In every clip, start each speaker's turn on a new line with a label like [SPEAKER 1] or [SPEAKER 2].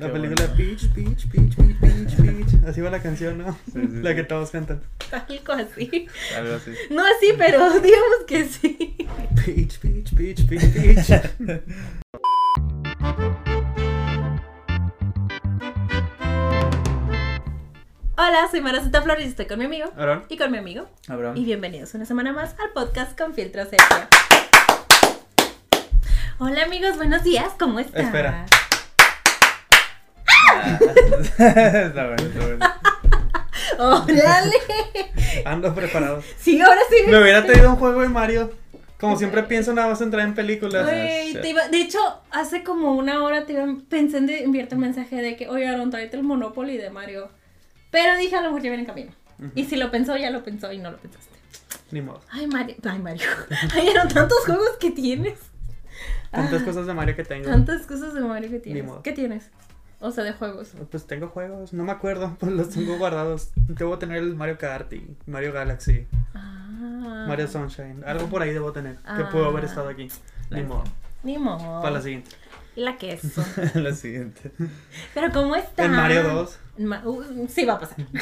[SPEAKER 1] La película Peach, Peach, Peach, Peach, Peach, Peach. Así va la canción, ¿no?
[SPEAKER 2] Sí, sí,
[SPEAKER 1] la
[SPEAKER 2] sí.
[SPEAKER 1] que todos cantan.
[SPEAKER 3] Algo así.
[SPEAKER 2] Algo así.
[SPEAKER 3] No así, pero digamos que sí.
[SPEAKER 1] Peach, Peach, Peach, Peach, Peach.
[SPEAKER 3] Hola, soy Maracita Flores y estoy con mi amigo.
[SPEAKER 2] Abraham.
[SPEAKER 3] Y con mi amigo.
[SPEAKER 2] Abraham.
[SPEAKER 3] Y bienvenidos una semana más al podcast con Filtro Sepia. Hola amigos, buenos días, ¿cómo están?
[SPEAKER 1] Espera.
[SPEAKER 2] Ah, está bueno, está bueno.
[SPEAKER 3] ¡Órale!
[SPEAKER 1] Ando preparado.
[SPEAKER 3] Sí, ahora sí.
[SPEAKER 1] Me hubiera traído un juego de Mario. Como siempre pienso, nada más entrar en películas.
[SPEAKER 3] Güey, te iba- de hecho, hace como una hora te iba, pensé en de enviarte un mensaje de que, oye, Aaron, tráete el Monopoly de Mario. Pero dije, a lo mejor ya viene en camino. Y si lo pensó, ya lo pensó y no lo pensaste.
[SPEAKER 1] Ni modo.
[SPEAKER 3] Ay, Mario. Ay, Mario. Ay, Aaron, tantos juegos que tienes.
[SPEAKER 1] Tantas
[SPEAKER 3] Ah,
[SPEAKER 1] cosas de Mario que tengo.
[SPEAKER 3] Tantas cosas de Mario que tienes.
[SPEAKER 1] modo.
[SPEAKER 3] ¿Qué tienes? O sea, de juegos.
[SPEAKER 1] Pues tengo juegos, no me acuerdo, pues los tengo guardados. Debo tener el Mario Kart y Mario Galaxy,
[SPEAKER 3] Ah.
[SPEAKER 1] Mario Sunshine, algo por ahí debo tener que
[SPEAKER 3] Ah.
[SPEAKER 1] pudo haber estado aquí. Ni modo.
[SPEAKER 3] Ni modo.
[SPEAKER 1] Para la siguiente.
[SPEAKER 3] La queso.
[SPEAKER 2] La siguiente.
[SPEAKER 3] Pero ¿cómo está?
[SPEAKER 1] En Mario 2.
[SPEAKER 3] Ma- uh, sí, va a pasar.
[SPEAKER 1] Sí.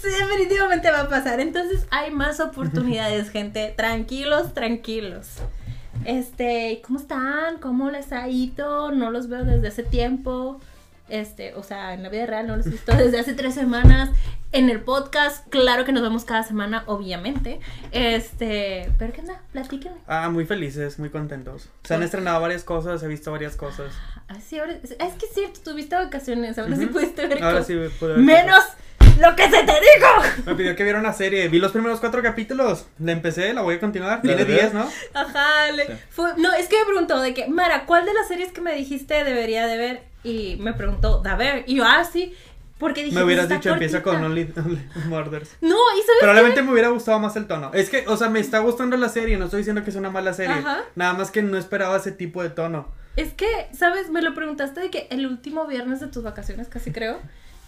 [SPEAKER 3] Sí, definitivamente va a pasar. Entonces hay más oportunidades, gente. Tranquilos, tranquilos. Este, ¿cómo están? ¿Cómo les ha ido? No los veo desde hace tiempo. Este, o sea, en la vida real no los he visto desde hace tres semanas. En el podcast, claro que nos vemos cada semana, obviamente. Este, pero ¿qué onda? Platíquenme.
[SPEAKER 1] Ah, muy felices, muy contentos. Se han
[SPEAKER 3] Sí.
[SPEAKER 1] estrenado varias cosas, he visto varias cosas.
[SPEAKER 3] Ah, sí, ahora- es que es cierto, tuviste vacaciones, ahora sí
[SPEAKER 1] Ujú.
[SPEAKER 3] pudiste ver
[SPEAKER 1] Ahora
[SPEAKER 3] cosas.
[SPEAKER 1] sí pude ver
[SPEAKER 3] Menos lo que se te dijo.
[SPEAKER 1] cosas. Me pidió que viera una serie. Vi los primeros cuatro capítulos. La empecé, la voy a continuar.
[SPEAKER 2] ¿La
[SPEAKER 1] Tiene
[SPEAKER 2] verdad?
[SPEAKER 1] 10, ¿no?
[SPEAKER 3] Ajá, le-
[SPEAKER 2] Sí.
[SPEAKER 3] fue- no, es que me preguntó de que, Mara, ¿cuál de las series que me dijiste debería de ver? Y me preguntó, de ver, y yo, ah, sí, porque dije,
[SPEAKER 1] Me hubieras
[SPEAKER 3] "Está
[SPEAKER 1] dicho, empieza
[SPEAKER 3] cortita".
[SPEAKER 1] con Only Only Murders.
[SPEAKER 3] No, y sabes
[SPEAKER 1] Probablemente me hubiera gustado más el tono. Es que, o sea, me está gustando la serie, no estoy diciendo que es una mala serie.
[SPEAKER 3] Ajá.
[SPEAKER 1] Nada más que no esperaba ese tipo de tono.
[SPEAKER 3] Es que, ¿sabes? Me lo preguntaste de que el último viernes de tus vacaciones, casi creo.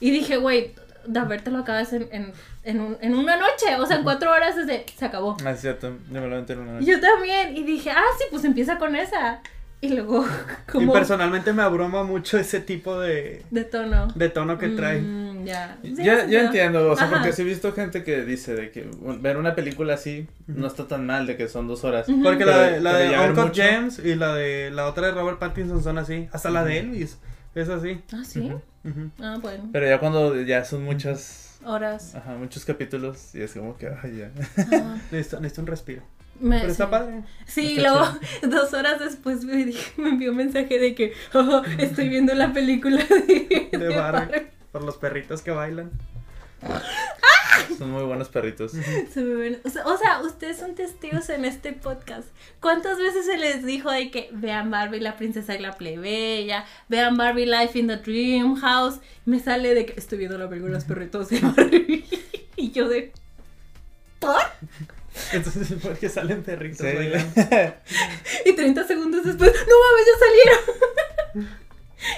[SPEAKER 3] Y dije, güey, de ver, te lo acabas en, en, en, un- en una noche. O sea, en cuatro horas desde, se acabó.
[SPEAKER 2] Ah, es cierto. Yo me lo entero una
[SPEAKER 3] Y
[SPEAKER 2] vez.
[SPEAKER 3] Yo también. Y dije, ah, sí, pues empieza con esa. Y luego,
[SPEAKER 1] Y
[SPEAKER 3] como
[SPEAKER 1] personalmente me abruma mucho ese tipo de,
[SPEAKER 3] de tono.
[SPEAKER 1] de tono que trae.
[SPEAKER 3] Mm, ya. Sí,
[SPEAKER 2] Ya,
[SPEAKER 3] sí,
[SPEAKER 2] ya
[SPEAKER 3] sí.
[SPEAKER 2] entiendo, o sea,
[SPEAKER 3] Ajá.
[SPEAKER 2] porque sí he visto gente que dice de que bueno, ver una película así no está tan mal, de que son dos horas.
[SPEAKER 3] Ujú.
[SPEAKER 1] Porque la
[SPEAKER 2] Pero-
[SPEAKER 1] de, la
[SPEAKER 2] pero
[SPEAKER 1] de
[SPEAKER 2] ya ver
[SPEAKER 1] Uncut
[SPEAKER 2] mucho.
[SPEAKER 1] James y la de la otra de Robert Pattinson son así. Hasta la de Elvis es así.
[SPEAKER 3] Ah, sí.
[SPEAKER 1] Ujú.
[SPEAKER 3] Ah, bueno.
[SPEAKER 2] Pero ya cuando ya son muchas,
[SPEAKER 3] Horas.
[SPEAKER 2] ajá, muchos capítulos y es como que, ay, ya.
[SPEAKER 3] Ah,
[SPEAKER 1] Necesito, necesito un respiro.
[SPEAKER 3] me-
[SPEAKER 1] Pero está
[SPEAKER 3] Ah, sí.
[SPEAKER 1] padre.
[SPEAKER 3] Sí,
[SPEAKER 1] Está
[SPEAKER 3] luego dos horas después me, dije- me envió un mensaje de que "Oh, estoy viendo la película de,
[SPEAKER 1] De
[SPEAKER 3] de
[SPEAKER 1] Barbie.
[SPEAKER 3] Barbie".
[SPEAKER 1] Por los perritos que bailan.
[SPEAKER 2] Son muy buenos perritos.
[SPEAKER 3] Se me ven- o, sea, o sea, ustedes son testigos en este podcast. ¿Cuántas veces se les dijo de que vean Barbie la princesa y la plebeya, vean Barbie Life in the Dream House? Me sale de que estoy viendo la película Los perritos de Barbie. y yo de
[SPEAKER 1] Entonces, porque salen perritos
[SPEAKER 2] Sí.
[SPEAKER 1] bailando.
[SPEAKER 3] y 30 segundos después, no mames, ya salieron.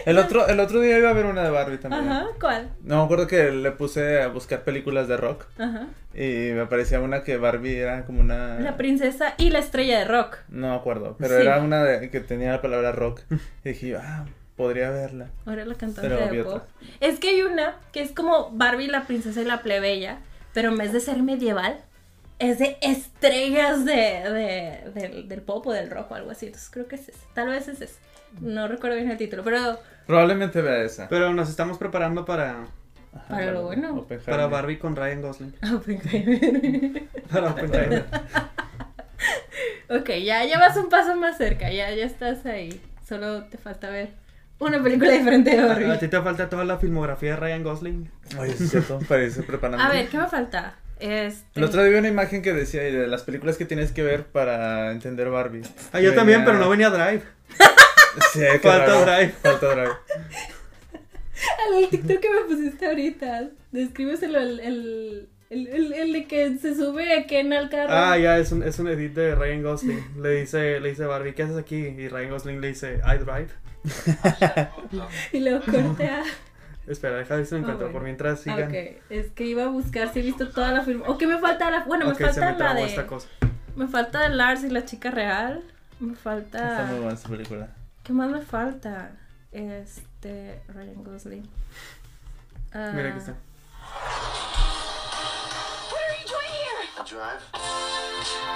[SPEAKER 2] El otro, el otro día iba a ver una de Barbie también.
[SPEAKER 3] Ajá, ¿cuál?
[SPEAKER 2] No me acuerdo que le puse a buscar películas de rock
[SPEAKER 3] Ajá.
[SPEAKER 2] y me aparecía una que Barbie era como una...
[SPEAKER 3] La princesa y la estrella de rock.
[SPEAKER 2] No me acuerdo, pero
[SPEAKER 3] Sí.
[SPEAKER 2] era una de- que tenía la palabra rock.
[SPEAKER 1] Mm.
[SPEAKER 2] Y dije, yo, ah, podría verla.
[SPEAKER 3] Ahora la cantante
[SPEAKER 2] Pero vi
[SPEAKER 3] de pop.
[SPEAKER 2] otra.
[SPEAKER 3] Es que hay una que es como Barbie, la princesa y la plebeya, pero en vez de ser medieval, es de estrellas de, de- del, del pop o del rock o algo así. Entonces creo que es ese. Tal vez es ese. No recuerdo bien el título, pero
[SPEAKER 2] Probablemente vea esa.
[SPEAKER 1] Pero nos estamos preparando para,
[SPEAKER 2] Ajá,
[SPEAKER 3] Para lo bueno.
[SPEAKER 2] Oppenheimer.
[SPEAKER 1] para Barbie con Ryan Gosling.
[SPEAKER 3] Oppenheimer.
[SPEAKER 1] Para Oppenheimer.
[SPEAKER 3] ok, ya, ya vas un paso más cerca, ya, ya estás ahí. Solo te falta ver una película diferente de
[SPEAKER 2] Ah,
[SPEAKER 1] A a
[SPEAKER 3] Barbie.
[SPEAKER 1] ti te falta toda la filmografía de Ryan Gosling.
[SPEAKER 2] Oye, sí es cierto, para irse preparando.
[SPEAKER 3] A ver, ¿qué me falta? Este...
[SPEAKER 2] El otro día vi una imagen que decía de las películas que tienes que ver para entender Barbie.
[SPEAKER 1] Ah, yo
[SPEAKER 2] Y
[SPEAKER 1] también,
[SPEAKER 2] venía-
[SPEAKER 1] pero no venía Drive.
[SPEAKER 2] Sí, qué
[SPEAKER 1] Falta
[SPEAKER 2] raro.
[SPEAKER 1] Drive.
[SPEAKER 2] Falta Drive.
[SPEAKER 3] Al Ah, TikTok que me pusiste ahorita, descríbeselo el, el, el, el, el de que se sube a Ken al carro.
[SPEAKER 1] Ah, ya, es un, es un edit de Ryan Gosling. Le dice, le dice Barbie, ¿qué haces aquí? Y Ryan Gosling le dice, I drive.
[SPEAKER 3] Y lo cortea.
[SPEAKER 1] Espera, deja ver si lo
[SPEAKER 3] Ah,
[SPEAKER 1] encuentro
[SPEAKER 3] bueno.
[SPEAKER 1] por mientras
[SPEAKER 3] Ah,
[SPEAKER 1] sigan.
[SPEAKER 3] ok, es que iba a buscar si he visto toda la film. ¿O qué me falta? La... Bueno,
[SPEAKER 1] Ok,
[SPEAKER 3] me
[SPEAKER 1] se
[SPEAKER 3] falta
[SPEAKER 1] me
[SPEAKER 3] la
[SPEAKER 1] trabó
[SPEAKER 3] de.
[SPEAKER 1] esta cosa.
[SPEAKER 3] Me falta de Lars y la chica real. Me
[SPEAKER 2] Está
[SPEAKER 3] falta.
[SPEAKER 2] muy buena esta película.
[SPEAKER 3] ¿Qué más me falta? Este. este Ryan Gosling. Ah,
[SPEAKER 1] Mira, aquí está.
[SPEAKER 4] What are you doing here?
[SPEAKER 5] Drive.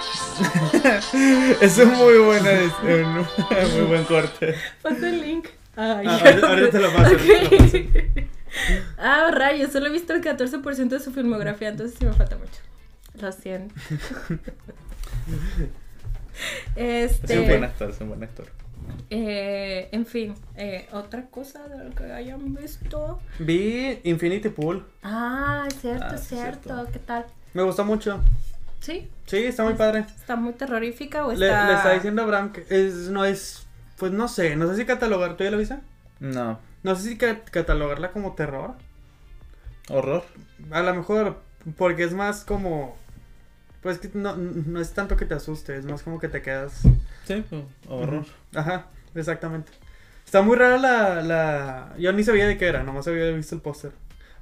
[SPEAKER 2] Es un muy buen, este, un muy buen corte.
[SPEAKER 3] Ponte el link. Ay,
[SPEAKER 1] Ah, ahorita- ahorita te lo paso, ahorita te lo paso.
[SPEAKER 3] Ok. Ah, rayos, solo he visto el 14% de su filmografía, entonces sí me falta mucho. Lo siento.
[SPEAKER 2] Es un buen
[SPEAKER 3] Este,
[SPEAKER 2] actor, es un buen actor.
[SPEAKER 3] eh, en fin, eh, otra cosa de lo que hayan visto.
[SPEAKER 1] Vi Infinity Pool.
[SPEAKER 3] Ah, es cierto,
[SPEAKER 2] Ah,
[SPEAKER 3] es
[SPEAKER 2] sí,
[SPEAKER 3] cierto.
[SPEAKER 2] cierto.
[SPEAKER 3] ¿Qué tal?
[SPEAKER 1] Me gustó mucho.
[SPEAKER 3] Sí,
[SPEAKER 1] Sí, está muy padre.
[SPEAKER 3] está muy terrorífica o
[SPEAKER 1] Le,
[SPEAKER 3] Pues está.
[SPEAKER 1] le está diciendo a Bram que es, no es. Pues no sé, no sé si catalogar. ¿Tú ya lo viste?
[SPEAKER 2] No,
[SPEAKER 1] No sé si ca- catalogarla como terror.
[SPEAKER 2] horror.
[SPEAKER 1] A lo mejor, porque es más como. Pues que no, no es tanto que te asuste, es más como que te quedas.
[SPEAKER 2] Sí, pues, horror.
[SPEAKER 1] Ajá, exactamente. Está muy rara la, la. Yo ni sabía de qué era, nomás había visto el póster.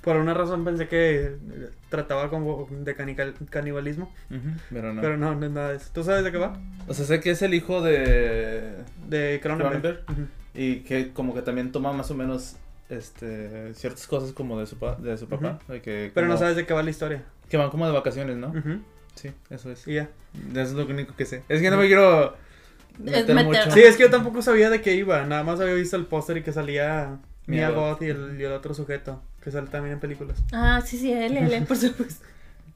[SPEAKER 1] Por alguna razón pensé que eh, trataba como de canical- canibalismo,
[SPEAKER 2] Ujú, Pero no.
[SPEAKER 1] pero no, no es nada de eso. ¿Tú sabes de qué va?
[SPEAKER 2] O sea, sé que es el hijo de.
[SPEAKER 1] De Cronenberg.
[SPEAKER 2] Cronenberg. Y que como que también toma más o menos este ciertas cosas como de su, pa- de su papá. de que
[SPEAKER 1] Pero no
[SPEAKER 2] como-
[SPEAKER 1] sabes de qué va la historia.
[SPEAKER 2] Que van como de vacaciones, ¿no?
[SPEAKER 1] Ujú,
[SPEAKER 2] Sí, eso es.
[SPEAKER 1] Y ya.
[SPEAKER 2] Eso es lo único que sé. Es que no me quiero meter
[SPEAKER 3] meter-
[SPEAKER 2] mucho.
[SPEAKER 1] Sí, es que yo tampoco sabía de qué iba, nada más había visto el póster y que salía Mia
[SPEAKER 2] Mia Goth.
[SPEAKER 1] Goth y el, y el otro sujeto, que sale también en películas.
[SPEAKER 3] Ah, sí, sí, él, él, él, por supuesto.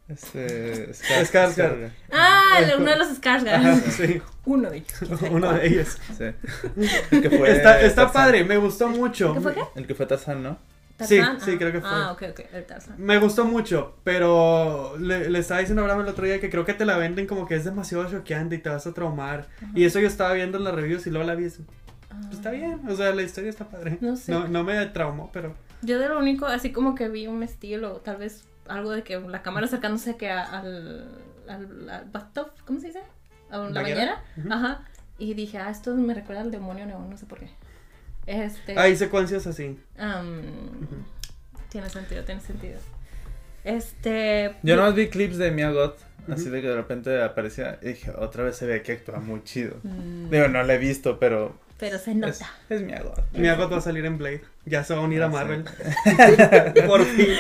[SPEAKER 2] Este,
[SPEAKER 1] Skarsgård.
[SPEAKER 2] Skarsgård.
[SPEAKER 3] Ah, el- uno de los
[SPEAKER 1] Ajá,
[SPEAKER 3] Skarsgård.
[SPEAKER 1] sí,
[SPEAKER 3] Uno de ellos. quién sabe
[SPEAKER 1] uno
[SPEAKER 3] cuál.
[SPEAKER 1] de ellos.
[SPEAKER 2] Sí. Que fue
[SPEAKER 1] Está, está
[SPEAKER 2] Tarzán.
[SPEAKER 1] padre, me gustó mucho.
[SPEAKER 3] ¿Qué fue qué?
[SPEAKER 2] El que fue Tarzán, ¿no?
[SPEAKER 1] Sí,
[SPEAKER 3] ¿Tarzán?
[SPEAKER 1] sí,
[SPEAKER 3] Ah.
[SPEAKER 1] creo que fue.
[SPEAKER 3] Ah, ok, ok, el Tarzán.
[SPEAKER 1] Me gustó mucho, pero le, le estaba diciendo a Abraham el otro día que creo que te la venden como que es demasiado choqueante y te vas a traumar. Y eso yo estaba viendo en las reviews y luego la vi. y eso, pues,
[SPEAKER 3] Ah.
[SPEAKER 1] está bien, o sea, la historia está padre.
[SPEAKER 3] No sé.
[SPEAKER 1] no, me traumó, pero.
[SPEAKER 3] Yo de lo único, así como que vi un estilo, tal vez algo de que la cámara acercándose que a- al, al, al bathtub, ¿cómo se dice? A la
[SPEAKER 1] ¿Bañera?
[SPEAKER 3] bañera. Ajá. Y dije, ah, esto me recuerda al demonio neón, no sé por qué. Este.
[SPEAKER 1] Hay secuencias así.
[SPEAKER 3] am, Tiene sentido, tiene sentido. Este.
[SPEAKER 2] Yo nomás vi clips de Mia Goth, así de que de repente aparecía y dije, otra vez se ve que actúa muy chido.
[SPEAKER 3] Mm,
[SPEAKER 2] Digo, no la he visto, pero
[SPEAKER 3] Pero se nota.
[SPEAKER 2] es, es Mia Goth.
[SPEAKER 1] Mia Goth va a salir en Blade. Ya se va a unir a
[SPEAKER 2] Ah, sí.
[SPEAKER 1] Marvel. Por fin.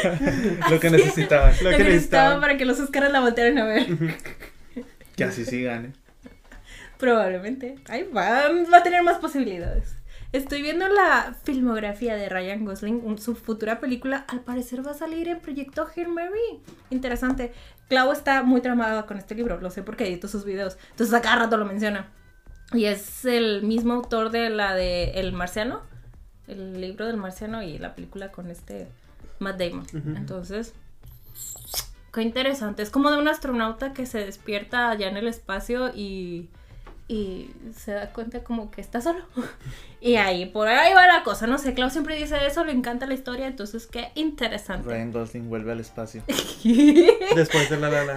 [SPEAKER 2] Lo que necesitaban.
[SPEAKER 1] Lo
[SPEAKER 3] Lo
[SPEAKER 1] que
[SPEAKER 3] que necesitaba
[SPEAKER 1] necesitaba.
[SPEAKER 3] para que los Oscars la voltearan a ver.
[SPEAKER 2] Que así sí gane.
[SPEAKER 3] Probablemente. Ahí va, va a tener más posibilidades. Estoy viendo la filmografía de Ryan Gosling, un- su futura película al parecer va a salir en proyecto Hail Mary. Interesante. Clau está muy tramada con este libro, lo sé porque edito sus videos. Entonces a cada rato lo menciona. Y es el mismo autor de la de El Marciano, el libro del Marciano y la película con este Matt Damon. Entonces, qué interesante. Es como de un astronauta que se despierta allá en el espacio y, y se da cuenta como que está solo. Y ahí, por ahí va la cosa. No sé, Clau siempre dice eso, le encanta la historia, entonces qué interesante.
[SPEAKER 2] Ryan Gosling vuelve al espacio.
[SPEAKER 1] Después de la la la.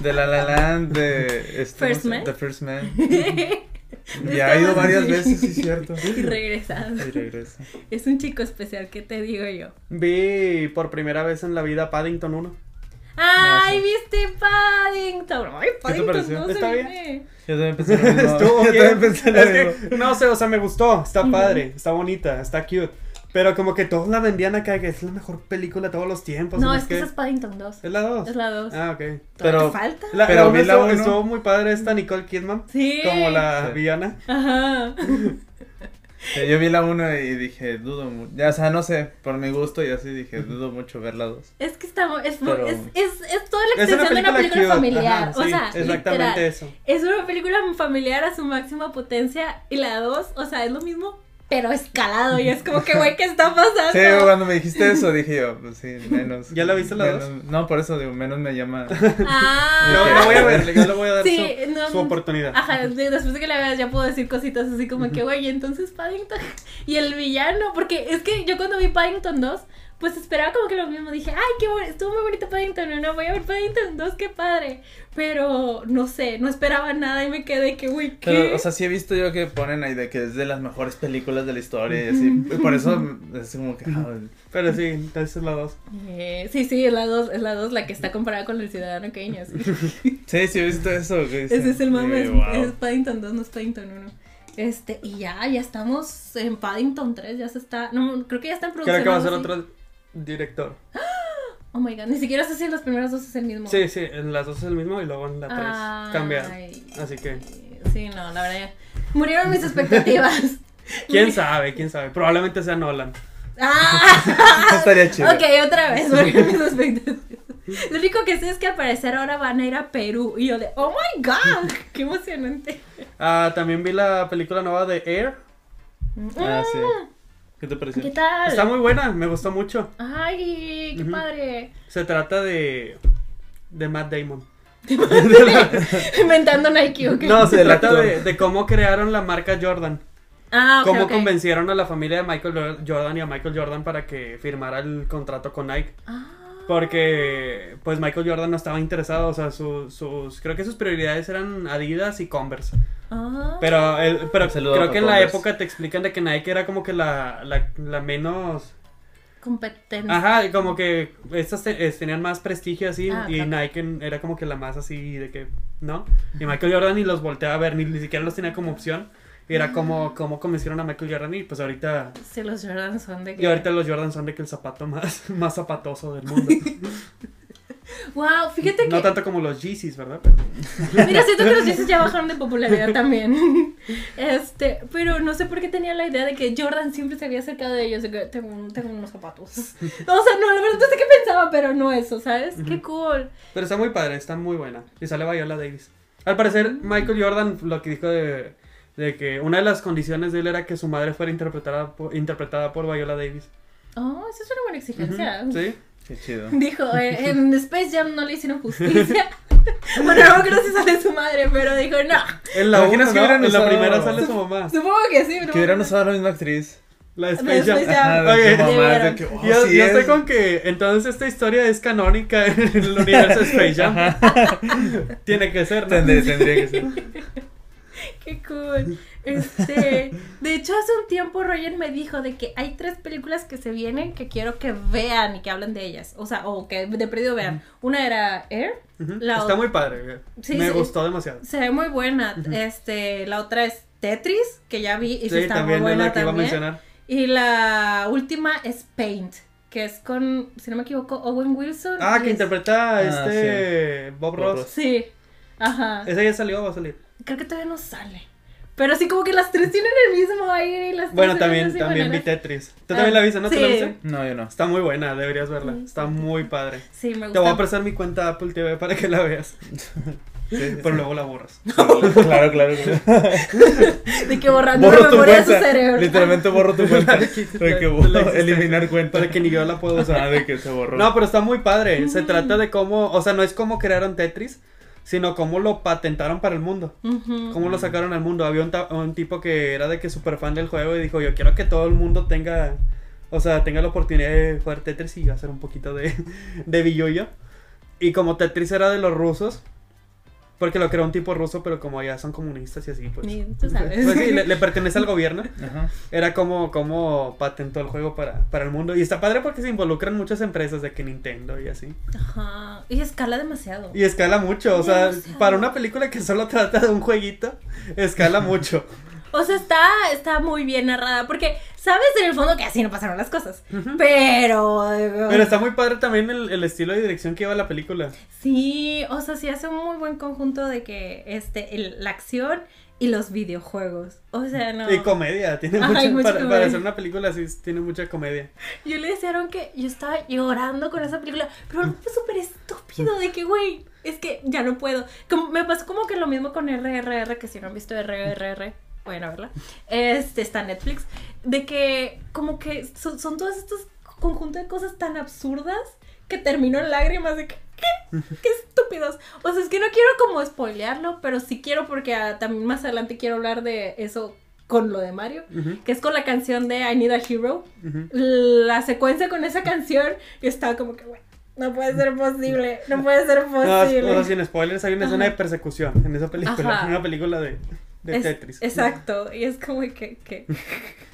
[SPEAKER 2] De La La Land, de... este,
[SPEAKER 3] First
[SPEAKER 2] ¿cómo se-
[SPEAKER 3] Man.
[SPEAKER 2] The First Man. Ya ha
[SPEAKER 3] Estamos
[SPEAKER 2] ido varias
[SPEAKER 3] así.
[SPEAKER 2] veces, sí es cierto.
[SPEAKER 3] Y
[SPEAKER 2] Y
[SPEAKER 3] regresando.
[SPEAKER 2] regresa.
[SPEAKER 3] Es un chico especial, ¿qué te digo yo?
[SPEAKER 1] Vi por primera vez en la vida Paddington 1.
[SPEAKER 3] ¡Ay, viste Paddington! ¡Ay, Paddington!
[SPEAKER 2] pareció?
[SPEAKER 3] No se
[SPEAKER 1] ¿Está bien?
[SPEAKER 3] viene.
[SPEAKER 2] Yo también pensé lo mismo.
[SPEAKER 1] Estuvo
[SPEAKER 2] Yo
[SPEAKER 1] bien.
[SPEAKER 2] también pensé lo
[SPEAKER 1] Es
[SPEAKER 2] mismo.
[SPEAKER 1] que, no sé, o sea, me gustó. Está padre, está bonita, está cute. Pero como que todos la vendían acá, que es la mejor película de todos los tiempos.
[SPEAKER 3] No,
[SPEAKER 1] ¿no
[SPEAKER 3] es que esa es Paddington 2.
[SPEAKER 1] ¿Es la 2?
[SPEAKER 3] Es la 2.
[SPEAKER 1] Ah, ok.
[SPEAKER 2] Pero-
[SPEAKER 3] falta?
[SPEAKER 1] La, pero
[SPEAKER 2] Pero vi la
[SPEAKER 1] estuvo,
[SPEAKER 2] uno.
[SPEAKER 1] estuvo muy padre esta Nicole Kidman.
[SPEAKER 3] Sí.
[SPEAKER 1] Como la
[SPEAKER 2] Sí.
[SPEAKER 1] villana.
[SPEAKER 3] Ajá.
[SPEAKER 2] Eh, Yo vi la 1 y dije, dudo mucho. Ya, o sea, no sé, por mi gusto y así dije, dudo mucho ver la 2.
[SPEAKER 3] Es que está, es, mu-
[SPEAKER 2] Pero-
[SPEAKER 3] es, es, es toda la extensión de una película familiar.
[SPEAKER 1] Ajá,
[SPEAKER 3] o
[SPEAKER 1] sí,
[SPEAKER 3] sea,
[SPEAKER 1] exactamente
[SPEAKER 3] literal.
[SPEAKER 1] eso.
[SPEAKER 3] Es una película familiar a su máxima potencia y la 2, o sea, es lo mismo, pero escalado. Y es como que, güey, ¿qué está pasando?
[SPEAKER 2] Sí, cuando me dijiste eso dije yo, pues sí, menos.
[SPEAKER 1] ¿Ya la viste la
[SPEAKER 2] menos- No, por eso digo, menos me llama.
[SPEAKER 3] Ah.
[SPEAKER 1] Yo la voy a ver, yo le voy a dar
[SPEAKER 3] Sí,
[SPEAKER 1] su,
[SPEAKER 3] no,
[SPEAKER 1] su oportunidad.
[SPEAKER 3] Ajá, de- después de que la veas ya puedo decir cositas así como que, güey, entonces Paddington y el villano, porque es que yo cuando vi Paddington 2, pues esperaba como que lo mismo, dije, ay, qué bueno, estuvo muy bonito Paddington, no, voy a ver Paddington 2, qué padre, pero no sé, no esperaba nada y me quedé que, güey, ¿qué?
[SPEAKER 2] Pero, o sea, sí he visto yo que ponen ahí de que es de las mejores películas de la historia y así. y Por eso es como que. ah,
[SPEAKER 1] Pero sí, entonces es la 2.
[SPEAKER 3] Eh, sí, sí, es la 2, es la 2 la que está comparada con el ciudadano queño, sí.
[SPEAKER 2] sí, sí he visto eso. que
[SPEAKER 3] Ese
[SPEAKER 2] dicen,
[SPEAKER 3] es el mame,
[SPEAKER 2] y,
[SPEAKER 3] es,
[SPEAKER 2] wow.
[SPEAKER 3] es Paddington 2, no es Paddington 1. Este, y ya, ya estamos en Paddington 3, ya se está. No, creo que ya está en producción.
[SPEAKER 1] Creo que va a
[SPEAKER 3] algo
[SPEAKER 1] ser
[SPEAKER 3] así.
[SPEAKER 1] otro director.
[SPEAKER 3] Oh my god, ni siquiera sé si en los primeros dos es el mismo.
[SPEAKER 1] Sí, sí, en las dos es el mismo y luego en la tres cambia.
[SPEAKER 3] Ay.
[SPEAKER 1] Así que,
[SPEAKER 3] Sí, no, la verdad. ya- Murieron mis expectativas.
[SPEAKER 1] quién sabe, quién sabe. Probablemente sea Nolan.
[SPEAKER 3] Ah,
[SPEAKER 2] Estaría chido.
[SPEAKER 3] Ok, otra vez, murieron mis expectativas. Lo único que sé es que al parecer ahora van a ir a Perú. Y yo de, oh my god, qué emocionante.
[SPEAKER 1] Ah, también vi la película nueva de Air.
[SPEAKER 2] Ah, sí.
[SPEAKER 3] Mm,
[SPEAKER 2] ¿Qué te pareció?
[SPEAKER 3] ¿Qué tal?
[SPEAKER 1] Está muy buena, me gustó mucho.
[SPEAKER 3] Ay, qué
[SPEAKER 1] Ujú.
[SPEAKER 3] padre.
[SPEAKER 1] Se trata de. de Matt Damon.
[SPEAKER 3] Inventando Nike, ok.
[SPEAKER 1] No, se
[SPEAKER 2] Del
[SPEAKER 1] trata
[SPEAKER 2] actor.
[SPEAKER 1] de, de cómo crearon la marca Jordan.
[SPEAKER 3] ah, ok,
[SPEAKER 1] cómo
[SPEAKER 3] ok.
[SPEAKER 1] convencieron a la familia de Michael Jordan y a Michael Jordan para que firmara el contrato con Nike.
[SPEAKER 3] Ah,
[SPEAKER 1] Porque pues Michael Jordan no estaba interesado, o sea, su- sus creo que sus prioridades eran Adidas y Converse.
[SPEAKER 3] ah.
[SPEAKER 1] Pero, el- pero
[SPEAKER 2] Saludo
[SPEAKER 1] creo
[SPEAKER 2] a
[SPEAKER 1] que en la
[SPEAKER 2] Converse.
[SPEAKER 1] época te explican de que Nike era como que la, la, la menos...
[SPEAKER 3] competencia.
[SPEAKER 1] Ajá, como que estas te- eh, tenían más prestigio así
[SPEAKER 3] Ah,
[SPEAKER 1] y
[SPEAKER 3] claro.
[SPEAKER 1] Nike era como que la más así de que, ¿no? Y Michael Jordan ni los volteaba a ver, ni, ni siquiera los tenía como opción. Y
[SPEAKER 3] Ah.
[SPEAKER 1] era como, como convencieron a Michael Jordan y pues ahorita...
[SPEAKER 3] Sí, los Jordan son de que.
[SPEAKER 1] Y ahorita los Jordan son de que el zapato más, más zapatoso del mundo.
[SPEAKER 3] Wow, fíjate que.
[SPEAKER 1] No tanto como los Yeezys, ¿verdad?
[SPEAKER 3] Mira, siento que los Yeezys ya bajaron de popularidad también. Este, pero no sé por qué tenía la idea de que Jordan siempre se había acercado de ellos. de que tengo, un- tengo unos zapatos. O sea, no, la verdad no sé qué pensaba, pero no eso, ¿sabes? Qué cool.
[SPEAKER 1] Pero está muy padre, está muy buena. Y sale Viola Davis. Al parecer,
[SPEAKER 3] Mm.
[SPEAKER 1] Michael Jordan lo que dijo de, de que una de las condiciones de él era que su madre fuera interpretada por, interpretada por Viola Davis.
[SPEAKER 3] Oh, esa es una
[SPEAKER 1] Ujú,
[SPEAKER 3] buena exigencia.
[SPEAKER 1] Sí.
[SPEAKER 2] Qué chido.
[SPEAKER 3] Dijo, eh, en Space Jam no le hicieron justicia. bueno, no gracias a su madre, pero dijo, no.
[SPEAKER 1] En la,
[SPEAKER 2] Imaginas
[SPEAKER 1] una,
[SPEAKER 2] que
[SPEAKER 1] ¿no?
[SPEAKER 2] hubieran
[SPEAKER 1] en la
[SPEAKER 2] usado-
[SPEAKER 1] primera sale su mamá.
[SPEAKER 3] Supongo que sí, pero.
[SPEAKER 2] Que hubieran usado a la misma actriz.
[SPEAKER 1] La de
[SPEAKER 3] La de
[SPEAKER 1] Space Jam.
[SPEAKER 3] Space Jam.
[SPEAKER 2] Ajá, de
[SPEAKER 1] Oye,
[SPEAKER 2] su mamá,
[SPEAKER 3] de
[SPEAKER 2] de que, oh,
[SPEAKER 1] Yo,
[SPEAKER 2] sí
[SPEAKER 1] yo
[SPEAKER 2] es.
[SPEAKER 1] sé con que entonces esta historia es canónica en el universo Space Jam. Tiene que ser, ¿no?
[SPEAKER 2] Tendría, tendría que ser.
[SPEAKER 3] Qué cool. Este, de hecho, hace un tiempo Roger me dijo de que hay tres películas que se vienen que quiero que vean y que hablen de ellas. O sea, o que de perdido vean. Una era Air,
[SPEAKER 1] Ujú.
[SPEAKER 3] La
[SPEAKER 1] Está
[SPEAKER 3] otra.
[SPEAKER 1] muy padre.
[SPEAKER 3] Sí,
[SPEAKER 1] Me
[SPEAKER 3] sí.
[SPEAKER 1] gustó demasiado.
[SPEAKER 3] se ve muy buena.
[SPEAKER 1] Ujú.
[SPEAKER 3] Este, la otra es Tetris, que ya vi y sí, está
[SPEAKER 1] también
[SPEAKER 3] muy
[SPEAKER 1] es
[SPEAKER 3] buena
[SPEAKER 1] la que iba a
[SPEAKER 3] también.
[SPEAKER 1] mencionar.
[SPEAKER 3] y la última es Paint, que es con, si no me equivoco, Owen Wilson.
[SPEAKER 1] Ah,
[SPEAKER 3] y
[SPEAKER 1] que
[SPEAKER 3] Pues es-
[SPEAKER 1] interpreta a
[SPEAKER 2] Ah,
[SPEAKER 1] este Bob
[SPEAKER 2] Bob
[SPEAKER 1] Ross.
[SPEAKER 2] Ross.
[SPEAKER 3] Sí. Ajá.
[SPEAKER 1] ¿Esa ya salió o va a salir?
[SPEAKER 3] Creo que todavía no sale. Pero sí, como que las tres tienen el mismo aire y las tres
[SPEAKER 1] Bueno,
[SPEAKER 3] se ven
[SPEAKER 1] también,
[SPEAKER 3] así
[SPEAKER 1] también vi
[SPEAKER 3] maneras.
[SPEAKER 1] Tetris. ¿Tú
[SPEAKER 3] Ah,
[SPEAKER 1] también la viste? ¿No te la
[SPEAKER 3] sí.
[SPEAKER 1] viste?
[SPEAKER 2] No, yo no.
[SPEAKER 1] Está muy buena, deberías verla. Está muy padre.
[SPEAKER 3] Sí, me gusta.
[SPEAKER 1] Te voy a prestar mi cuenta Apple TV para que la veas.
[SPEAKER 2] Sí,
[SPEAKER 1] Pero luego la borras.
[SPEAKER 2] Claro, claro. claro.
[SPEAKER 3] De que borrando la
[SPEAKER 2] Borro tu
[SPEAKER 3] memoria de su
[SPEAKER 2] cuenta.
[SPEAKER 3] cerebro.
[SPEAKER 2] Literalmente borro tu cuenta. De que
[SPEAKER 1] Te la
[SPEAKER 2] borro-
[SPEAKER 1] existe.
[SPEAKER 2] eliminar cuenta.
[SPEAKER 1] Para que ni yo la pueda
[SPEAKER 2] O
[SPEAKER 1] usar.
[SPEAKER 2] sea, de que se borró.
[SPEAKER 1] No, pero está muy padre. Se trata de cómo, o sea, no es cómo crearon Tetris, sino cómo lo patentaron para el mundo.
[SPEAKER 3] Ujú.
[SPEAKER 1] ¿Cómo lo sacaron al mundo? Había un, ta- un tipo que era de que super fan del juego y dijo, yo quiero que todo el mundo tenga, o sea, tenga la oportunidad de jugar Tetris y hacer un poquito de, de billuyo. Y como Tetris era de los rusos, porque lo creó un tipo ruso, pero como ya son comunistas y así, pues...
[SPEAKER 3] Ni tú sabes.
[SPEAKER 1] Pues sí, le, le pertenece al gobierno.
[SPEAKER 2] Ajá.
[SPEAKER 1] Era como, como patentó el juego para, para el mundo. Y está padre porque se involucran muchas empresas de que Nintendo y así.
[SPEAKER 3] Ajá. Y escala demasiado.
[SPEAKER 1] Y escala mucho, o sea,
[SPEAKER 3] Demasiado.
[SPEAKER 1] para una película que solo trata de un jueguito, escala mucho.
[SPEAKER 3] O sea, está, está muy bien narrada. Porque sabes en el fondo que así no pasaron las cosas. Pero.
[SPEAKER 1] Pero está muy padre también el, el estilo de dirección que lleva la película.
[SPEAKER 3] Sí, o sea, sí hace un muy buen conjunto de que este, el- la acción y los videojuegos. O sea, no.
[SPEAKER 1] Y comedia, tiene
[SPEAKER 3] Ay,
[SPEAKER 1] mucha,
[SPEAKER 3] mucha
[SPEAKER 1] para,
[SPEAKER 3] comedia.
[SPEAKER 1] para hacer una película así, tiene mucha comedia.
[SPEAKER 3] Yo le dijeron que yo estaba llorando con esa película, pero fue súper estúpido de que, güey, es que ya no puedo. Como- me pasó como que lo mismo con RRR, que si no han visto RRR, pueden verla. Este, está en Netflix. De que, como que son, son todos estos conjuntos de cosas tan absurdas que terminó en lágrimas de que, ¿qué? ¡Qué estúpidos! O sea, es que no quiero como spoilearlo, pero sí quiero porque ah, también más adelante quiero hablar de eso con lo de Mario,
[SPEAKER 1] Ujú,
[SPEAKER 3] que es con la canción de I Need a Hero
[SPEAKER 1] ujú.
[SPEAKER 3] la secuencia con esa canción y estaba como que, güey, no puede ser posible, no puede ser
[SPEAKER 1] No, o sea,
[SPEAKER 3] posible.
[SPEAKER 1] sin spoilers, hay una
[SPEAKER 3] Oh, Ajá.
[SPEAKER 1] escena de persecución en esa película.
[SPEAKER 3] Ajá.
[SPEAKER 1] Una película de, de
[SPEAKER 3] Es-
[SPEAKER 1] Tetris.
[SPEAKER 3] Exacto, y es como que... que-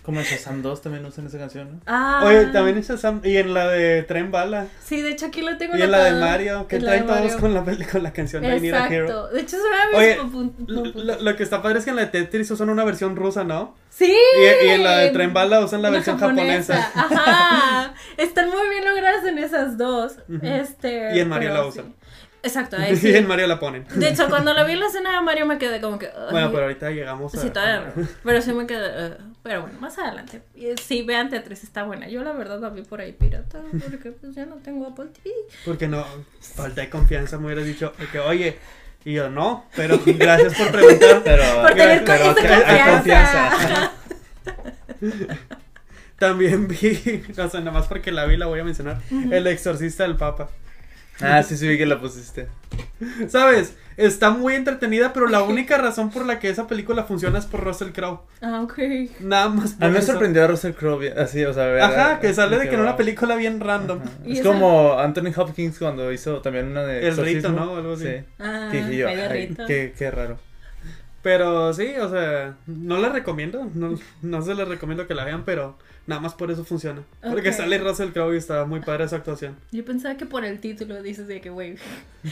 [SPEAKER 2] Como en Shazam 2 también usan esa canción, ¿no?
[SPEAKER 3] Ah,
[SPEAKER 1] Oye, también en Shazam- y en la de Tren Bala.
[SPEAKER 3] Sí, de hecho aquí lo tengo
[SPEAKER 1] Y en la de
[SPEAKER 3] anotado.
[SPEAKER 1] Mario, que
[SPEAKER 3] En la de
[SPEAKER 1] traen todos
[SPEAKER 3] Mario.
[SPEAKER 1] con la, pel- con la canción de I Need a Hero.
[SPEAKER 3] Exacto. De hecho, es una de mis
[SPEAKER 1] Oye,
[SPEAKER 3] pun- pun-
[SPEAKER 1] Lo,
[SPEAKER 3] pun-
[SPEAKER 1] lo- lo que está padre es que en la de Tetris usan una versión rusa, ¿no?
[SPEAKER 3] Sí.
[SPEAKER 1] Y, y en la de Tren Bala usan la
[SPEAKER 3] Una
[SPEAKER 1] versión japonesa.
[SPEAKER 3] Ajá. Están muy bien logradas en esas dos.
[SPEAKER 1] Ujú.
[SPEAKER 3] Este.
[SPEAKER 1] Y en Mario
[SPEAKER 3] pero
[SPEAKER 1] la
[SPEAKER 3] sí.
[SPEAKER 1] usan.
[SPEAKER 3] Exacto, ahí sí.
[SPEAKER 1] Y en Mario la ponen.
[SPEAKER 3] De hecho, cuando la vi en la escena de Mario me quedé como que. "Ay".
[SPEAKER 1] Bueno, pero ahorita llegamos a...
[SPEAKER 3] Sí, todavía no. Pero sí me quedé. "Ugh". pero bueno, más adelante. Y Sí, vean Tetris, está buena. Yo la verdad la vi por ahí pirata porque pues ya no tengo Apple TV.
[SPEAKER 1] Porque no, falta de confianza, me hubieras dicho que, oye, y yo, no, pero gracias por preguntar.
[SPEAKER 2] Pero,
[SPEAKER 3] Por tener
[SPEAKER 1] Ah, pero
[SPEAKER 3] con-
[SPEAKER 1] que
[SPEAKER 3] esa
[SPEAKER 1] hay
[SPEAKER 3] confianza.
[SPEAKER 1] También vi, o sea, nada más porque la vi, la voy a mencionar, El Exorcista del Papa.
[SPEAKER 2] Ah, sí, sí, vi que la pusiste.
[SPEAKER 1] ¿Sabes? Está muy entretenida, pero la única razón por la que esa película funciona es por Russell Crowe.
[SPEAKER 3] Ah, ok.
[SPEAKER 1] Nada más por
[SPEAKER 2] A mí me
[SPEAKER 1] eso.
[SPEAKER 2] sorprendió a Russell Crowe, bien- así, o sea, ver-
[SPEAKER 1] Ajá, que sale de
[SPEAKER 2] dije,
[SPEAKER 1] que en una
[SPEAKER 2] wow.
[SPEAKER 1] película bien random.
[SPEAKER 3] Y
[SPEAKER 2] Es
[SPEAKER 3] esa-
[SPEAKER 2] como Anthony Hopkins cuando hizo también una de.
[SPEAKER 1] El
[SPEAKER 2] Exorcismo.
[SPEAKER 1] rito, ¿no? Algo así.
[SPEAKER 2] Sí.
[SPEAKER 3] Ah,
[SPEAKER 2] Que dije yo,
[SPEAKER 3] medio
[SPEAKER 2] ay,
[SPEAKER 3] rito.
[SPEAKER 2] qué, qué raro.
[SPEAKER 1] Pero sí, o sea, no la recomiendo, no, no se la recomiendo que la vean, pero nada más por eso funciona. Porque
[SPEAKER 3] Ok.
[SPEAKER 1] sale Russell Crowe y está muy padre su actuación.
[SPEAKER 3] Yo pensaba que por el título dices de que, güey,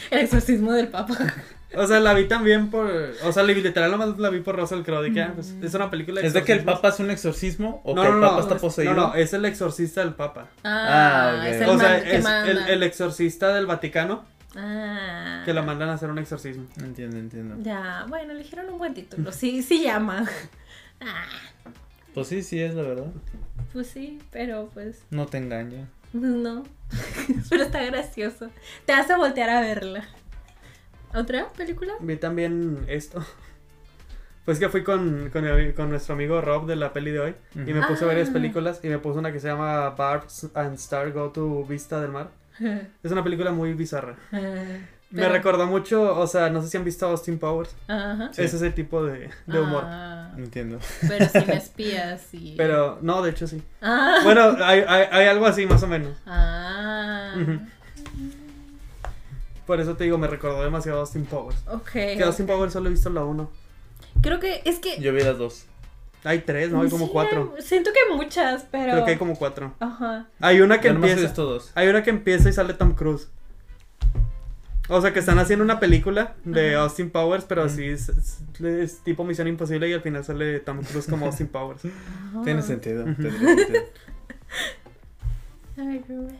[SPEAKER 3] el exorcismo del papa.
[SPEAKER 1] O sea, la vi también por. O sea, literal, nomás la vi por Russell Crowe. De que, ah,
[SPEAKER 3] Mm.
[SPEAKER 1] pues, es una película.
[SPEAKER 2] ¿Es de que el
[SPEAKER 1] exorcismo.
[SPEAKER 2] Papa hace un exorcismo o
[SPEAKER 1] No,
[SPEAKER 2] que
[SPEAKER 1] no,
[SPEAKER 2] el
[SPEAKER 1] no,
[SPEAKER 2] Papa está
[SPEAKER 1] no,
[SPEAKER 2] poseído?
[SPEAKER 1] No, no, es el exorcista del Papa.
[SPEAKER 3] Ah,
[SPEAKER 2] Ah, ok.
[SPEAKER 3] es el
[SPEAKER 1] O sea,
[SPEAKER 3] man que
[SPEAKER 1] es el,
[SPEAKER 3] manda.
[SPEAKER 1] el exorcista del Vaticano
[SPEAKER 3] Ah.
[SPEAKER 1] que la mandan a hacer un exorcismo.
[SPEAKER 2] Entiendo, entiendo.
[SPEAKER 3] Ya, bueno, eligieron un buen título. Sí, sí llama. Ah,
[SPEAKER 2] Pues sí, sí es la verdad.
[SPEAKER 3] pues sí, pero pues,
[SPEAKER 2] No te engaña.
[SPEAKER 3] pues no. pero está gracioso. Te hace voltear a verla. ¿Otra película?
[SPEAKER 1] Vi también esto. Pues que fui con, con, mi- con nuestro amigo Rob de la peli de hoy y me
[SPEAKER 3] Ujú.
[SPEAKER 1] puse
[SPEAKER 3] Ah.
[SPEAKER 1] varias películas y me puse una que se llama Barbs and Star Go to Vista del Mar. Es una película muy bizarra. Me
[SPEAKER 3] Pero-
[SPEAKER 1] recordó mucho, o sea, no sé si han visto Austin Powers.
[SPEAKER 3] Ajá.
[SPEAKER 1] Es ese tipo de, de humor.
[SPEAKER 3] Ah,
[SPEAKER 2] Entiendo.
[SPEAKER 3] pero sin espías y.
[SPEAKER 1] Pero no, de hecho sí.
[SPEAKER 3] Ah.
[SPEAKER 1] Bueno, hay, hay, hay algo así más o menos.
[SPEAKER 3] Ah.
[SPEAKER 1] Ujú. Por eso te digo, me recordó demasiado a Austin Powers.
[SPEAKER 3] Ok.
[SPEAKER 1] Que Austin Powers solo he visto la 1.
[SPEAKER 3] Creo que es que.
[SPEAKER 2] Yo vi las dos.
[SPEAKER 1] Hay tres, ¿no? Hay como
[SPEAKER 3] Pues Sí,
[SPEAKER 1] cuatro.
[SPEAKER 3] hay- Siento que hay muchas, pero.
[SPEAKER 1] Creo que hay como cuatro.
[SPEAKER 3] Ajá.
[SPEAKER 1] Hay una que
[SPEAKER 2] Yo nomás he
[SPEAKER 1] empieza.
[SPEAKER 2] visto dos.
[SPEAKER 1] Hay una que empieza y sale Tom Cruise. O sea, que están haciendo una película de
[SPEAKER 3] Ajá.
[SPEAKER 1] Austin Powers, pero
[SPEAKER 2] Mm.
[SPEAKER 1] así es, es- es tipo Misión Imposible y al final sale Tom Cruise como Austin Powers.
[SPEAKER 3] Ah.
[SPEAKER 2] Tiene sentido.
[SPEAKER 1] Ujú.
[SPEAKER 2] tendría sentido.
[SPEAKER 3] Ay, qué bueno.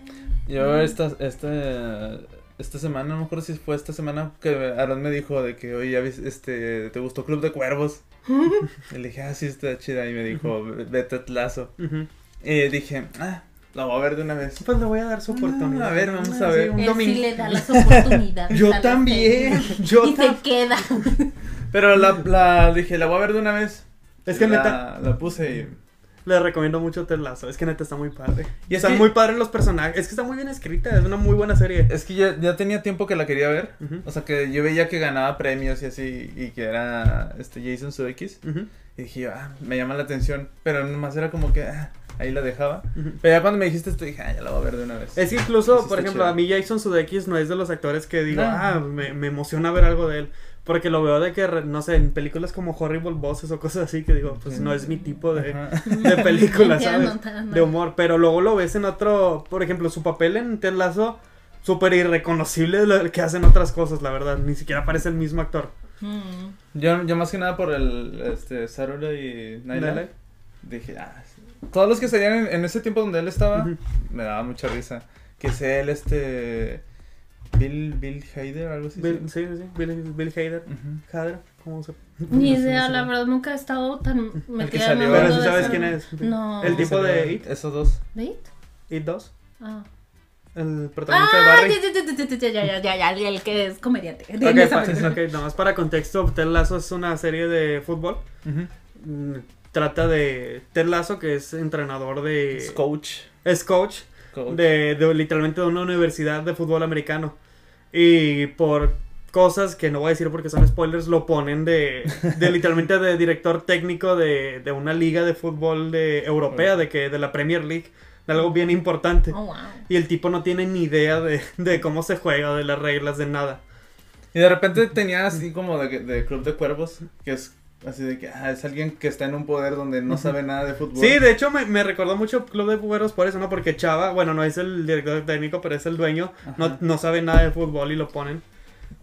[SPEAKER 2] Yo esta, esta, esta semana, no me acuerdo si fue esta semana, que Aaron me dijo de que, oye, ya ves, este, ¿te gustó Club de Cuervos? y le dije, ah, sí, está chida. Y me dijo, vete a Tlazo.
[SPEAKER 1] Ujú.
[SPEAKER 2] Y dije, ah, la voy a ver de una vez.
[SPEAKER 1] Pues le voy a dar su oportunidad.
[SPEAKER 2] Ah, a ver, vamos
[SPEAKER 1] Ah,
[SPEAKER 2] a
[SPEAKER 1] sí,
[SPEAKER 2] ver.
[SPEAKER 1] un
[SPEAKER 3] Él sí
[SPEAKER 1] domingo.
[SPEAKER 3] le da las oportunidades. a
[SPEAKER 2] Yo
[SPEAKER 3] los
[SPEAKER 2] también,
[SPEAKER 3] seres.
[SPEAKER 2] yo
[SPEAKER 3] Y
[SPEAKER 2] también.
[SPEAKER 3] se queda.
[SPEAKER 2] Pero la, la, dije, la voy a ver de una vez.
[SPEAKER 1] Es que
[SPEAKER 2] la,
[SPEAKER 1] neta,
[SPEAKER 2] La puse y...
[SPEAKER 1] le recomiendo mucho Ted Lasso. Es que neta está muy padre.
[SPEAKER 2] Y es
[SPEAKER 1] están
[SPEAKER 2] que-
[SPEAKER 1] muy padres los personajes. Es que está muy bien escrita. Es una muy buena serie.
[SPEAKER 2] Es que ya, ya tenía tiempo que la quería ver.
[SPEAKER 1] Ujú.
[SPEAKER 2] O sea, que yo veía que ganaba premios y así, y que era este Jason Sudeikis.
[SPEAKER 1] Ujú,
[SPEAKER 2] Y dije, yo, ah, me llama la atención. Pero nomás era como que, ah, ahí la dejaba.
[SPEAKER 1] ujú.
[SPEAKER 2] Pero ya cuando me dijiste esto, dije, ah, ya la voy a ver de una vez.
[SPEAKER 1] Es que incluso,
[SPEAKER 2] Eso
[SPEAKER 1] por
[SPEAKER 2] está
[SPEAKER 1] ejemplo,
[SPEAKER 2] chido.
[SPEAKER 1] a mí Jason Sudeikis no es de los actores que digo,
[SPEAKER 2] No.
[SPEAKER 1] ah, me, me emociona ver algo de él. Porque lo veo de que, re- no sé, en películas como Horrible Bosses o cosas así, que digo, pues no es mi tipo de,
[SPEAKER 2] Ajá.
[SPEAKER 1] de película, ¿sabes?
[SPEAKER 3] Entiendo, entiendo.
[SPEAKER 1] De humor. Pero luego lo ves en otro, por ejemplo, su papel en Ted Lasso, súper irreconocible de lo que hacen otras cosas, la verdad. Ni siquiera parece el mismo actor.
[SPEAKER 3] Mm.
[SPEAKER 2] Yo, yo más que nada por el este, Saturday Night
[SPEAKER 1] Night
[SPEAKER 2] Live, dije, ah, sí. todos los que salían en, en ese tiempo donde él estaba,
[SPEAKER 1] Ujú.
[SPEAKER 2] me daba mucha risa. Que sea él, este, Bill, Bill Hader, algo así.
[SPEAKER 1] Bill,
[SPEAKER 2] ¿sí?
[SPEAKER 1] sí, sí, Bill, Bill Hader.
[SPEAKER 2] Ujú.
[SPEAKER 1] Hader, ¿cómo se
[SPEAKER 3] Ni
[SPEAKER 1] no sé,
[SPEAKER 3] idea,
[SPEAKER 1] no sé.
[SPEAKER 3] la verdad nunca he estado tan metida en
[SPEAKER 2] salió.
[SPEAKER 3] el
[SPEAKER 1] Pero
[SPEAKER 3] mundo
[SPEAKER 1] sí
[SPEAKER 3] de
[SPEAKER 1] sabes
[SPEAKER 3] esa-
[SPEAKER 1] quién es.
[SPEAKER 3] No.
[SPEAKER 1] El tipo de
[SPEAKER 2] Salieron
[SPEAKER 1] It,
[SPEAKER 2] Esos dos.
[SPEAKER 3] ¿Bait?
[SPEAKER 1] It 2,
[SPEAKER 3] Ah.
[SPEAKER 1] el protagonista de
[SPEAKER 3] Ah,
[SPEAKER 1] Barry.
[SPEAKER 3] ya, ya, ya, ya, ya, ya, ya, ya, ya, ya, el que es comediante. De
[SPEAKER 1] Ok,
[SPEAKER 3] esa
[SPEAKER 1] pa-
[SPEAKER 3] película.
[SPEAKER 1] ok, nomás para contexto, Ted Lasso es una serie de fútbol. Mm, Trata de Ted Lasso, que es entrenador de...
[SPEAKER 2] Es coach.
[SPEAKER 1] Es coach
[SPEAKER 2] coach.
[SPEAKER 1] de, de literalmente de una universidad de fútbol americano. Y por cosas que no voy a decir porque son spoilers, lo ponen de, de literalmente de director técnico de, de una liga de fútbol de, europea, de, que, de la Premier League, de algo bien importante.
[SPEAKER 3] Oh, wow.
[SPEAKER 1] Y el tipo no tiene ni idea de, de cómo se juega, de las reglas, de nada.
[SPEAKER 2] Y de repente tenía así como de, de Club de Cuervos, que es Así de que ah, es alguien que está en un poder donde no sabe nada de fútbol.
[SPEAKER 1] Sí, de hecho me, me recordó mucho Club de Cuberos por eso, ¿no? Porque Chava, bueno, no es el director técnico, pero es el dueño, no,
[SPEAKER 2] Ajá.
[SPEAKER 1] no sabe nada de fútbol y lo ponen.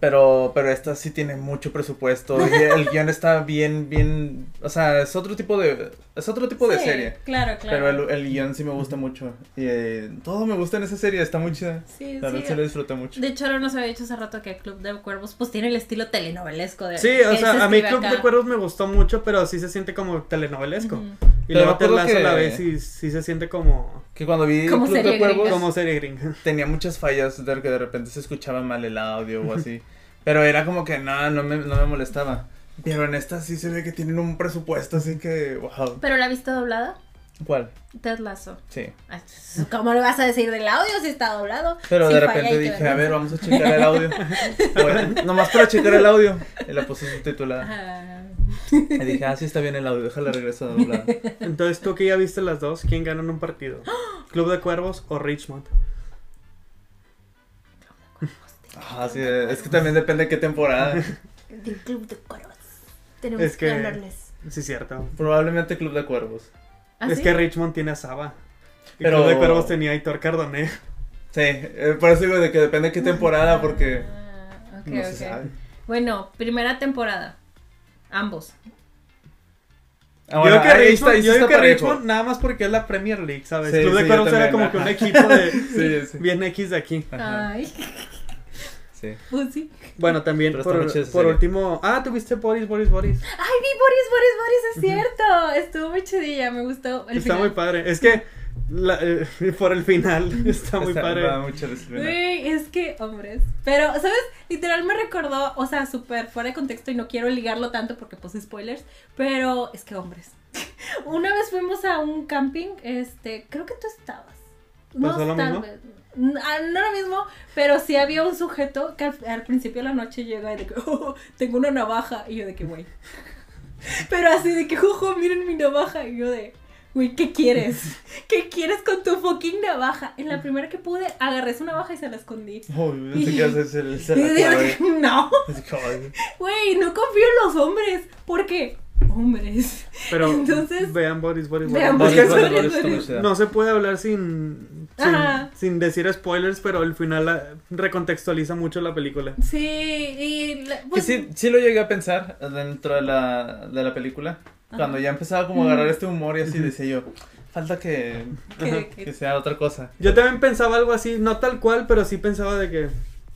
[SPEAKER 2] Pero, pero esta sí tiene mucho presupuesto. y el guión está bien, bien. O sea, es otro tipo de. Es otro tipo de
[SPEAKER 3] Sí,
[SPEAKER 2] serie.
[SPEAKER 3] Claro, claro.
[SPEAKER 2] Pero el, el guión sí me gusta mucho. Y eh, todo me gusta en esa serie, está muy chida.
[SPEAKER 3] Sí,
[SPEAKER 2] La verdad
[SPEAKER 3] sí.
[SPEAKER 2] se la disfruta mucho.
[SPEAKER 3] De hecho, ahora nos había dicho hace rato que Club de Cuervos pues tiene el estilo telenovelesco de
[SPEAKER 1] Sí,
[SPEAKER 3] que
[SPEAKER 1] o
[SPEAKER 3] Eh, él se
[SPEAKER 1] sea, a mí
[SPEAKER 3] escribe
[SPEAKER 1] Club
[SPEAKER 3] acá.
[SPEAKER 1] de Cueros me gustó mucho, pero sí se siente como telenovelesco.
[SPEAKER 3] Ujú.
[SPEAKER 1] Y
[SPEAKER 2] Pero me
[SPEAKER 1] luego te
[SPEAKER 2] acuerdo
[SPEAKER 1] lazo a la
[SPEAKER 2] que-
[SPEAKER 1] vez y sí se siente como,
[SPEAKER 2] Que cuando vi
[SPEAKER 3] Como
[SPEAKER 2] Club de
[SPEAKER 3] serie gringa.
[SPEAKER 2] Cuervos
[SPEAKER 1] como serie gringa.
[SPEAKER 2] tenía muchas fallas de que de repente se escuchaba mal el audio o así. Pero era como que no, no me, no me molestaba. Pero en esta sí se ve que tienen un presupuesto, así que wow.
[SPEAKER 3] Pero la viste doblada,
[SPEAKER 2] ¿Cuál?
[SPEAKER 3] Ted Lasso.
[SPEAKER 2] Sí.
[SPEAKER 3] Ay, ¿Cómo le vas a decir del audio si está doblado?
[SPEAKER 2] Pero
[SPEAKER 3] Sí,
[SPEAKER 2] de
[SPEAKER 3] falla y
[SPEAKER 2] repente
[SPEAKER 3] que
[SPEAKER 2] dije,
[SPEAKER 3] vergüenza.
[SPEAKER 2] a ver, vamos a checar el audio. Bueno, nomás para checar el audio. Y la puse subtitulada.
[SPEAKER 3] Ajá.
[SPEAKER 2] Y dije, ah, sí está bien el audio, déjala regresar a doblar.
[SPEAKER 1] Entonces, tú que ya viste las dos, ¿quién gana en un partido?
[SPEAKER 3] ¡Ah!
[SPEAKER 1] ¿Club de Cuervos o Richmond?
[SPEAKER 2] Ah, sí, es que también depende de qué temporada.
[SPEAKER 3] Del Club de Cuervos. Tenemos
[SPEAKER 1] Es
[SPEAKER 3] que...
[SPEAKER 1] que-
[SPEAKER 3] hablarles.
[SPEAKER 1] Sí, cierto.
[SPEAKER 2] Probablemente Club de Cuervos.
[SPEAKER 3] ¿Ah,
[SPEAKER 1] es
[SPEAKER 3] sí?
[SPEAKER 1] que Richmond tiene a Saba. Y
[SPEAKER 2] Pero-
[SPEAKER 1] Club de Cuervos tenía a Aitor Cardoné.
[SPEAKER 2] Sí, eh, por eso digo de que depende de qué temporada, porque
[SPEAKER 3] Ah, ok,
[SPEAKER 2] no se
[SPEAKER 3] ok.
[SPEAKER 2] sabe.
[SPEAKER 3] Bueno, primera temporada. Ambos.
[SPEAKER 2] Ahora,
[SPEAKER 1] yo creo que,
[SPEAKER 2] Ah, ahí
[SPEAKER 1] Richmond,
[SPEAKER 2] está- ahí sí
[SPEAKER 1] yo digo
[SPEAKER 2] está
[SPEAKER 1] que
[SPEAKER 2] parejo.
[SPEAKER 1] Richmond nada más porque es la Premier League, ¿sabes?
[SPEAKER 2] Sí,
[SPEAKER 1] Club de
[SPEAKER 2] sí, yo
[SPEAKER 1] Cuervos era
[SPEAKER 2] también,
[SPEAKER 1] como que un
[SPEAKER 2] ajá.
[SPEAKER 1] equipo de
[SPEAKER 2] Sí, sí.
[SPEAKER 1] bien X de aquí.
[SPEAKER 2] Ajá,
[SPEAKER 3] Ay,
[SPEAKER 2] sí.
[SPEAKER 3] pues sí.
[SPEAKER 1] Bueno, también
[SPEAKER 2] Pero está muy
[SPEAKER 1] por,
[SPEAKER 2] chida esa
[SPEAKER 1] por
[SPEAKER 2] serie.
[SPEAKER 1] último. Ah, tuviste Boris, Boris, Boris.
[SPEAKER 3] Ay, vi Boris, Boris, Boris, es cierto. Estuvo muy chidilla, me gustó. El
[SPEAKER 1] está
[SPEAKER 3] final.
[SPEAKER 1] muy padre. Es que la- eh, por el final está muy
[SPEAKER 2] Está-
[SPEAKER 1] padre.
[SPEAKER 2] va mucho el final.
[SPEAKER 3] Güey, es que, hombres. Pero, ¿sabes? Literal me recordó, o sea, súper fuera de contexto y no quiero ligarlo tanto porque pues spoilers, pero es que hombres. Una vez fuimos a un camping, este, creo que tú estabas.
[SPEAKER 1] ¿Pasó lo
[SPEAKER 3] tal
[SPEAKER 1] mismo?
[SPEAKER 3] vez. N- ah, No lo mismo, pero sí había un sujeto que al, al principio de la noche llega y de que, "Oh, tengo una navaja. Y yo de que, güey. Pero así de que, jojo, miren mi navaja. Y yo de, güey, ¿qué quieres? ¿Qué quieres con tu fucking navaja? En la primera que pude, agarré su navaja y se la escondí.
[SPEAKER 2] Uy, pensé que iba a ser- se le- se
[SPEAKER 3] Y
[SPEAKER 2] la
[SPEAKER 3] digo,
[SPEAKER 2] clavé.
[SPEAKER 3] no,
[SPEAKER 2] Así que, ay.
[SPEAKER 3] güey, no confío en los hombres. ¿Por qué? Hombres.
[SPEAKER 1] Pero
[SPEAKER 3] Entonces-
[SPEAKER 1] vean Boris, Boris, Boris.
[SPEAKER 3] Vean
[SPEAKER 1] Es que
[SPEAKER 2] Boris, Boris,
[SPEAKER 1] se-
[SPEAKER 2] Boris, está muy chida.
[SPEAKER 1] No se puede hablar sin, sin,
[SPEAKER 3] Ajá.
[SPEAKER 1] sin decir spoilers, pero al final la- recontextualiza mucho la película.
[SPEAKER 3] Sí, y la-
[SPEAKER 2] Que
[SPEAKER 3] pues,
[SPEAKER 2] sí, sí lo llegué a pensar dentro de la, de la película. Cuando ya empezaba como a agarrar este humor y así decía yo, falta que,
[SPEAKER 3] que-
[SPEAKER 2] que
[SPEAKER 3] que-
[SPEAKER 2] sea otra cosa.
[SPEAKER 1] Yo también pensaba algo así, no tal cual, pero sí pensaba de que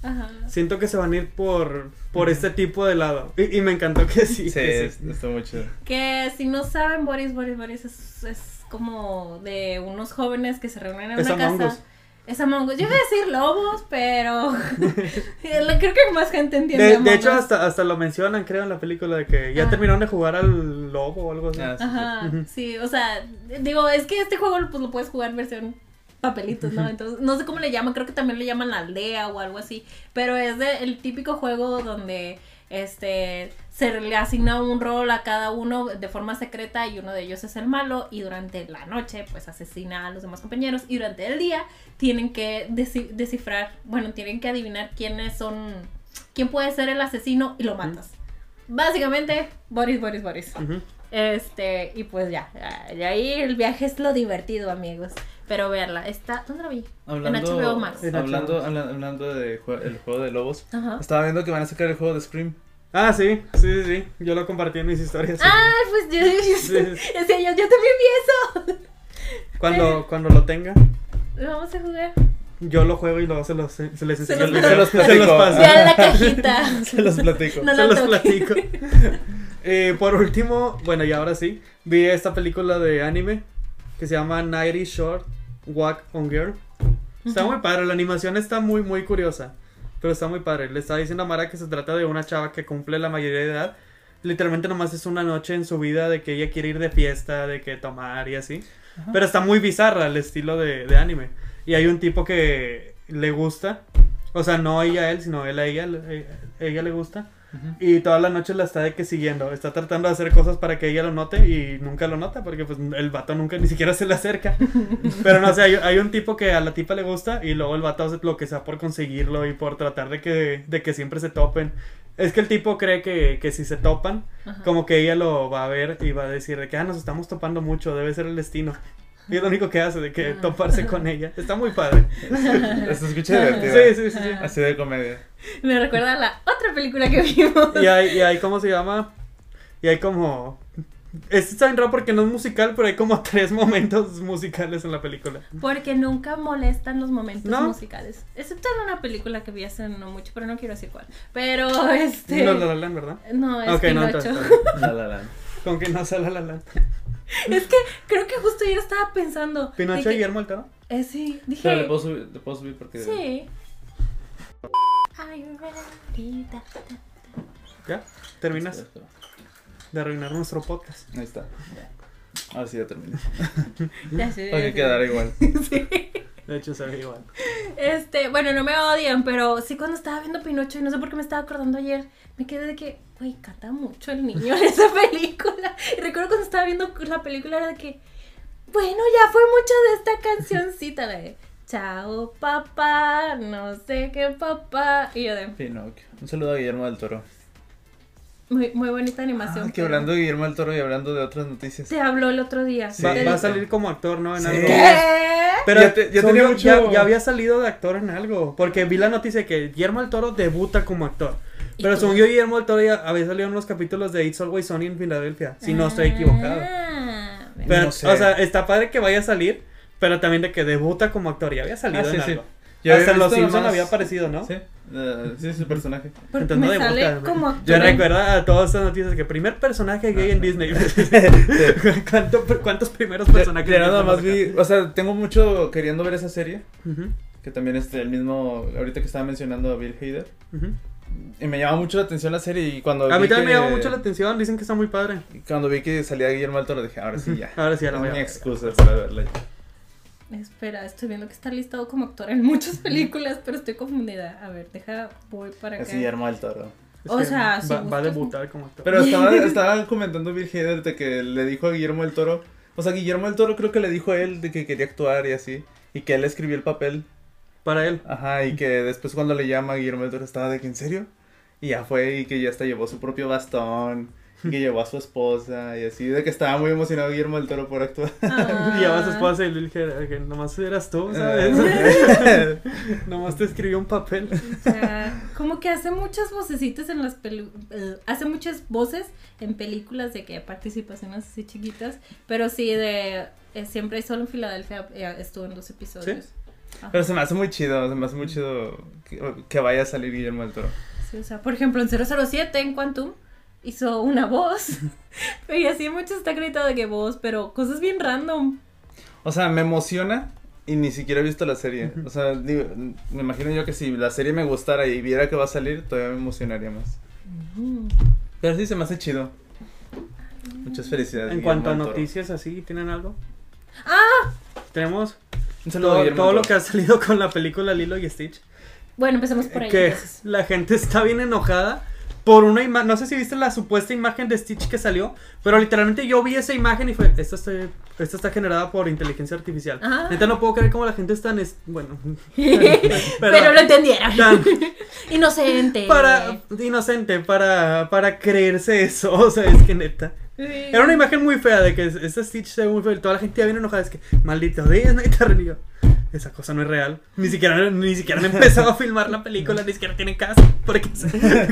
[SPEAKER 3] ajá.
[SPEAKER 1] siento que se van a ir por, por este tipo de lado. Y, y me encantó que sí.
[SPEAKER 2] Sí,
[SPEAKER 1] que
[SPEAKER 2] es- está muy chido.
[SPEAKER 3] Que si no saben, Boris, Boris, Boris es, es como de unos jóvenes que se reúnen en
[SPEAKER 1] Es
[SPEAKER 3] una
[SPEAKER 1] Among
[SPEAKER 3] casa.
[SPEAKER 1] Us.
[SPEAKER 3] Es Among Us. Yo iba a decir lobos, pero creo que más gente entiende
[SPEAKER 1] De,
[SPEAKER 3] Among
[SPEAKER 1] de hecho,
[SPEAKER 3] Us.
[SPEAKER 1] hasta, hasta lo mencionan, creo, en la película, de que ya
[SPEAKER 3] Ah.
[SPEAKER 1] terminaron de jugar al lobo o algo así.
[SPEAKER 2] Ah, sí, sí.
[SPEAKER 3] Ajá,
[SPEAKER 1] Ujú.
[SPEAKER 3] sí, o sea, digo, es que este juego pues lo puedes jugar versión papelitos, ¿no? Entonces, no sé cómo le llaman, creo que también le llaman la aldea o algo así, pero es de- el típico juego donde este se le asigna un rol a cada uno de forma secreta y uno de ellos es el malo y durante la noche pues asesina a los demás compañeros y durante el día tienen que deci- descifrar, bueno, tienen que adivinar quiénes son, quién puede ser el asesino y lo matas. Básicamente, Boris, Boris, Boris.
[SPEAKER 1] Ujú.
[SPEAKER 3] Este, y pues ya, ah, de ahí el viaje es lo divertido, amigos. Pero verla, está, ¿dónde la vi?
[SPEAKER 2] Hablando,
[SPEAKER 3] HBO Max.
[SPEAKER 1] En
[SPEAKER 2] hablando,
[SPEAKER 1] HBO.
[SPEAKER 2] habla- hablando de jue- el juego de lobos,
[SPEAKER 3] Ajá.
[SPEAKER 2] estaba viendo que van a sacar el juego de Scream.
[SPEAKER 1] Ah, sí, sí, sí, sí. Yo lo compartí en mis historias.
[SPEAKER 3] Ah, pues yo, yo,
[SPEAKER 1] Sí, sí.
[SPEAKER 3] o sea, yo- yo también eh.
[SPEAKER 1] Cuando, cuando lo tenga,
[SPEAKER 3] vi. Vamos a jugar.
[SPEAKER 1] yo lo juego y luego se los, se les enseño
[SPEAKER 3] los-
[SPEAKER 1] el video.
[SPEAKER 2] se los
[SPEAKER 1] Se los
[SPEAKER 2] platico.
[SPEAKER 1] paso.
[SPEAKER 2] Ah.
[SPEAKER 3] Ya la cajita.
[SPEAKER 2] Se los platico.
[SPEAKER 3] No
[SPEAKER 1] se
[SPEAKER 3] la
[SPEAKER 1] los
[SPEAKER 3] toques.
[SPEAKER 1] platico. Eh, por último, bueno, y ahora sí, vi esta película de anime que se llama Nighty Short Walk on Girl. Está muy padre, la animación está muy, muy curiosa. Pero está muy padre. Le estaba diciendo a Mara que se trata de una chava que cumple la mayoría de edad. Literalmente nomás es una noche en su vida de que ella quiere ir de fiesta, de que tomar y así. Pero está muy bizarra el estilo de, de anime. Y hay un tipo que le gusta. O sea, no ella a él, sino él a ella. le- eh, Ella le gusta. Y toda la noche la está de que siguiendo. Está tratando de hacer cosas para que ella lo note y nunca lo nota porque pues el vato nunca ni siquiera se le acerca. Pero no sé, hay, hay un tipo que a la tipa le gusta y luego el vato hace lo que sea por conseguirlo y por tratar de que, de que siempre se topen. Es que el tipo cree que, que si se topan,
[SPEAKER 3] Ajá.
[SPEAKER 1] como que ella lo va a ver y va a decir de que ah, nos estamos topando mucho, debe ser el destino. Y es lo único que hace, de que toparse con ella. Está muy padre.
[SPEAKER 2] Se escucha divertido.
[SPEAKER 1] Sí, sí, sí. sí.
[SPEAKER 2] Así de comedia.
[SPEAKER 3] Me recuerda a la otra película que vimos.
[SPEAKER 1] Y hay, y hay, ¿cómo se llama? Y hay como... Es tan raro porque no es musical, pero hay como tres momentos musicales en la película.
[SPEAKER 3] Porque nunca molestan los momentos
[SPEAKER 1] No.
[SPEAKER 3] musicales. Excepto en una película que vi hace no mucho, pero no quiero decir cuál. Pero este.
[SPEAKER 1] No, La La Land, ¿verdad?
[SPEAKER 3] No, es
[SPEAKER 1] Ok,
[SPEAKER 3] que
[SPEAKER 1] no,
[SPEAKER 3] no,
[SPEAKER 1] entonces,
[SPEAKER 2] La La Land.
[SPEAKER 1] Con que no sea La La Land.
[SPEAKER 3] Es que creo que justo yo estaba pensando.
[SPEAKER 1] ¿Pinocho y
[SPEAKER 3] de que-
[SPEAKER 1] Guillermo del Toro?
[SPEAKER 3] Eh, sí, dije.
[SPEAKER 2] Pero le puedo subir, le puedo subir porque...
[SPEAKER 3] Sí. Ay, ahorita.
[SPEAKER 1] ¿Ya? ¿Terminas de arruinar nuestro podcast?
[SPEAKER 2] Ahí está. Ahora sí ya terminé.
[SPEAKER 3] Ya sé,
[SPEAKER 2] Para
[SPEAKER 3] ya sé.
[SPEAKER 2] que quedara igual.
[SPEAKER 3] Sí.
[SPEAKER 1] De hecho, se ve igual.
[SPEAKER 3] Este, bueno, no me odian, pero sí cuando estaba viendo Pinocho y no sé por qué me estaba acordando ayer, me quedé de que, güey, canta mucho el niño en esa película. Y recuerdo cuando estaba viendo la película era de que, bueno, ya fue mucho de esta cancioncita, la de Chao papá, no sé qué papá. Y yo de,
[SPEAKER 2] Pinocchio. Un saludo a Guillermo del Toro.
[SPEAKER 3] muy, muy bonita
[SPEAKER 2] Ah,
[SPEAKER 3] animación.
[SPEAKER 2] que
[SPEAKER 3] pero-
[SPEAKER 2] hablando de Guillermo del Toro y hablando de otras noticias.
[SPEAKER 3] Se habló el otro día.
[SPEAKER 2] Sí.
[SPEAKER 1] Va,
[SPEAKER 3] Del-
[SPEAKER 1] va a salir como actor, ¿no? En
[SPEAKER 2] Sí.
[SPEAKER 1] algo.
[SPEAKER 3] ¿Qué?
[SPEAKER 1] Pero
[SPEAKER 2] Ya te- ya
[SPEAKER 1] solo-
[SPEAKER 2] tenía mucho-
[SPEAKER 1] ya- ya había salido de actor en algo. Porque vi la noticia de que Guillermo del Toro debuta como actor.
[SPEAKER 3] ¿Y
[SPEAKER 1] Pero
[SPEAKER 3] tú?
[SPEAKER 1] según yo, Guillermo del Toro ya había salido en unos capítulos de It's Always Sunny en Filadelfia. Si no estoy equivocado.
[SPEAKER 3] Ah,
[SPEAKER 1] Pero,
[SPEAKER 2] No sé.
[SPEAKER 1] o sea, está padre que vaya a salir. Pero también de que debuta como actor. Ya había salido
[SPEAKER 2] Ah, sí,
[SPEAKER 1] en
[SPEAKER 2] sí.
[SPEAKER 1] algo.
[SPEAKER 2] Yo
[SPEAKER 1] Hasta
[SPEAKER 2] había
[SPEAKER 1] en Los
[SPEAKER 2] visto
[SPEAKER 1] Simpson
[SPEAKER 2] nomás-
[SPEAKER 1] había aparecido, ¿no?
[SPEAKER 2] Sí, eh, sí, su personaje.
[SPEAKER 3] porque
[SPEAKER 1] Entonces,
[SPEAKER 3] me
[SPEAKER 1] no
[SPEAKER 3] sale
[SPEAKER 1] debuta, ¿no?
[SPEAKER 3] como
[SPEAKER 1] Yo
[SPEAKER 3] actor.
[SPEAKER 1] recuerda a todas estas noticias que primer personaje gay en Disney. ¿Cuánto- ¿Cuántos primeros personajes?
[SPEAKER 2] Ah, Yo nada
[SPEAKER 1] gays
[SPEAKER 2] más
[SPEAKER 1] vamos a
[SPEAKER 2] vi, o sea, tengo mucho queriendo ver esa serie,
[SPEAKER 1] Ujú,
[SPEAKER 2] que también este, el mismo, ahorita que estaba mencionando a Bill Hader,
[SPEAKER 1] ujú.
[SPEAKER 2] y me llama mucho la atención la serie y cuando
[SPEAKER 1] A mí
[SPEAKER 2] vi
[SPEAKER 1] también me
[SPEAKER 2] que-
[SPEAKER 1] llamó mucho la atención. Dicen que está muy padre.
[SPEAKER 2] Cuando vi que salía Guillermo del Toro dije, ahora sí ya.
[SPEAKER 1] Ahora sí, ya la
[SPEAKER 2] No
[SPEAKER 1] voy a
[SPEAKER 2] hay
[SPEAKER 1] ver.
[SPEAKER 2] excusas para verla.
[SPEAKER 3] Espera, estoy viendo que está listado como actor en muchas películas, pero estoy confundida. A ver, deja, voy para acá.
[SPEAKER 2] Es Guillermo del Toro.
[SPEAKER 1] Es
[SPEAKER 3] O
[SPEAKER 1] que
[SPEAKER 3] sea, si
[SPEAKER 1] va, va a
[SPEAKER 3] buscas-
[SPEAKER 1] debutar como actor.
[SPEAKER 2] Pero estaba, estaba comentando Bill Hader de que le dijo a Guillermo del Toro, o sea, Guillermo del Toro creo que le dijo a él de que quería actuar y así, y que él escribió el papel
[SPEAKER 1] para él.
[SPEAKER 2] Ajá, y que después cuando le llama Guillermo del Toro estaba de que en serio. Y ya fue y que ya hasta llevó su propio bastón, y que llevó a su esposa y así, de que estaba muy emocionado Guillermo del Toro por actuar.
[SPEAKER 3] Ah.
[SPEAKER 1] Y a su esposa y le dije "Eh, que nomás eras tú, ¿sabes?
[SPEAKER 2] Eh,
[SPEAKER 1] nomás te escribió un papel.
[SPEAKER 3] O sea, como que hace muchas vocecitas en las películas, hace muchas voces en películas de que participaciones así chiquitas, pero sí de eh, siempre hay solo en Filadelfia eh, estuvo en dos episodios. Ajá.
[SPEAKER 2] Pero se me hace muy chido, se me hace muy chido que, que vaya a salir Guillermo del Toro.
[SPEAKER 3] Sí, o sea, por ejemplo, en 007, en Quantum, hizo una voz. y así muchos está gritando de que voz, pero cosas bien random.
[SPEAKER 2] O sea, me emociona y ni siquiera he visto la serie. O sea, digo, me imagino yo que si la serie me gustara y viera que va a salir, todavía me emocionaría más.
[SPEAKER 3] Mm.
[SPEAKER 2] Pero sí se me hace chido. Muchas felicidades.
[SPEAKER 1] En cuanto a
[SPEAKER 2] Guillermo del Toro.
[SPEAKER 1] noticias así, ¿tienen algo? ¡Ah! Tenemos
[SPEAKER 2] Un saludo a
[SPEAKER 1] todo,
[SPEAKER 2] Guillermo
[SPEAKER 1] todo
[SPEAKER 2] del
[SPEAKER 1] lo
[SPEAKER 2] Toro.
[SPEAKER 1] que ha salido con la película Lilo y Stitch.
[SPEAKER 3] Bueno, empecemos por ahí.
[SPEAKER 1] que
[SPEAKER 3] entonces.
[SPEAKER 1] la gente está bien enojada por una imagen. No sé si viste la supuesta imagen de Stitch que salió, pero literalmente yo vi esa imagen y fue: Esta, está- esta está generada por inteligencia artificial.
[SPEAKER 3] Ah.
[SPEAKER 1] Neta, no puedo creer cómo la gente es tan. es- bueno,
[SPEAKER 3] pero, lo entendieron.
[SPEAKER 1] tan-
[SPEAKER 3] Inocente.
[SPEAKER 1] para inocente para para creerse eso o sea es que neta era una imagen muy fea de que es- ese Stitch se ve muy feo y toda la gente ya viene enojada es que maldito Disney te rendió esa cosa no es real ni siquiera ni siquiera han empezado a filmar la película ni siquiera tienen casa porque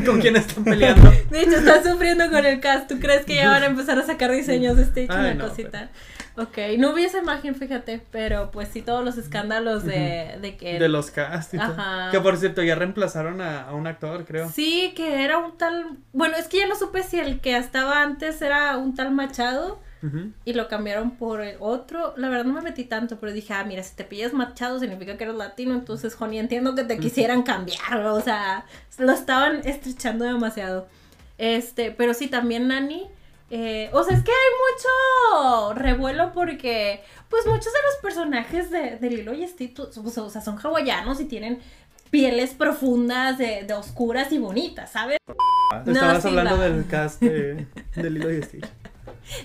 [SPEAKER 1] con quién están peleando
[SPEAKER 3] De hecho, están sufriendo con el cast. ¿Tú crees que ya van a empezar a sacar diseños de Stitch?
[SPEAKER 1] Ay,
[SPEAKER 3] Una
[SPEAKER 1] no,
[SPEAKER 3] cosita. Ok, no vi esa imagen, fíjate, pero pues sí, todos los escándalos de, de que.
[SPEAKER 1] de los cast y todo.
[SPEAKER 3] Ajá.
[SPEAKER 1] que por cierto ya reemplazaron a, a un actor creo
[SPEAKER 3] Sí, que era un tal. Bueno, es que ya no supe si el que estaba antes era un tal Machado
[SPEAKER 1] Ujú.
[SPEAKER 3] y lo cambiaron por el otro. La verdad no me metí tanto, pero dije, ah, mira, si te pillas Machado significa que eres latino, entonces, Joni, entiendo que te quisieran cambiar, o sea, lo estaban estrechando demasiado. Este, pero sí, también Nani. eh, o sea, es que hay mucho revuelo porque, pues, muchos de los personajes de, de Lilo y Stitch, o sea, o sea, son hawaianos y tienen pieles profundas, de, de oscuras y bonitas, ¿sabes? No,
[SPEAKER 1] estabas
[SPEAKER 3] sí,
[SPEAKER 1] hablando
[SPEAKER 3] va.
[SPEAKER 1] del cast de, de Lilo y Stitch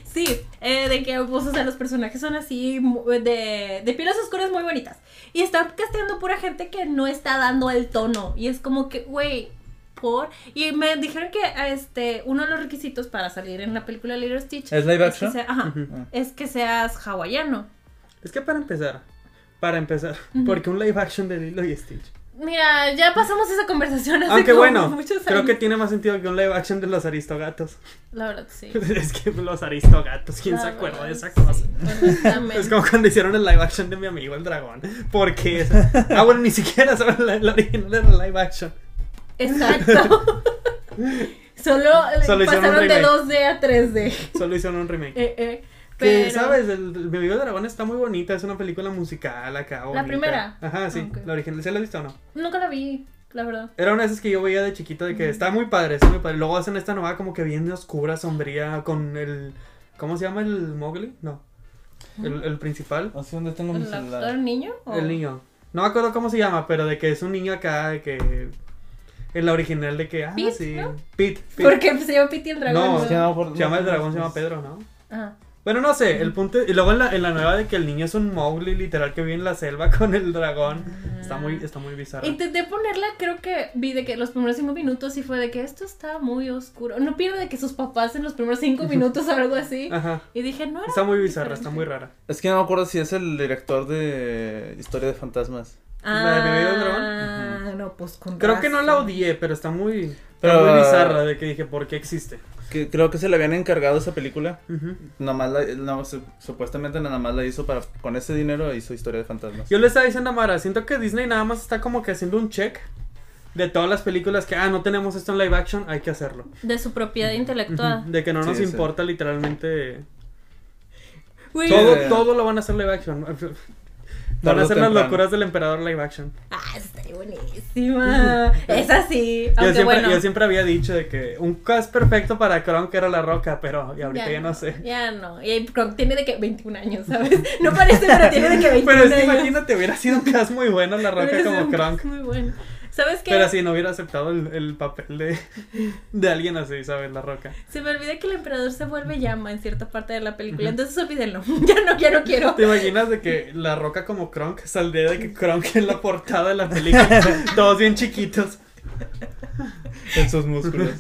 [SPEAKER 3] Sí, eh, de que pues, o sea, los personajes son así mu- de, de pieles oscuras muy bonitas. Y están casteando pura gente que no está dando el tono. Y es como que, güey, por. Y me dijeron que este uno de los requisitos para salir en la película Little Stitch
[SPEAKER 2] ¿Es live
[SPEAKER 3] que
[SPEAKER 2] action?
[SPEAKER 3] sea- ajá,
[SPEAKER 1] Ah.
[SPEAKER 2] Ujú.
[SPEAKER 3] es que seas hawaiano.
[SPEAKER 1] Es que para empezar, para empezar, porque un live action de Lilo y Stitch.
[SPEAKER 3] Mira, ya pasamos esa conversación hace
[SPEAKER 1] Aunque
[SPEAKER 3] como
[SPEAKER 1] bueno,
[SPEAKER 3] muchos
[SPEAKER 1] creo que
[SPEAKER 3] años.
[SPEAKER 1] tiene más sentido que un live action de los Aristogatos.
[SPEAKER 3] La verdad, sí.
[SPEAKER 1] es que los Aristogatos, ¿quién
[SPEAKER 3] La
[SPEAKER 1] se acuerda de
[SPEAKER 3] verdad,
[SPEAKER 1] esa cosa?
[SPEAKER 3] sí, honestamente.
[SPEAKER 1] Es como cuando hicieron el live action de mi amigo el dragón. Porque. esa- Ah, bueno, ni siquiera saben la, la original era live action.
[SPEAKER 3] Exacto. Solo,
[SPEAKER 1] Solo hicieron
[SPEAKER 3] pasaron
[SPEAKER 1] un
[SPEAKER 3] de
[SPEAKER 1] remake.
[SPEAKER 3] 2D a 3D.
[SPEAKER 1] Solo hicieron un remake.
[SPEAKER 3] Eh, eh,
[SPEAKER 1] Que,
[SPEAKER 3] pero-
[SPEAKER 1] ¿sabes? El, el- mi amigo el dragón está muy bonita. Es una película musical acá. bonita.
[SPEAKER 3] primera? Ah,
[SPEAKER 1] Ajá, sí.
[SPEAKER 3] Ok.
[SPEAKER 1] La original. ¿Se la has visto o no?
[SPEAKER 3] Nunca la vi, la verdad.
[SPEAKER 1] Era una de esas que yo veía de chiquito de que está muy padre, está muy padre. Luego hacen esta nueva como que bien oscura, sombría, con el. ¿Cómo se llama el Mowgli? No. El, el principal.
[SPEAKER 2] No sé dónde tengo mi
[SPEAKER 3] ¿El actor
[SPEAKER 2] celular.
[SPEAKER 3] niño? o-
[SPEAKER 1] El niño. No me acuerdo cómo se llama, pero de que es un niño acá, de que. En la original de que. Ah,
[SPEAKER 3] Pete,
[SPEAKER 1] sí.
[SPEAKER 3] ¿no?
[SPEAKER 1] Pit.
[SPEAKER 3] Porque se llama Pity el dragón.
[SPEAKER 1] No,
[SPEAKER 2] Es que a lo mejor-
[SPEAKER 1] Se llama el
[SPEAKER 2] no-
[SPEAKER 1] dragón, se llama Pedro, ¿no?
[SPEAKER 3] Ah,
[SPEAKER 1] Bueno, no sé, el punto. Y luego en la, en la nueva de que el niño es un Mowgli, literal, que vive en la selva con el dragón. Está
[SPEAKER 3] Ah.
[SPEAKER 1] muy, está muy bizarro.
[SPEAKER 3] Intenté ponerla, creo que vi de que los primeros cinco minutos y fue de que esto está muy oscuro. No pierde de que sus papás en los primeros cinco minutos o algo así.
[SPEAKER 1] Ajá.
[SPEAKER 3] Y dije, no era.
[SPEAKER 1] Está muy bizarra, está muy rara.
[SPEAKER 2] Es que no me acuerdo si es el director de Historia de Fantasmas.
[SPEAKER 1] ¿La de Bebé del Dragón?
[SPEAKER 3] Ah, no, pues con
[SPEAKER 1] Creo que no la
[SPEAKER 3] razón.
[SPEAKER 1] odié, pero está muy, está
[SPEAKER 2] Pero-
[SPEAKER 1] muy bizarra de que dije, ¿por qué existe?
[SPEAKER 2] Que creo que se le habían encargado esa película.
[SPEAKER 1] Ujú.
[SPEAKER 2] Nomás la, no, su- supuestamente nada más la hizo para. Con ese dinero hizo Historia de Fantasmas.
[SPEAKER 1] Yo le estaba diciendo a Mara, siento que Disney nada más está como que haciendo un check de todas las películas que, ah, no tenemos esto en live action, hay que hacerlo.
[SPEAKER 3] De su propiedad intelectual.
[SPEAKER 1] De que no nos
[SPEAKER 2] Sí, sí.
[SPEAKER 1] importa literalmente.
[SPEAKER 3] Güey,
[SPEAKER 1] Todo,
[SPEAKER 2] eh.
[SPEAKER 1] todo lo van a hacer live action. Van
[SPEAKER 2] Tarde
[SPEAKER 1] a
[SPEAKER 2] o
[SPEAKER 1] hacer
[SPEAKER 2] temprano.
[SPEAKER 1] las locuras del emperador live action.
[SPEAKER 3] Ah, está buenísima. es así.
[SPEAKER 1] Yo
[SPEAKER 3] Aunque
[SPEAKER 1] siempre,
[SPEAKER 3] bueno.
[SPEAKER 1] yo siempre había dicho de que un cast perfecto para Kronk era La Roca, pero y ahorita ya, no, sé.
[SPEAKER 3] Ya no. Y ahí Kronk tiene de que 21 años, ¿sabes? No parece, pero tiene de que 21
[SPEAKER 1] Pero es que
[SPEAKER 3] años.
[SPEAKER 1] imagínate, hubiera sido un cast muy bueno La Roca
[SPEAKER 3] Hubiera sido
[SPEAKER 1] como
[SPEAKER 3] un
[SPEAKER 1] Kronk.
[SPEAKER 3] Muy bueno. ¿Sabes qué?
[SPEAKER 1] Pero si no hubiera aceptado el, el papel de, de alguien así, ¿sabes? La Roca.
[SPEAKER 3] Se me olvida que el emperador se vuelve llama en cierta parte de la película. Entonces olvídenlo. ya no, ya no quiero.
[SPEAKER 1] ¿Te imaginas de que La Roca como Kronk saldría de que Kronk en la portada de la película? Todos bien chiquitos.
[SPEAKER 2] En sus músculos.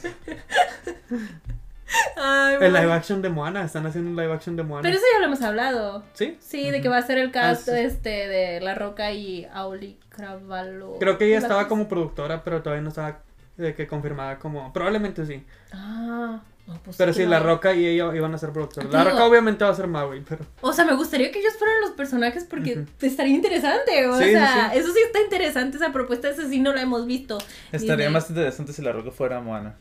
[SPEAKER 3] Ay,
[SPEAKER 1] El
[SPEAKER 3] bueno.
[SPEAKER 1] live action de Moana, están haciendo un live action de Moana.
[SPEAKER 3] Pero eso ya lo hemos hablado.
[SPEAKER 1] ¿Sí?
[SPEAKER 3] Sí, de que va a ser el cast
[SPEAKER 1] Ah, sí.
[SPEAKER 3] este de La Roca y Auli Cravalo.
[SPEAKER 1] Creo que ella estaba como productora, pero todavía no estaba de que confirmada como... Probablemente sí.
[SPEAKER 3] Ah, no, pues
[SPEAKER 1] Pero
[SPEAKER 3] que
[SPEAKER 1] sí, La
[SPEAKER 3] no.
[SPEAKER 1] Roca y ella iban a ser productores. La
[SPEAKER 3] Digo-
[SPEAKER 1] Roca obviamente va a ser Maui, pero...
[SPEAKER 3] O sea, me gustaría que ellos fueran los personajes porque estaría interesante. O
[SPEAKER 1] Sí, sí,
[SPEAKER 3] sea,
[SPEAKER 1] sí.
[SPEAKER 3] eso sí está interesante. Esa propuesta, esa sí no la hemos visto.
[SPEAKER 2] Estaría
[SPEAKER 3] Disney
[SPEAKER 2] más interesante si la roca fuera Moana.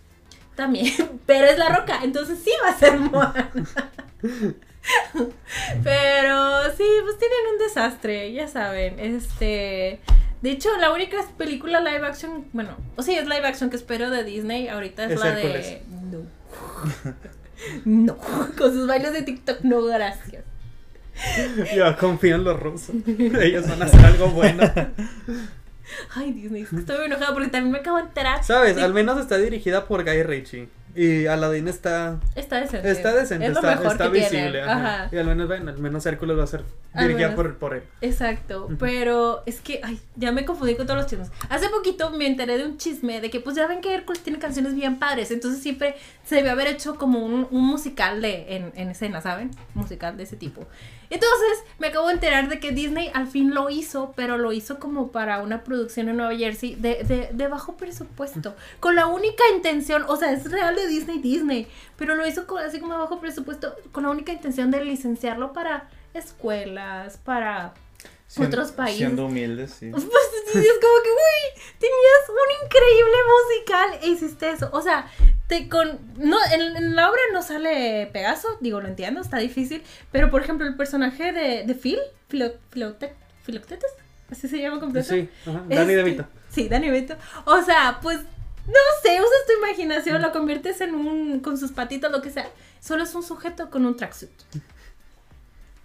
[SPEAKER 3] También. Pero es la roca, entonces sí va a ser Moana. Pero sí, pues tienen un desastre, ya saben. Este. De hecho, la única película live action, bueno, o sí, es live action que espero de Disney ahorita es,
[SPEAKER 1] Es
[SPEAKER 3] la
[SPEAKER 1] Hércules.
[SPEAKER 3] de. No. No, con sus bailes de TikTok, no, gracias.
[SPEAKER 1] Yo confío en los rusos. Ellos van a hacer algo bueno.
[SPEAKER 3] Ay, Disney, es que estoy muy enojada porque también me acabo de enterar.
[SPEAKER 1] ¿Sabes?
[SPEAKER 3] de-
[SPEAKER 1] Al menos está dirigida por Guy Ritchie. Y Aladdin está,
[SPEAKER 3] Está decente.
[SPEAKER 1] está decente,
[SPEAKER 3] Es lo
[SPEAKER 1] está,
[SPEAKER 3] mejor
[SPEAKER 1] está
[SPEAKER 3] que
[SPEAKER 1] visible.
[SPEAKER 3] tienen.
[SPEAKER 1] ajá.
[SPEAKER 3] Ajá.
[SPEAKER 1] Y al menos, bueno, al menos Hércules va a ser
[SPEAKER 3] Al
[SPEAKER 1] dirigida
[SPEAKER 3] menos.
[SPEAKER 1] por, por él.
[SPEAKER 3] Exacto, pero es que, ay, ya me confundí con todos los chismes. Hace poquito me enteré de un chisme de que, pues ya ven que Hércules tiene canciones bien padres, entonces siempre se debe haber hecho como un, un musical de, en, en escena, ¿saben? Musical de ese tipo. Entonces me acabo de enterar de que Disney al fin lo hizo, pero lo hizo como para una producción en Nueva Jersey de, de, de bajo presupuesto, con la única intención, o sea, es real de Disney, Disney, pero lo hizo co- así como a bajo presupuesto, con la única intención de licenciarlo para escuelas, para
[SPEAKER 2] Sien-
[SPEAKER 3] Otros países.
[SPEAKER 2] Siendo humildes, sí.
[SPEAKER 3] pues sí, es como que, güey, tenías un increíble musical e hiciste eso. O sea, te con. No, en, en la obra no sale Pegaso, digo, lo entiendo, está difícil. Pero por ejemplo, el personaje de, de Phil, Philo- Philote- Filoctetes, así se llama completo.
[SPEAKER 1] Sí, ajá. Danny
[SPEAKER 3] Este,
[SPEAKER 1] DeVito.
[SPEAKER 3] Sí, Danny DeVito. O sea, pues, no sé, usas tu imaginación, lo conviertes en un. con sus patitas, lo que sea. Solo es un sujeto con un tracksuit.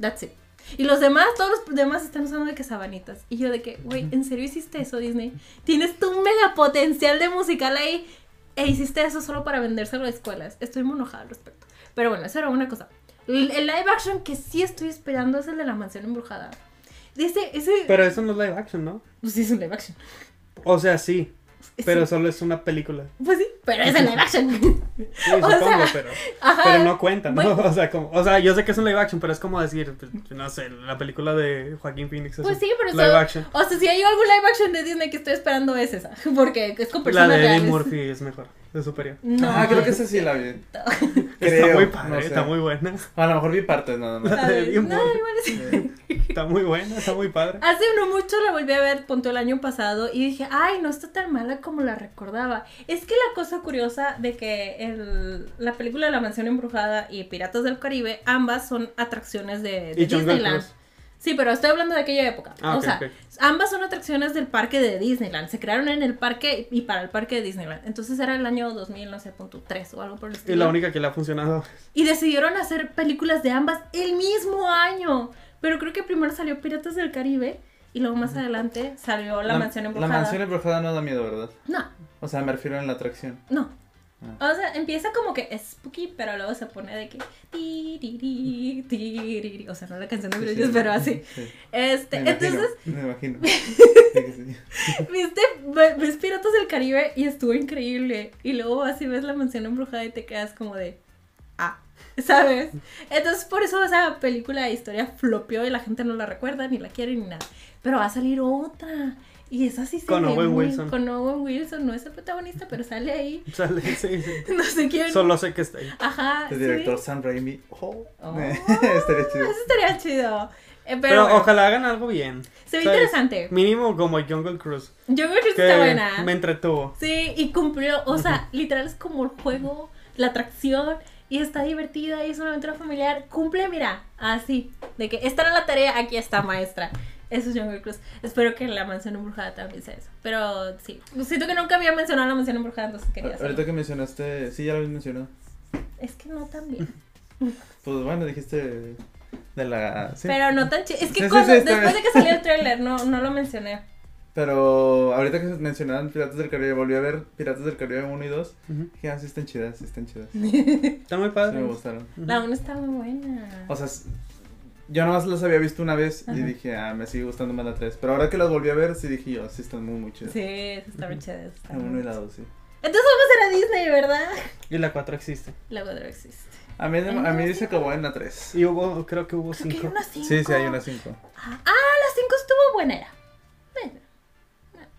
[SPEAKER 3] That's it. Y los demás, todos los demás están usando de que sabanitas. Y yo de que, güey, ¿en serio hiciste eso, Disney? Tienes tu mega potencial de musical ahí e hiciste eso solo para vendérselo a escuelas. Estoy muy enojada al respecto. Pero bueno, eso era una cosa. El el live action que sí estoy esperando es el de la mansión embrujada. Dice, ese...
[SPEAKER 1] Pero eso no es live action, ¿no?
[SPEAKER 3] Pues sí, es un live action.
[SPEAKER 1] O sea, sí. Pero
[SPEAKER 3] sí.
[SPEAKER 1] solo es una película.
[SPEAKER 3] Pues sí, pero es en live action.
[SPEAKER 1] Sí,
[SPEAKER 3] O
[SPEAKER 1] supongo,
[SPEAKER 3] sea,
[SPEAKER 1] pero,
[SPEAKER 3] Ajá.
[SPEAKER 1] pero no cuenta, ¿no?
[SPEAKER 3] bueno.
[SPEAKER 1] O, sea, como, o sea, yo sé que es un live action, pero es como decir, pues, no sé, la película de Joaquín Phoenix es
[SPEAKER 3] Pues
[SPEAKER 1] un
[SPEAKER 3] sí, pero
[SPEAKER 1] live
[SPEAKER 3] eso-
[SPEAKER 1] action.
[SPEAKER 3] O sea, si hay algún live action de Disney que estoy esperando es esa. Porque es con
[SPEAKER 1] La
[SPEAKER 3] personas
[SPEAKER 1] de Eddie
[SPEAKER 3] reales.
[SPEAKER 1] Murphy es mejor, es superior.
[SPEAKER 3] No,
[SPEAKER 2] ah, creo que esa sí la vi.
[SPEAKER 1] está
[SPEAKER 2] Creo,
[SPEAKER 1] muy padre,
[SPEAKER 2] no sé.
[SPEAKER 1] está muy buena.
[SPEAKER 2] A lo mejor vi partes nada más.
[SPEAKER 1] La de Eddie
[SPEAKER 3] ¿sabes? No,
[SPEAKER 1] Murphy.
[SPEAKER 3] igual es-
[SPEAKER 1] Está muy buena, está muy padre.
[SPEAKER 3] Hace no mucho la volví a ver, punto el año pasado, y dije, ay, no está tan mala como la recordaba. Es que la cosa curiosa de que el- la película de La Mansión Embrujada y Piratas del Caribe, ambas son atracciones de, de
[SPEAKER 1] Y Jungle
[SPEAKER 3] Disneyland.
[SPEAKER 1] Cruise.
[SPEAKER 3] Sí, pero estoy hablando de aquella época.
[SPEAKER 1] Ah,
[SPEAKER 3] o
[SPEAKER 1] ok,
[SPEAKER 3] sea,
[SPEAKER 1] ok.
[SPEAKER 3] ambas son atracciones del parque de Disneyland. Se crearon en el parque y para el parque de Disneyland. Entonces era el año 2000, no sé, punto 3 o algo por el
[SPEAKER 1] Y
[SPEAKER 3] estilo.
[SPEAKER 1] la única que le ha funcionado.
[SPEAKER 3] Y decidieron hacer películas de ambas el mismo año. Pero creo que primero salió Piratas del Caribe y luego más adelante salió La, Mansión Embrujada.
[SPEAKER 2] La mansión Em- embrujada no da miedo, ¿verdad?
[SPEAKER 3] No,
[SPEAKER 2] O sea, me refiero en la atracción.
[SPEAKER 3] no.
[SPEAKER 2] Ah.
[SPEAKER 3] O sea, empieza como que es spooky, pero luego se pone de que... ti, ri, ri, ti, ri, ri. O sea, no la canción de
[SPEAKER 2] Sí,
[SPEAKER 3] Brillos,
[SPEAKER 2] sí.
[SPEAKER 3] pero así.
[SPEAKER 2] Sí,
[SPEAKER 3] Este,
[SPEAKER 2] me imagino,
[SPEAKER 3] entonces,
[SPEAKER 2] Me imagino. Sí que sí.
[SPEAKER 3] viste, ve- ves Piratas del Caribe y estuvo increíble. Y luego así ves la mansión embrujada y te quedas como de. Ah, ¿sabes? Entonces por eso esa película de historia flopeó y la gente no la recuerda, ni la quiere, ni nada. Pero va a salir otra. Y esa sí se
[SPEAKER 1] Con
[SPEAKER 3] ve
[SPEAKER 1] Owen
[SPEAKER 3] muy-
[SPEAKER 1] Wilson.
[SPEAKER 3] Con Owen Wilson, no es el protagonista, pero sale ahí.
[SPEAKER 1] Sale, sí, sí.
[SPEAKER 3] No sé quién.
[SPEAKER 1] Solo sé que está ahí.
[SPEAKER 3] Ajá.
[SPEAKER 2] El
[SPEAKER 3] ¿Ah, sí.
[SPEAKER 2] director Sam Raimi. Oh,
[SPEAKER 3] Oh.
[SPEAKER 2] estaría chido.
[SPEAKER 3] Eso estaría chido. Eh, pero
[SPEAKER 1] Pero,
[SPEAKER 3] bueno,
[SPEAKER 1] ojalá hagan algo bien.
[SPEAKER 3] se ve
[SPEAKER 1] ¿sabes?
[SPEAKER 3] interesante.
[SPEAKER 1] Mínimo como Jungle Cruise.
[SPEAKER 3] Yo creo que
[SPEAKER 1] Que
[SPEAKER 3] Pues está buena.
[SPEAKER 1] me entretuvo.
[SPEAKER 3] Sí, y cumplió, o sea, literal es como el juego, la atracción, y está divertida, y es una aventura familiar. Cumple, mira, así, de que esta era la tarea, aquí está, maestra. Eso es Jungle Cruise. Espero que la mansión embrujada también sea eso. Pero sí, siento que nunca había mencionado la mansión embrujada, entonces quería hacerlo.
[SPEAKER 2] Ahorita que mencionaste, sí, ya lo habías mencionado.
[SPEAKER 3] Es que no tan bien.
[SPEAKER 2] Pues bueno, dijiste de la. Sí.
[SPEAKER 3] Pero no tan chido. Es
[SPEAKER 2] Sí,
[SPEAKER 3] que
[SPEAKER 2] sí,
[SPEAKER 3] cuando,
[SPEAKER 2] sí, está
[SPEAKER 3] después de
[SPEAKER 2] bien.
[SPEAKER 3] que salió el tráiler, no, no lo mencioné.
[SPEAKER 2] Pero ahorita que mencionaban Piratas del Caribe, volví a ver Piratas del Caribe 1 y 2.
[SPEAKER 1] Ujú.
[SPEAKER 2] Dije, ah, sí están chidas, sí están chidas. Sí
[SPEAKER 1] Está muy
[SPEAKER 2] me
[SPEAKER 1] padre.
[SPEAKER 2] gustaron.
[SPEAKER 3] La 1 está muy buena.
[SPEAKER 2] O sea, s- yo nomás las había visto una vez
[SPEAKER 3] Ajá.
[SPEAKER 2] y dije, ah, me sigue gustando más la 3. Pero ahora que las volví a ver, sí dije yo, sí están muy, muy chidas.
[SPEAKER 3] Sí, está bien chida. está
[SPEAKER 2] La
[SPEAKER 3] muy
[SPEAKER 2] 1 y
[SPEAKER 3] chida.
[SPEAKER 2] la 2, sí.
[SPEAKER 3] Entonces vamos a ir a Disney, ¿verdad?
[SPEAKER 1] y la 4 existe.
[SPEAKER 3] La 4 existe.
[SPEAKER 2] A mí,
[SPEAKER 3] Ay,
[SPEAKER 2] a mí
[SPEAKER 3] no,
[SPEAKER 2] se acabó en la 3.
[SPEAKER 1] Y hubo, creo que hubo
[SPEAKER 3] Creo que hay
[SPEAKER 1] 5.
[SPEAKER 3] una cinco.
[SPEAKER 2] Sí, sí, hay una 5.
[SPEAKER 3] Ah, ah, la 5 estuvo buena. era. Bueno.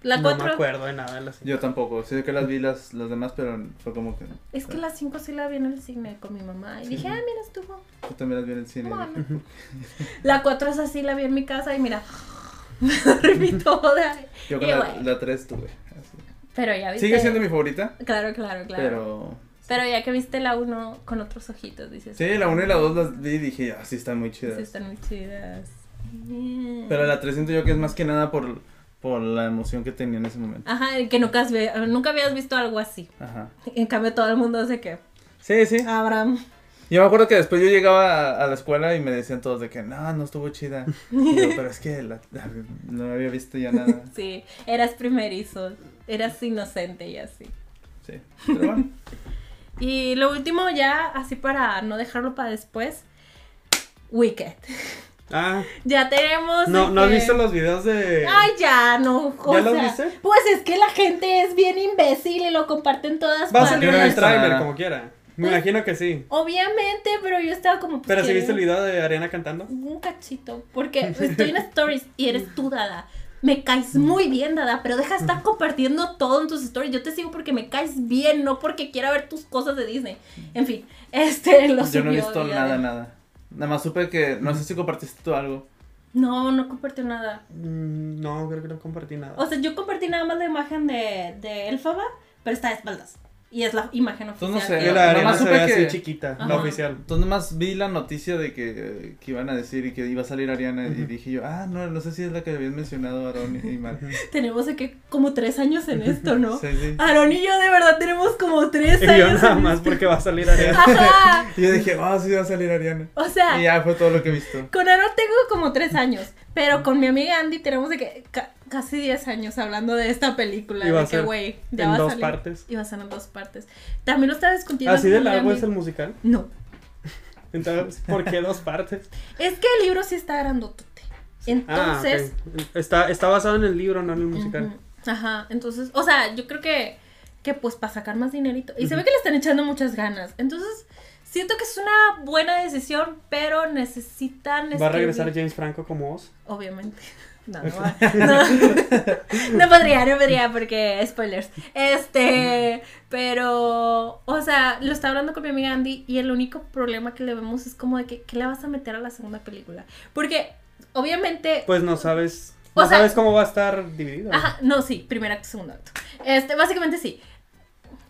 [SPEAKER 3] La
[SPEAKER 1] No
[SPEAKER 3] 4.
[SPEAKER 1] me acuerdo de nada de la cinco.
[SPEAKER 2] Yo tampoco, sí que las vi las, las demás, pero fue como que...
[SPEAKER 3] es que la 5 sí la vi en el cine con mi mamá. Y dije, ah, mira, estuvo.
[SPEAKER 2] Yo también las vi en el cine.
[SPEAKER 3] Bueno. La 4 es así, la vi en mi casa y mira. Me dormí toda.
[SPEAKER 2] Yo con
[SPEAKER 3] Y
[SPEAKER 2] la,
[SPEAKER 3] bueno.
[SPEAKER 2] la 3 tuve. así.
[SPEAKER 3] Pero ya viste.
[SPEAKER 2] Sigue siendo mi favorita,
[SPEAKER 3] Claro, claro, claro. Pero,
[SPEAKER 2] pero...
[SPEAKER 3] ya que viste la 1 con otros ojitos, dices.
[SPEAKER 2] Sí, la 1 y la 2 las vi y dije, ah, sí están muy
[SPEAKER 3] Sí,
[SPEAKER 2] chidas.
[SPEAKER 3] están muy chidas.
[SPEAKER 2] Pero la 3 siento yo que es más que nada por, por la emoción que tenía en ese momento.
[SPEAKER 3] Ajá, que nunca, has ve- nunca habías visto algo así.
[SPEAKER 2] Ajá.
[SPEAKER 3] En cambio, todo el mundo hace que.
[SPEAKER 2] Sí, sí.
[SPEAKER 3] Abraham.
[SPEAKER 2] Yo me acuerdo que después yo llegaba a, a la escuela y me decían todos de que, no, no estuvo chida. Y yo, pero es que la- la- no había visto ya nada.
[SPEAKER 3] Sí, eras primerizo, eras inocente y así.
[SPEAKER 2] Sí. Pero bueno.
[SPEAKER 3] Y lo último ya, así para no dejarlo para después, Wicked.
[SPEAKER 1] Ah,
[SPEAKER 3] Ya tenemos...
[SPEAKER 1] no,
[SPEAKER 3] de
[SPEAKER 1] ¿no has
[SPEAKER 3] que-
[SPEAKER 1] visto los videos de.
[SPEAKER 3] Ay, ya, no, o
[SPEAKER 1] ¿Ya los
[SPEAKER 3] sea,
[SPEAKER 1] viste?
[SPEAKER 3] Pues es que la gente es bien imbécil y lo comparten todas
[SPEAKER 1] Va a
[SPEAKER 3] partes.
[SPEAKER 1] salir
[SPEAKER 2] Yo no
[SPEAKER 1] en
[SPEAKER 2] he
[SPEAKER 1] el
[SPEAKER 2] visto
[SPEAKER 1] tráiler,
[SPEAKER 2] nada.
[SPEAKER 1] como quiera. Me
[SPEAKER 3] Pues-
[SPEAKER 1] imagino que sí.
[SPEAKER 3] Obviamente, pero yo estaba como... pues,
[SPEAKER 1] Pero si
[SPEAKER 3] ¿qué?
[SPEAKER 1] viste el video de Ariana cantando.
[SPEAKER 3] Un cachito, porque estoy en stories y eres tú, Dada. Me caes
[SPEAKER 2] Mm.
[SPEAKER 3] muy bien, Dada, pero deja de estar compartiendo todo en tus stories. Yo te sigo porque me caes bien, no porque quiera ver tus cosas de Disney. En fin, este lo
[SPEAKER 2] Mm. Yo no he
[SPEAKER 3] subió
[SPEAKER 2] visto
[SPEAKER 3] y ya
[SPEAKER 2] nada,
[SPEAKER 3] de-
[SPEAKER 2] nada. Nada más supe que, no sé si compartiste tú algo.
[SPEAKER 3] No, no compartió nada.
[SPEAKER 1] Mm, No, creo que no compartí nada.
[SPEAKER 3] O sea, yo compartí nada más la imagen de, de Elfaba, pero está de espaldas. Y es la imagen oficial.
[SPEAKER 2] Entonces, no sé,
[SPEAKER 1] Y
[SPEAKER 3] que-
[SPEAKER 1] la
[SPEAKER 2] Nomás
[SPEAKER 1] Ariana se
[SPEAKER 2] supe
[SPEAKER 1] ve así
[SPEAKER 2] que-
[SPEAKER 1] chiquita,
[SPEAKER 3] Ajá.
[SPEAKER 1] la oficial.
[SPEAKER 2] Entonces nomás vi la noticia de que, que iban a decir y que iba a salir Ariana y dije yo, ah, no, no sé si es la que habías mencionado Aaron y Mar.
[SPEAKER 3] Tenemos de que como tres años en esto, ¿no?
[SPEAKER 2] Sí, sí.
[SPEAKER 3] Aaron y yo de verdad tenemos como tres
[SPEAKER 1] Y
[SPEAKER 3] años.
[SPEAKER 1] yo nada
[SPEAKER 3] en
[SPEAKER 1] más
[SPEAKER 3] esto.
[SPEAKER 1] porque va a salir Ariana.
[SPEAKER 3] Ajá.
[SPEAKER 2] Y yo dije, ah, sí va a salir Ariana.
[SPEAKER 3] O sea,
[SPEAKER 2] Y ya fue todo lo que he visto.
[SPEAKER 3] Con Aaron tengo como tres años, pero con mi amiga Andy tenemos de que ca- casi 10 años hablando de esta película.
[SPEAKER 1] Y va
[SPEAKER 3] de
[SPEAKER 1] a
[SPEAKER 3] que,
[SPEAKER 1] ser
[SPEAKER 3] güey, ya
[SPEAKER 1] en
[SPEAKER 3] va a
[SPEAKER 1] dos
[SPEAKER 3] salir.
[SPEAKER 1] partes.
[SPEAKER 3] Y va a ser en dos partes. También lo estaba discutiendo.
[SPEAKER 1] Así de
[SPEAKER 3] con mi
[SPEAKER 1] largo es
[SPEAKER 3] amiga.
[SPEAKER 1] el musical.
[SPEAKER 3] No.
[SPEAKER 1] Entonces, ¿por qué dos partes?
[SPEAKER 3] Es que el libro sí está grandotote. Entonces.
[SPEAKER 1] Ah, ok. está, está basado en el libro, no en el musical.
[SPEAKER 3] ujú. Ajá, entonces, o sea, yo creo que, que pues para sacar más dinerito. Y se ve que le están echando muchas ganas. Entonces, siento que es una buena decisión, pero necesitan...
[SPEAKER 1] Va a
[SPEAKER 3] escribir-
[SPEAKER 1] regresar James Franco como Oz.
[SPEAKER 3] Obviamente. No, no, va- no. No podría, no podría, porque spoilers. Este, pero, o sea, lo está hablando con mi amiga Andy y el único problema que le vemos es como de que, ¿qué le vas a meter a la segunda película? Porque, obviamente,
[SPEAKER 1] Pues no sabes.
[SPEAKER 3] O
[SPEAKER 1] No
[SPEAKER 3] sea-
[SPEAKER 1] sabes cómo va a estar dividido.
[SPEAKER 3] Ajá, no, sí, primer acto, segundo acto. Este, básicamente sí.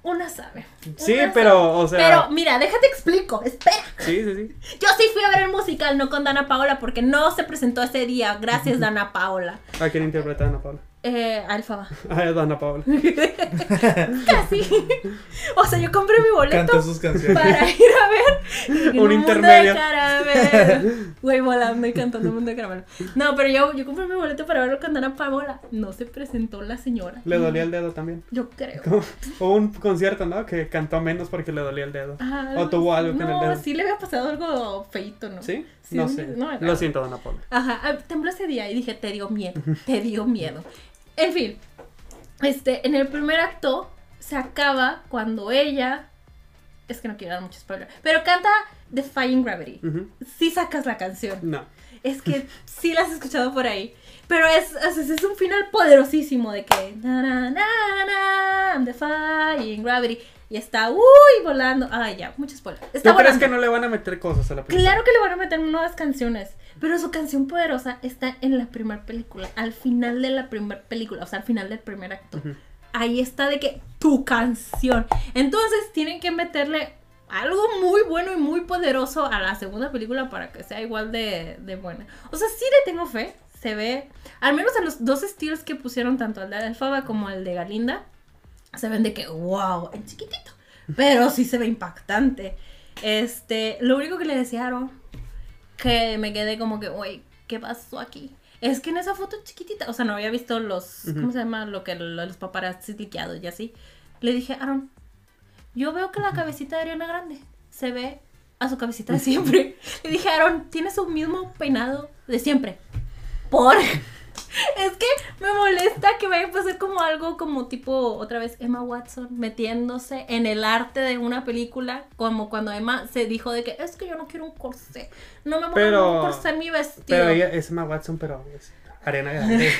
[SPEAKER 3] Una sabe.
[SPEAKER 1] Sí,
[SPEAKER 3] una
[SPEAKER 1] pero, o
[SPEAKER 3] sabe.
[SPEAKER 1] sea.
[SPEAKER 3] Pero mira, déjate explico, espera.
[SPEAKER 1] Sí, sí, sí.
[SPEAKER 3] Yo sí fui a ver el musical, no con Dana Paola, porque no se presentó ese día. Gracias, Dana Paola.
[SPEAKER 1] ¿A quién interpreta a Ana Paula?
[SPEAKER 3] Eh, Alfaba.
[SPEAKER 1] Ah, es Ana Paula.
[SPEAKER 3] Casi. o sea, yo compré mi
[SPEAKER 2] Canta
[SPEAKER 3] boleto
[SPEAKER 2] sus canciones.
[SPEAKER 3] para ir a ver.
[SPEAKER 1] Un intermedio.
[SPEAKER 3] Mundo de caramelo. Güey, volando y cantando Mundo de Caramelo. No, pero yo, yo compré mi boleto para verlo con Dana Paola. No se presentó la señora.
[SPEAKER 1] Le dolía el dedo también.
[SPEAKER 3] Yo creo.
[SPEAKER 1] Hubo un concierto, ¿no? Que cantó menos porque le dolía el dedo.
[SPEAKER 3] Ah,
[SPEAKER 1] O tuvo algo con
[SPEAKER 3] no,
[SPEAKER 1] el dedo.
[SPEAKER 3] sí le había pasado algo feito, ¿no?
[SPEAKER 1] ¿Sí?
[SPEAKER 3] Sí,
[SPEAKER 1] no
[SPEAKER 3] un-
[SPEAKER 1] sé.
[SPEAKER 3] no, no.
[SPEAKER 1] Lo siento, Dana Paula.
[SPEAKER 3] Ajá, ah, tembló ese día y dije, te dio miedo, te dio miedo. En fin, este, en el primer acto se acaba cuando ella, es que no quiero dar mucho spoiler, pero canta Defying Gravity.
[SPEAKER 1] Ujú.
[SPEAKER 3] Sí sacas la canción,
[SPEAKER 1] No.
[SPEAKER 3] es que sí la has escuchado por ahí, pero es, o sea, es un final poderosísimo de que, na, na, na, na, I'm Defying Gravity, y está, uy, volando, ay, ya, mucho spoiler. Está
[SPEAKER 1] ¿Tú crees
[SPEAKER 3] volando.
[SPEAKER 1] que no le van a meter cosas a la película?
[SPEAKER 3] Claro que le van a meter nuevas canciones, pero su canción poderosa está en la primera película, al final de la primera película, o sea, al final del primer acto.
[SPEAKER 1] Ujú.
[SPEAKER 3] Ahí está de que tu canción. Entonces tienen que meterle algo muy bueno y muy poderoso a la segunda película para que sea igual de, de buena. O sea, sí le tengo fe, se ve, al menos a los dos estilos que pusieron, tanto el de Alfaba como el de Galinda, se ven de que, wow, en chiquitito, pero sí se ve impactante. Este, lo único que le decía a Aaron, que me quedé como que, uy, ¿qué pasó aquí? Es que en esa foto chiquitita, o sea, no había visto los, ¿cómo
[SPEAKER 1] Ujú.
[SPEAKER 3] se llama? Lo que lo- los paparazzi liqueados y así. Le dije, Aaron, yo veo que la cabecita de Ariana Grande se ve a su cabecita de siempre. Le dije, Aaron, tiene su mismo peinado de siempre. Por. Es que me molesta que vaya a pasar como algo como tipo otra vez Emma Watson metiéndose en el arte de una película, como cuando Emma se dijo de que es que yo no quiero un corsé, no me muero
[SPEAKER 1] Pero-
[SPEAKER 3] un corsé en mi vestido.
[SPEAKER 1] Pero ella es Emma Watson, pero es Arena Grande.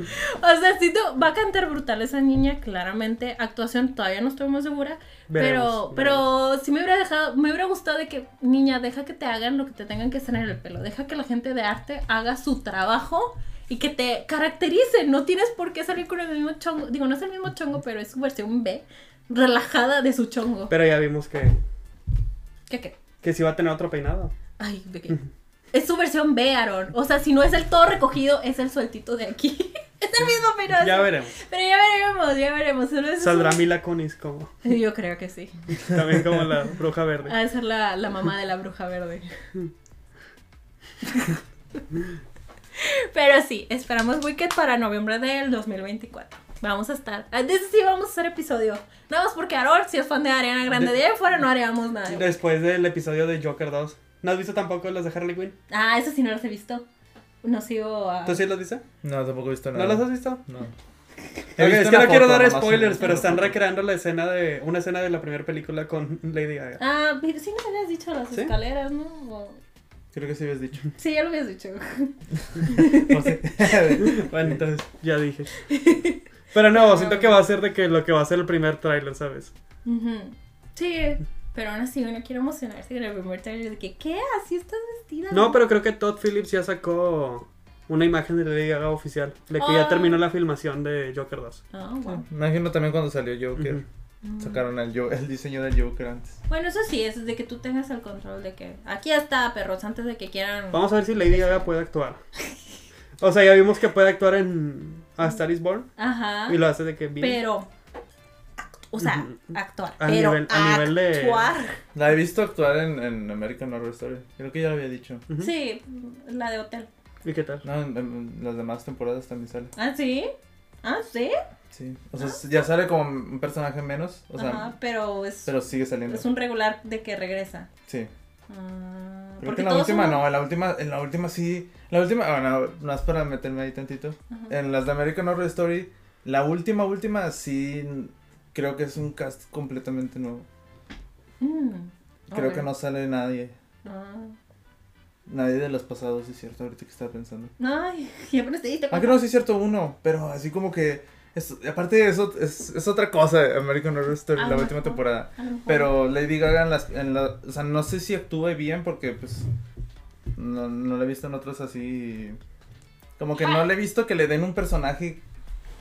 [SPEAKER 3] O sea, sí, no, va a cantar brutal esa niña, claramente. Actuación todavía no estoy muy segura.
[SPEAKER 1] Veremos,
[SPEAKER 3] pero pero sí me hubiera dejado, me hubiera gustado de que, niña, deja que te hagan lo que te tengan que hacer en el pelo. Deja que la gente de arte haga su trabajo y que te caracterice. No tienes por qué salir con el mismo chongo. Digo, no es el mismo chongo, pero es su versión B, relajada de su chongo.
[SPEAKER 1] pero ya vimos que,
[SPEAKER 3] ¿Qué qué?
[SPEAKER 1] que sí va a tener otro peinado.
[SPEAKER 3] Ay, ¿de qué? Es su versión B, Aaron. O sea, si no es el todo recogido, es el sueltito de aquí. es el mismo peinado.
[SPEAKER 1] Ya veremos.
[SPEAKER 3] Pero ya veremos, ya veremos. Solo eso es
[SPEAKER 1] Saldrá
[SPEAKER 3] un-
[SPEAKER 1] Mila Kunis como.
[SPEAKER 3] Yo creo que sí.
[SPEAKER 1] También como la bruja verde.
[SPEAKER 3] Ha de ser la, la mamá de la bruja verde. Pero sí, esperamos Wicked para noviembre del 2024. Vamos a estar. ah, De ese sí vamos a hacer episodio. Nada más porque Harold si es fan de Ariana Grande. De ahí en fuera no haríamos nada.
[SPEAKER 1] Después del episodio de Joker 2. ¿No has visto tampoco las de Harley Quinn?
[SPEAKER 3] Ah, eso sí no los he visto. No sigo a.
[SPEAKER 1] ¿Tú sí las viste?
[SPEAKER 2] No, tampoco he visto
[SPEAKER 1] ¿No
[SPEAKER 2] nada.
[SPEAKER 1] las has visto?
[SPEAKER 2] No.
[SPEAKER 1] Ok,
[SPEAKER 2] He visto
[SPEAKER 1] es que
[SPEAKER 2] una
[SPEAKER 1] no quiero
[SPEAKER 2] foto
[SPEAKER 1] dar
[SPEAKER 2] nomás,
[SPEAKER 1] spoilers,
[SPEAKER 2] una-
[SPEAKER 1] pero están
[SPEAKER 2] una foto.
[SPEAKER 1] recreando la escena de una escena de la primera película con Lady Gaga.
[SPEAKER 3] Ah, pero sí me habías dicho las
[SPEAKER 1] ¿Sí?
[SPEAKER 3] escaleras, ¿no? O-
[SPEAKER 2] Creo que sí habías dicho.
[SPEAKER 3] Sí, ya lo habías dicho.
[SPEAKER 2] No sé.
[SPEAKER 1] Bueno, entonces ya dije. Pero no, siento que va a ser de que lo que va a ser el primer tráiler, ¿sabes?
[SPEAKER 3] Ujú. Sí, pero aún así uno quiere emocionarse con el primer trailer de que, ¿qué? Así estás vestida.
[SPEAKER 1] No, pero creo que Todd Phillips ya sacó una imagen de Lady Gaga oficial, de que
[SPEAKER 3] Ah.
[SPEAKER 1] ya terminó la filmación de Joker 2.
[SPEAKER 3] Ah, guau.
[SPEAKER 2] Imagino también cuando salió Joker.
[SPEAKER 1] Ujú.
[SPEAKER 2] Sacaron el, Jo- el diseño del Joker antes.
[SPEAKER 3] Bueno, eso sí, es de que tú tengas el control de que aquí está, perros, antes de que quieran.
[SPEAKER 1] Vamos a ver si Lady Gaga puede actuar. O sea, ya vimos que puede actuar en A Star is Born
[SPEAKER 3] Ajá.
[SPEAKER 1] y lo hace de que bien.
[SPEAKER 3] Pero. act- O sea, actuar.
[SPEAKER 1] Al
[SPEAKER 3] pero
[SPEAKER 1] nivel- al nivel de-
[SPEAKER 3] actuar.
[SPEAKER 2] La he visto actuar en, en American Horror Story. Creo que ya lo había dicho.
[SPEAKER 1] Ujú.
[SPEAKER 3] Sí, la de hotel.
[SPEAKER 1] ¿Y qué tal?
[SPEAKER 2] No, en, en las demás temporadas también sale.
[SPEAKER 3] Ah, sí. Ah, sí.
[SPEAKER 2] Sí. O sea, ya sale como un personaje menos. O sea,
[SPEAKER 3] Ajá, pero es,
[SPEAKER 2] pero sigue saliendo.
[SPEAKER 3] es un regular de que regresa.
[SPEAKER 2] Sí.
[SPEAKER 3] Ah,
[SPEAKER 2] Creo que
[SPEAKER 3] Porque
[SPEAKER 2] en la
[SPEAKER 3] todos
[SPEAKER 2] última
[SPEAKER 3] son-
[SPEAKER 2] no, en la última, en la última sí. La última, bueno, más para meterme ahí tantito.
[SPEAKER 3] Ajá.
[SPEAKER 2] En las de American Horror Story, la última, última sí creo que es un cast completamente nuevo.
[SPEAKER 3] Mm,
[SPEAKER 2] Creo
[SPEAKER 3] ok.
[SPEAKER 2] que no sale nadie.
[SPEAKER 3] Ah.
[SPEAKER 2] Nadie de los pasados, sí es cierto, ahorita que estaba pensando.
[SPEAKER 3] Ay, ya me diste
[SPEAKER 2] Aunque no, sí es cierto, uno, pero así como que... es- aparte de eso, es, es otra cosa American Horror Story,
[SPEAKER 3] A
[SPEAKER 2] la
[SPEAKER 3] lo
[SPEAKER 2] última
[SPEAKER 3] mejor.
[SPEAKER 2] temporada.
[SPEAKER 3] A lo mejor.
[SPEAKER 2] Pero Lady Gaga en las, en la- o sea, no sé si actúe bien porque pues no, no la he visto en otros así. Como que no le he visto que le den un personaje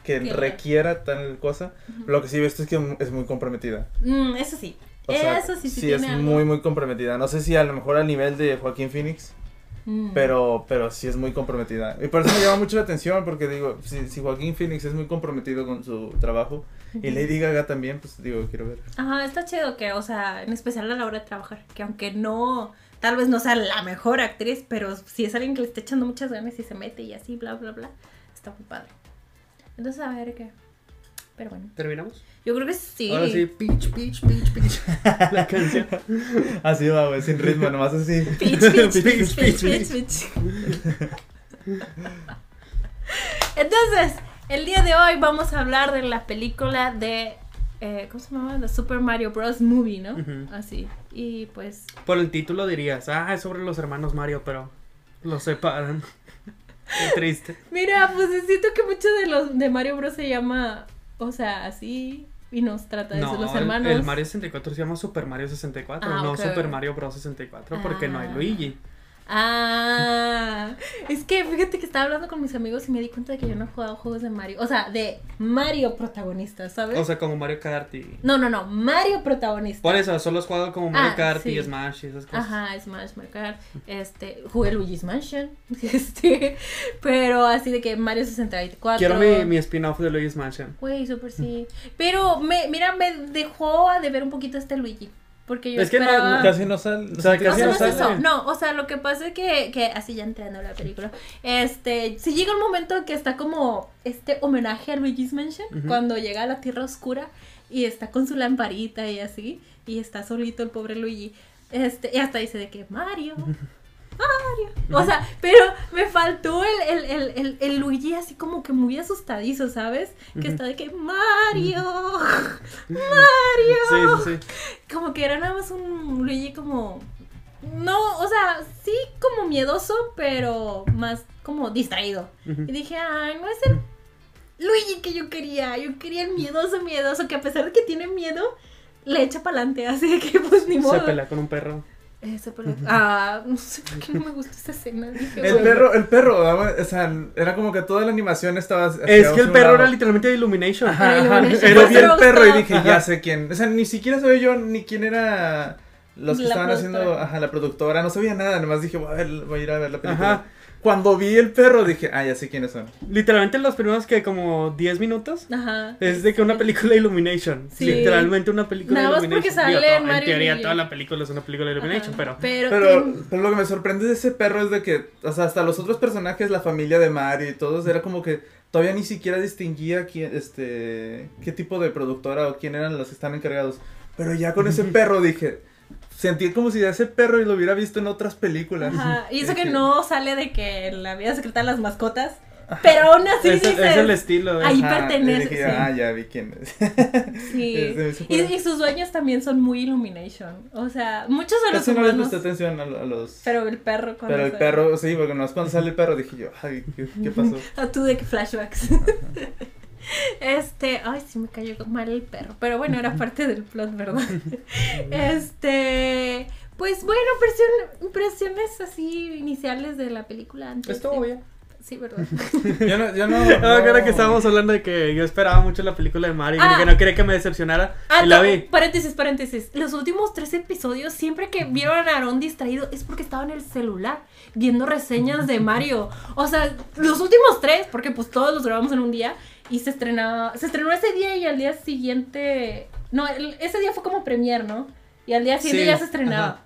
[SPEAKER 2] que
[SPEAKER 3] Que-
[SPEAKER 2] requiera tal cosa. Lo que sí he visto es que mu- es muy comprometida.
[SPEAKER 3] Mm, eso sí.
[SPEAKER 2] O sea,
[SPEAKER 3] eso sí,
[SPEAKER 2] sí
[SPEAKER 3] sí, tiene
[SPEAKER 2] es
[SPEAKER 3] algo.
[SPEAKER 2] muy muy comprometida. No sé si a lo mejor al nivel de Joaquín Phoenix,
[SPEAKER 3] Mm.
[SPEAKER 2] pero pero sí es muy comprometida. Y por eso me llama mucho la atención porque digo, si, si Joaquín Phoenix es muy comprometido con su trabajo y Lady Gaga también, pues digo, quiero ver.
[SPEAKER 3] Ajá, está chido que, o sea, en especial a la hora de trabajar, que aunque no, tal vez no sea la mejor actriz, pero si es alguien que le está echando muchas ganas y se mete y así, bla, bla, bla, está muy padre. Entonces, a ver qué. Pero bueno,
[SPEAKER 1] ¿Terminamos?
[SPEAKER 3] yo creo que sí.
[SPEAKER 1] Ahora sí, pitch, pitch, pitch, pitch. La canción.
[SPEAKER 2] Así va, güey, sin ritmo, nomás así.
[SPEAKER 3] Pitch, pitch, pitch, pitch,
[SPEAKER 1] Pitch, pitch,
[SPEAKER 3] pitch, pitch. Entonces, el día de hoy vamos a hablar de la película de. eh, ¿Cómo se llama? The Super Mario Bros. Movie, ¿no?
[SPEAKER 1] Ujú.
[SPEAKER 3] Así. Y pues.
[SPEAKER 1] Por el título dirías, ah, es sobre los hermanos Mario, pero los separan. Qué triste.
[SPEAKER 3] Mira, pues siento que mucho de los de Mario Bros. se llama. O sea, así. Y nos trata de eso, los
[SPEAKER 1] el-
[SPEAKER 3] hermanos.
[SPEAKER 1] El, Mario 64 se llama Super Mario 64,
[SPEAKER 3] Ah,
[SPEAKER 1] no
[SPEAKER 3] ok.
[SPEAKER 1] Super Mario Bros 64, porque no hay
[SPEAKER 3] Ah.
[SPEAKER 1] Luigi.
[SPEAKER 3] Ah, es que fíjate que estaba hablando con mis amigos y me di cuenta de que yo no he jugado juegos de Mario. O sea, de Mario protagonista, ¿sabes?
[SPEAKER 1] O sea, Pues, como Mario Kart y.
[SPEAKER 3] No, no, no, Mario protagonista.
[SPEAKER 1] Por eso, solo has jugado como Mario
[SPEAKER 3] Ah,
[SPEAKER 1] Kart
[SPEAKER 3] sí.
[SPEAKER 1] y Smash y esas cosas.
[SPEAKER 3] Ajá, Smash Mario Kart, este, jugué Luigi's Mansion, este, pero así de que Mario 64.
[SPEAKER 1] Quiero mi, mi spin-off de Luigi's Mansion.
[SPEAKER 3] Güey, súper sí. Pero, me, mira, me dejó de ver un poquito este Luigi, porque yo
[SPEAKER 1] Es que no-
[SPEAKER 3] esperaba...
[SPEAKER 1] Ah.
[SPEAKER 2] Casi no sale.
[SPEAKER 1] O sea,
[SPEAKER 3] No,
[SPEAKER 1] casi
[SPEAKER 3] no,
[SPEAKER 1] no
[SPEAKER 3] es
[SPEAKER 1] sale.
[SPEAKER 3] eso, no, o sea, lo que pasa es que, que así ya entrando a la película, este, si llega un momento que está como este homenaje a Luigi's Mansion,
[SPEAKER 1] Ujú.
[SPEAKER 3] cuando llega a la Tierra Oscura y está con su lamparita y así, y está solito el pobre Luigi, este, y hasta dice de que Mario, Mario, o sea, pero me faltó el, el, el, el, el Luigi así como que muy asustadizo, ¿sabes? Que
[SPEAKER 1] Ujú.
[SPEAKER 3] está de que Mario,
[SPEAKER 1] Sí,
[SPEAKER 3] Mario
[SPEAKER 1] sí, sí.
[SPEAKER 3] como que era nada más un Luigi como no, o sea, sí como miedoso, pero más como distraído.
[SPEAKER 1] Ujú.
[SPEAKER 3] Y dije, ay, no es el Luigi que yo quería, yo quería el miedoso, miedoso, que a pesar de que tiene miedo, le echa pa'lante, así de que pues ni
[SPEAKER 1] Se
[SPEAKER 3] modo.
[SPEAKER 1] pelea con un perro.
[SPEAKER 3] Eh, se pelea. Ah, no sé por qué no me gusta esa escena. Dije,
[SPEAKER 2] El
[SPEAKER 3] bueno.
[SPEAKER 2] perro, el perro, daba- o sea, era como que toda la animación estaba. hacia
[SPEAKER 1] Es que el
[SPEAKER 2] un
[SPEAKER 1] perro
[SPEAKER 2] lado.
[SPEAKER 1] era literalmente de Illumination.
[SPEAKER 2] Ajá,
[SPEAKER 3] Era
[SPEAKER 2] ajá.
[SPEAKER 3] Illumination.
[SPEAKER 2] Pero vi
[SPEAKER 3] Pero
[SPEAKER 2] el perro y
[SPEAKER 3] estaba-
[SPEAKER 2] dije, ya sé quién. O sea, ni siquiera sabía yo ni quién era. Los que
[SPEAKER 3] La
[SPEAKER 2] estaban haciendo,
[SPEAKER 3] productora.
[SPEAKER 2] ajá, la productora, no sabía nada, nomás dije, voy a, ver- voy a ir a ver la película.
[SPEAKER 1] Ajá.
[SPEAKER 2] Cuando vi el perro dije, ah, ya sé quiénes son.
[SPEAKER 1] Literalmente los primeros que como 10 minutos
[SPEAKER 3] Ajá.
[SPEAKER 1] es de que una película de Illumination.
[SPEAKER 3] Sí.
[SPEAKER 1] Literalmente una película
[SPEAKER 3] Nada más
[SPEAKER 1] de Illumination.
[SPEAKER 3] porque
[SPEAKER 1] Digo,
[SPEAKER 3] sale
[SPEAKER 1] to-
[SPEAKER 3] Mario
[SPEAKER 1] en
[SPEAKER 3] y
[SPEAKER 1] teoría
[SPEAKER 3] Luigi.
[SPEAKER 1] toda la película es una película de
[SPEAKER 3] Ajá,
[SPEAKER 1] Illumination, pero
[SPEAKER 3] Pero,
[SPEAKER 2] Pero,
[SPEAKER 3] ten-
[SPEAKER 2] pero lo que me sorprende de ese perro es de que, o sea, hasta los otros personajes, la familia de Mario y todos, era como que todavía ni siquiera distinguía quién, este, qué tipo de productora o quién eran los que están encargados. Pero ya con ese perro dije, sentí como si ese perro lo hubiera visto en otras películas.
[SPEAKER 3] ajá, Y eso que
[SPEAKER 2] Dije,
[SPEAKER 3] no sale de que en la vida secreta de las mascotas, pero aún así
[SPEAKER 1] es,
[SPEAKER 3] dices,
[SPEAKER 1] es el estilo. de-
[SPEAKER 3] Ahí
[SPEAKER 2] ajá,
[SPEAKER 3] pertenece,
[SPEAKER 2] y dije,
[SPEAKER 3] sí.
[SPEAKER 2] Ah, ya vi quién es.
[SPEAKER 3] Sí.
[SPEAKER 2] Este, eso fue-
[SPEAKER 3] Y, y sus dueños también son muy Illumination. O sea, muchos de los
[SPEAKER 2] Casi no les
[SPEAKER 3] humanos.
[SPEAKER 2] presté atención a, lo- a los...
[SPEAKER 3] Pero el perro cuando
[SPEAKER 2] pero el
[SPEAKER 3] sale-
[SPEAKER 2] perro, sí, porque nomás cuando sale el perro dije yo, ay, ¿qué, qué pasó?
[SPEAKER 3] Ah, tú de que flashbacks. Este, ay, sí me cayó mal el perro, pero bueno, era parte del plot, ¿verdad? Este, pues bueno, impresión- impresiones así iniciales de la película antes.
[SPEAKER 1] Pues Estuvo
[SPEAKER 3] de-
[SPEAKER 1] bien.
[SPEAKER 3] Sí, ¿verdad?
[SPEAKER 2] Yo no... Yo no,
[SPEAKER 1] Ah, que era
[SPEAKER 2] no-
[SPEAKER 1] que estábamos hablando de que yo esperaba mucho la película de Mario
[SPEAKER 3] Ah.
[SPEAKER 1] y que no quería que me decepcionara.
[SPEAKER 3] Ah,
[SPEAKER 1] y la
[SPEAKER 3] no,
[SPEAKER 1] vi.
[SPEAKER 3] paréntesis, paréntesis. Los últimos tres episodios, siempre que vieron a Aarón distraído, es porque estaba en el celular viendo reseñas de Mario. O sea, los últimos tres, porque pues todos los grabamos en un día y se estrenaba, se estrenó ese día y al día siguiente, no, el- ese día fue como premier, ¿no? Y al día siguiente
[SPEAKER 1] Sí,
[SPEAKER 3] ya se estrenaba.
[SPEAKER 1] ajá.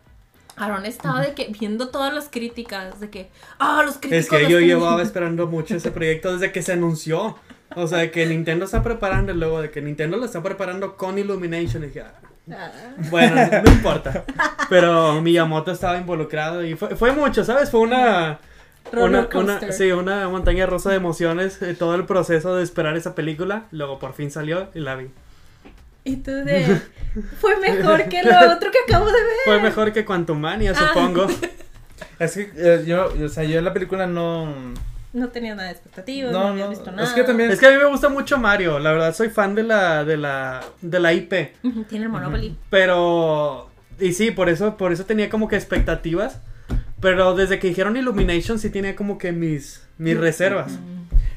[SPEAKER 3] Aaron estaba de que viendo todas las críticas, de que, ah, los críticos.
[SPEAKER 1] Es que
[SPEAKER 3] los
[SPEAKER 1] yo
[SPEAKER 3] tienen".
[SPEAKER 1] llevaba esperando mucho ese proyecto desde que se anunció. O sea, que Nintendo está preparando y luego de que Nintendo lo está preparando con Illumination. Y dije, ah,
[SPEAKER 3] Ah.
[SPEAKER 1] Bueno, no, no importa. Pero Miyamoto estaba involucrado y fue, fue mucho, ¿sabes? Fue una. Una,
[SPEAKER 3] Rollercoaster.
[SPEAKER 1] una, sí, una montaña rusa de emociones, eh, todo el proceso de esperar esa película, luego por fin salió y la vi.
[SPEAKER 3] Y tú de. Fue mejor que lo otro que acabo de ver.
[SPEAKER 1] Fue mejor que Quantumania,
[SPEAKER 3] Ah.
[SPEAKER 1] supongo.
[SPEAKER 2] Es que eh, yo, o sea, yo en la película no.
[SPEAKER 3] No tenía nada de expectativa, no,
[SPEAKER 2] No,
[SPEAKER 3] había
[SPEAKER 2] no,
[SPEAKER 3] visto
[SPEAKER 2] es
[SPEAKER 3] nada.
[SPEAKER 2] que también-
[SPEAKER 1] Es que a mí me gusta mucho Mario, la verdad soy fan de la de la de la IP,
[SPEAKER 3] Ujú, Tiene el Monopoly.
[SPEAKER 1] pero y sí, por eso por eso tenía como que expectativas, pero desde que dijeron Illumination sí tenía como que mis mis reservas.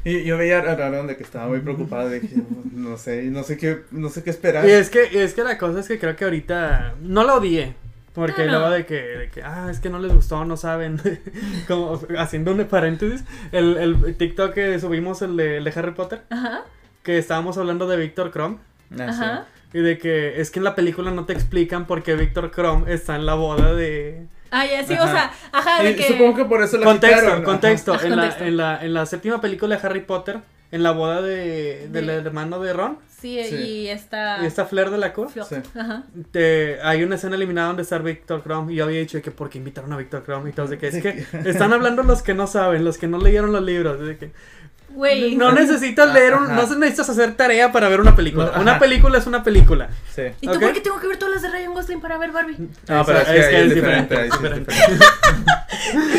[SPEAKER 2] Y yo veía a Aaron de que estaba muy preocupado. Dije, no sé, no sé qué, no sé qué esperar.
[SPEAKER 1] Y es que y es que la cosa es que creo que ahorita no la odié. Porque
[SPEAKER 3] No, no.
[SPEAKER 1] luego de que, de que, ah, es que no les gustó, no saben. como haciendo un paréntesis, el, el TikTok que subimos, el de, el de Harry Potter,
[SPEAKER 3] Ajá,
[SPEAKER 1] que estábamos hablando de Víctor Crumb,
[SPEAKER 2] Ah, sí.
[SPEAKER 3] ajá.
[SPEAKER 1] Y de que es que en la película no te explican por qué Víctor Krom está en la boda de...
[SPEAKER 3] Ah, ya, sí, o
[SPEAKER 2] Ajá.
[SPEAKER 3] sea, ajá, de
[SPEAKER 2] Y
[SPEAKER 3] que.
[SPEAKER 2] Supongo que por eso la
[SPEAKER 1] contexto,
[SPEAKER 2] quitaron, ajá.
[SPEAKER 1] contexto.
[SPEAKER 3] Ajá,
[SPEAKER 1] en, la,
[SPEAKER 3] contexto.
[SPEAKER 1] en, la, en la séptima película de Harry Potter, en la boda de, del
[SPEAKER 3] De- Ah.
[SPEAKER 1] hermano de Ron,
[SPEAKER 3] Sí,
[SPEAKER 2] Sí.
[SPEAKER 3] y está.
[SPEAKER 1] y esta Flair de la Cour,
[SPEAKER 3] Flock.
[SPEAKER 2] Sí.
[SPEAKER 3] Ajá.
[SPEAKER 1] te- hay una escena eliminada donde está Víctor Krom y yo había dicho de que por qué invitaron a Víctor Krom y todo, de que es que están hablando los que no saben, los que no leyeron los libros, de que
[SPEAKER 3] Güey.
[SPEAKER 1] no necesitas
[SPEAKER 2] Ah,
[SPEAKER 1] leer, un-
[SPEAKER 2] ajá.
[SPEAKER 1] no necesitas hacer tarea para ver una película.
[SPEAKER 2] No,
[SPEAKER 1] una
[SPEAKER 2] ajá.
[SPEAKER 1] película es una película.
[SPEAKER 2] Sí.
[SPEAKER 3] ¿Y tú
[SPEAKER 1] Ok.
[SPEAKER 3] por qué tengo que ver todas las de Ryan Gosling para ver Barbie?
[SPEAKER 2] No,
[SPEAKER 1] Esa-
[SPEAKER 2] pero es, que, ahí es diferente. ahí sí es diferente.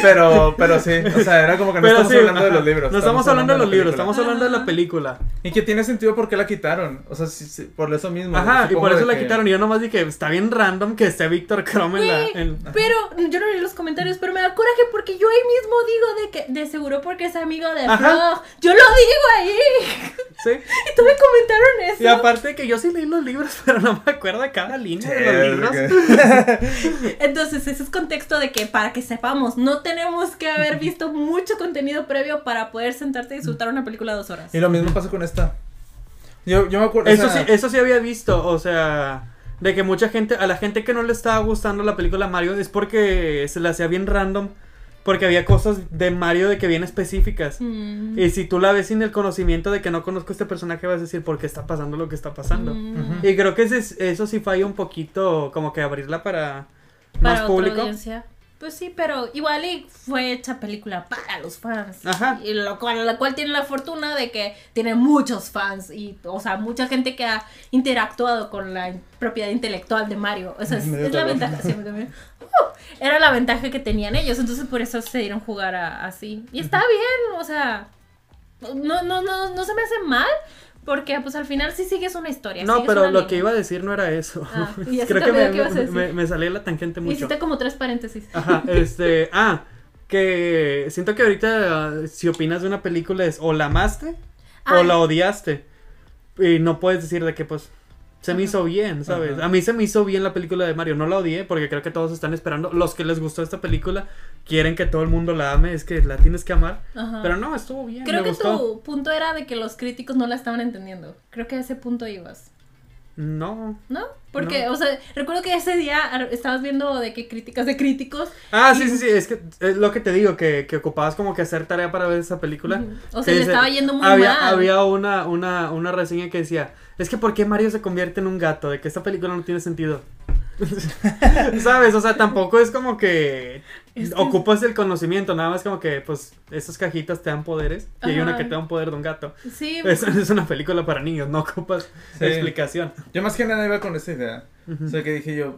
[SPEAKER 2] pero, pero sí, o sea, era como que no
[SPEAKER 1] Pero
[SPEAKER 2] estamos
[SPEAKER 1] sí,
[SPEAKER 2] hablando de
[SPEAKER 1] ajá,
[SPEAKER 2] los libros.
[SPEAKER 1] No estamos hablando de los
[SPEAKER 2] la
[SPEAKER 1] libros,
[SPEAKER 2] película. Ah,
[SPEAKER 1] estamos hablando de la película.
[SPEAKER 2] Y que tiene sentido por qué la quitaron. O sea, sí, sí, por eso mismo.
[SPEAKER 1] Ajá, y
[SPEAKER 2] supongo
[SPEAKER 1] por eso
[SPEAKER 2] de
[SPEAKER 1] la
[SPEAKER 2] que-
[SPEAKER 1] quitaron. Y yo nomás dije, está bien random que esté Víctor Krom en la.
[SPEAKER 3] Güey,
[SPEAKER 1] en-
[SPEAKER 3] Pero yo no leí los comentarios, pero me da coraje porque yo ahí mismo digo de que de seguro porque es amigo de
[SPEAKER 1] Ajá.
[SPEAKER 3] Flock. Yo lo digo ahí.
[SPEAKER 1] Sí.
[SPEAKER 3] Y tú me comentaron eso.
[SPEAKER 1] Y aparte que yo sí leí los libros, pero no me acuerdo cada línea
[SPEAKER 2] Sí,
[SPEAKER 1] de los libros.
[SPEAKER 2] porque-
[SPEAKER 3] Entonces, ese es contexto de que para que sepamos, no tenemos que haber visto mucho contenido previo para poder sentarte y disfrutar una película dos horas.
[SPEAKER 2] Y lo mismo pasa con esta. Yo, yo me acuerdo.
[SPEAKER 1] Eso
[SPEAKER 2] o sea,
[SPEAKER 1] sí, eso sí había visto, o sea, de que mucha gente, a la gente que no le estaba gustando la película Mario es porque se la hacía bien random, porque había cosas de Mario de que bien específicas.
[SPEAKER 3] Mm.
[SPEAKER 1] Y si tú la ves sin el conocimiento de que no conozco este personaje, vas a decir por qué está pasando lo que está pasando.
[SPEAKER 3] Mm.
[SPEAKER 2] Ujú.
[SPEAKER 1] Y creo que ese es- eso sí falla un poquito, como que abrirla para, más
[SPEAKER 3] Para otra
[SPEAKER 1] público.
[SPEAKER 3] audiencia. Pues sí, pero igual y fue hecha película para los fans.
[SPEAKER 1] Ajá.
[SPEAKER 3] Y lo cual, la cual tiene la fortuna de que tiene muchos fans y, o sea, mucha gente que ha interactuado con la in- propiedad intelectual de Mario. O sea, es,
[SPEAKER 2] Me dio
[SPEAKER 3] es la
[SPEAKER 2] calor.
[SPEAKER 3] ventaja. sí, me dio miedo. Uh, era la ventaja que tenían ellos, entonces por eso se dieron jugar a- así. Y está bien, o sea, no, no, no, no se me hace mal porque, pues, al final sí sigues una historia.
[SPEAKER 1] No,
[SPEAKER 3] sigues
[SPEAKER 1] pero
[SPEAKER 3] una
[SPEAKER 1] lo
[SPEAKER 3] línea.
[SPEAKER 1] que iba a decir no era eso.
[SPEAKER 3] Ah, y ya se
[SPEAKER 1] creo
[SPEAKER 3] te
[SPEAKER 1] que
[SPEAKER 3] olvidó
[SPEAKER 1] me,
[SPEAKER 3] que ibas a decir.
[SPEAKER 1] me- me salí de la tangente mucho.
[SPEAKER 3] Hiciste como tres paréntesis.
[SPEAKER 1] Ajá, este, ah, que siento que ahorita ah, si opinas de una película es o la amaste o
[SPEAKER 3] Ay.
[SPEAKER 1] la odiaste. Y no puedes decir de que pues se me
[SPEAKER 3] Ajá.
[SPEAKER 1] hizo bien, ¿sabes?
[SPEAKER 2] Ajá.
[SPEAKER 1] A mí se me hizo bien la película de Mario, no la odié porque creo que todos están esperando, los que les gustó esta película quieren que todo el mundo la ame, es que la tienes que amar,
[SPEAKER 3] Ajá.
[SPEAKER 1] pero no, estuvo bien,
[SPEAKER 3] Ah. Creo
[SPEAKER 1] me
[SPEAKER 3] que
[SPEAKER 1] gustó.
[SPEAKER 3] tu punto era de que los críticos no la estaban entendiendo. Creo que a ese punto ibas,
[SPEAKER 1] No.
[SPEAKER 3] ¿no? Porque,
[SPEAKER 1] No.
[SPEAKER 3] o sea, recuerdo que ese día ar- estabas viendo de que críticas de críticos.
[SPEAKER 1] Ah, sí, sí, sí, es que es lo que te digo, que, que ocupabas como que hacer tarea para ver esa película.
[SPEAKER 3] Ujú. O
[SPEAKER 1] que
[SPEAKER 3] sea, le
[SPEAKER 1] dice-
[SPEAKER 3] estaba yendo muy
[SPEAKER 1] había,
[SPEAKER 3] mal.
[SPEAKER 1] Había una, una, una reseña que decía, es que ¿por qué Mario se convierte en un gato? De que esta película no tiene sentido. ¿Sabes? O sea, tampoco es como que
[SPEAKER 3] Es que-
[SPEAKER 1] ocupas el conocimiento, nada más como que, pues, esas cajitas te dan poderes y hay una
[SPEAKER 3] Ajá.
[SPEAKER 1] que te da un poder de un gato.
[SPEAKER 3] Sí,
[SPEAKER 1] Es, es una película para niños, no ocupas
[SPEAKER 2] Sí.
[SPEAKER 1] explicación.
[SPEAKER 2] Yo más que nada iba con esa idea.
[SPEAKER 1] Ujú.
[SPEAKER 2] O sea, que dije yo,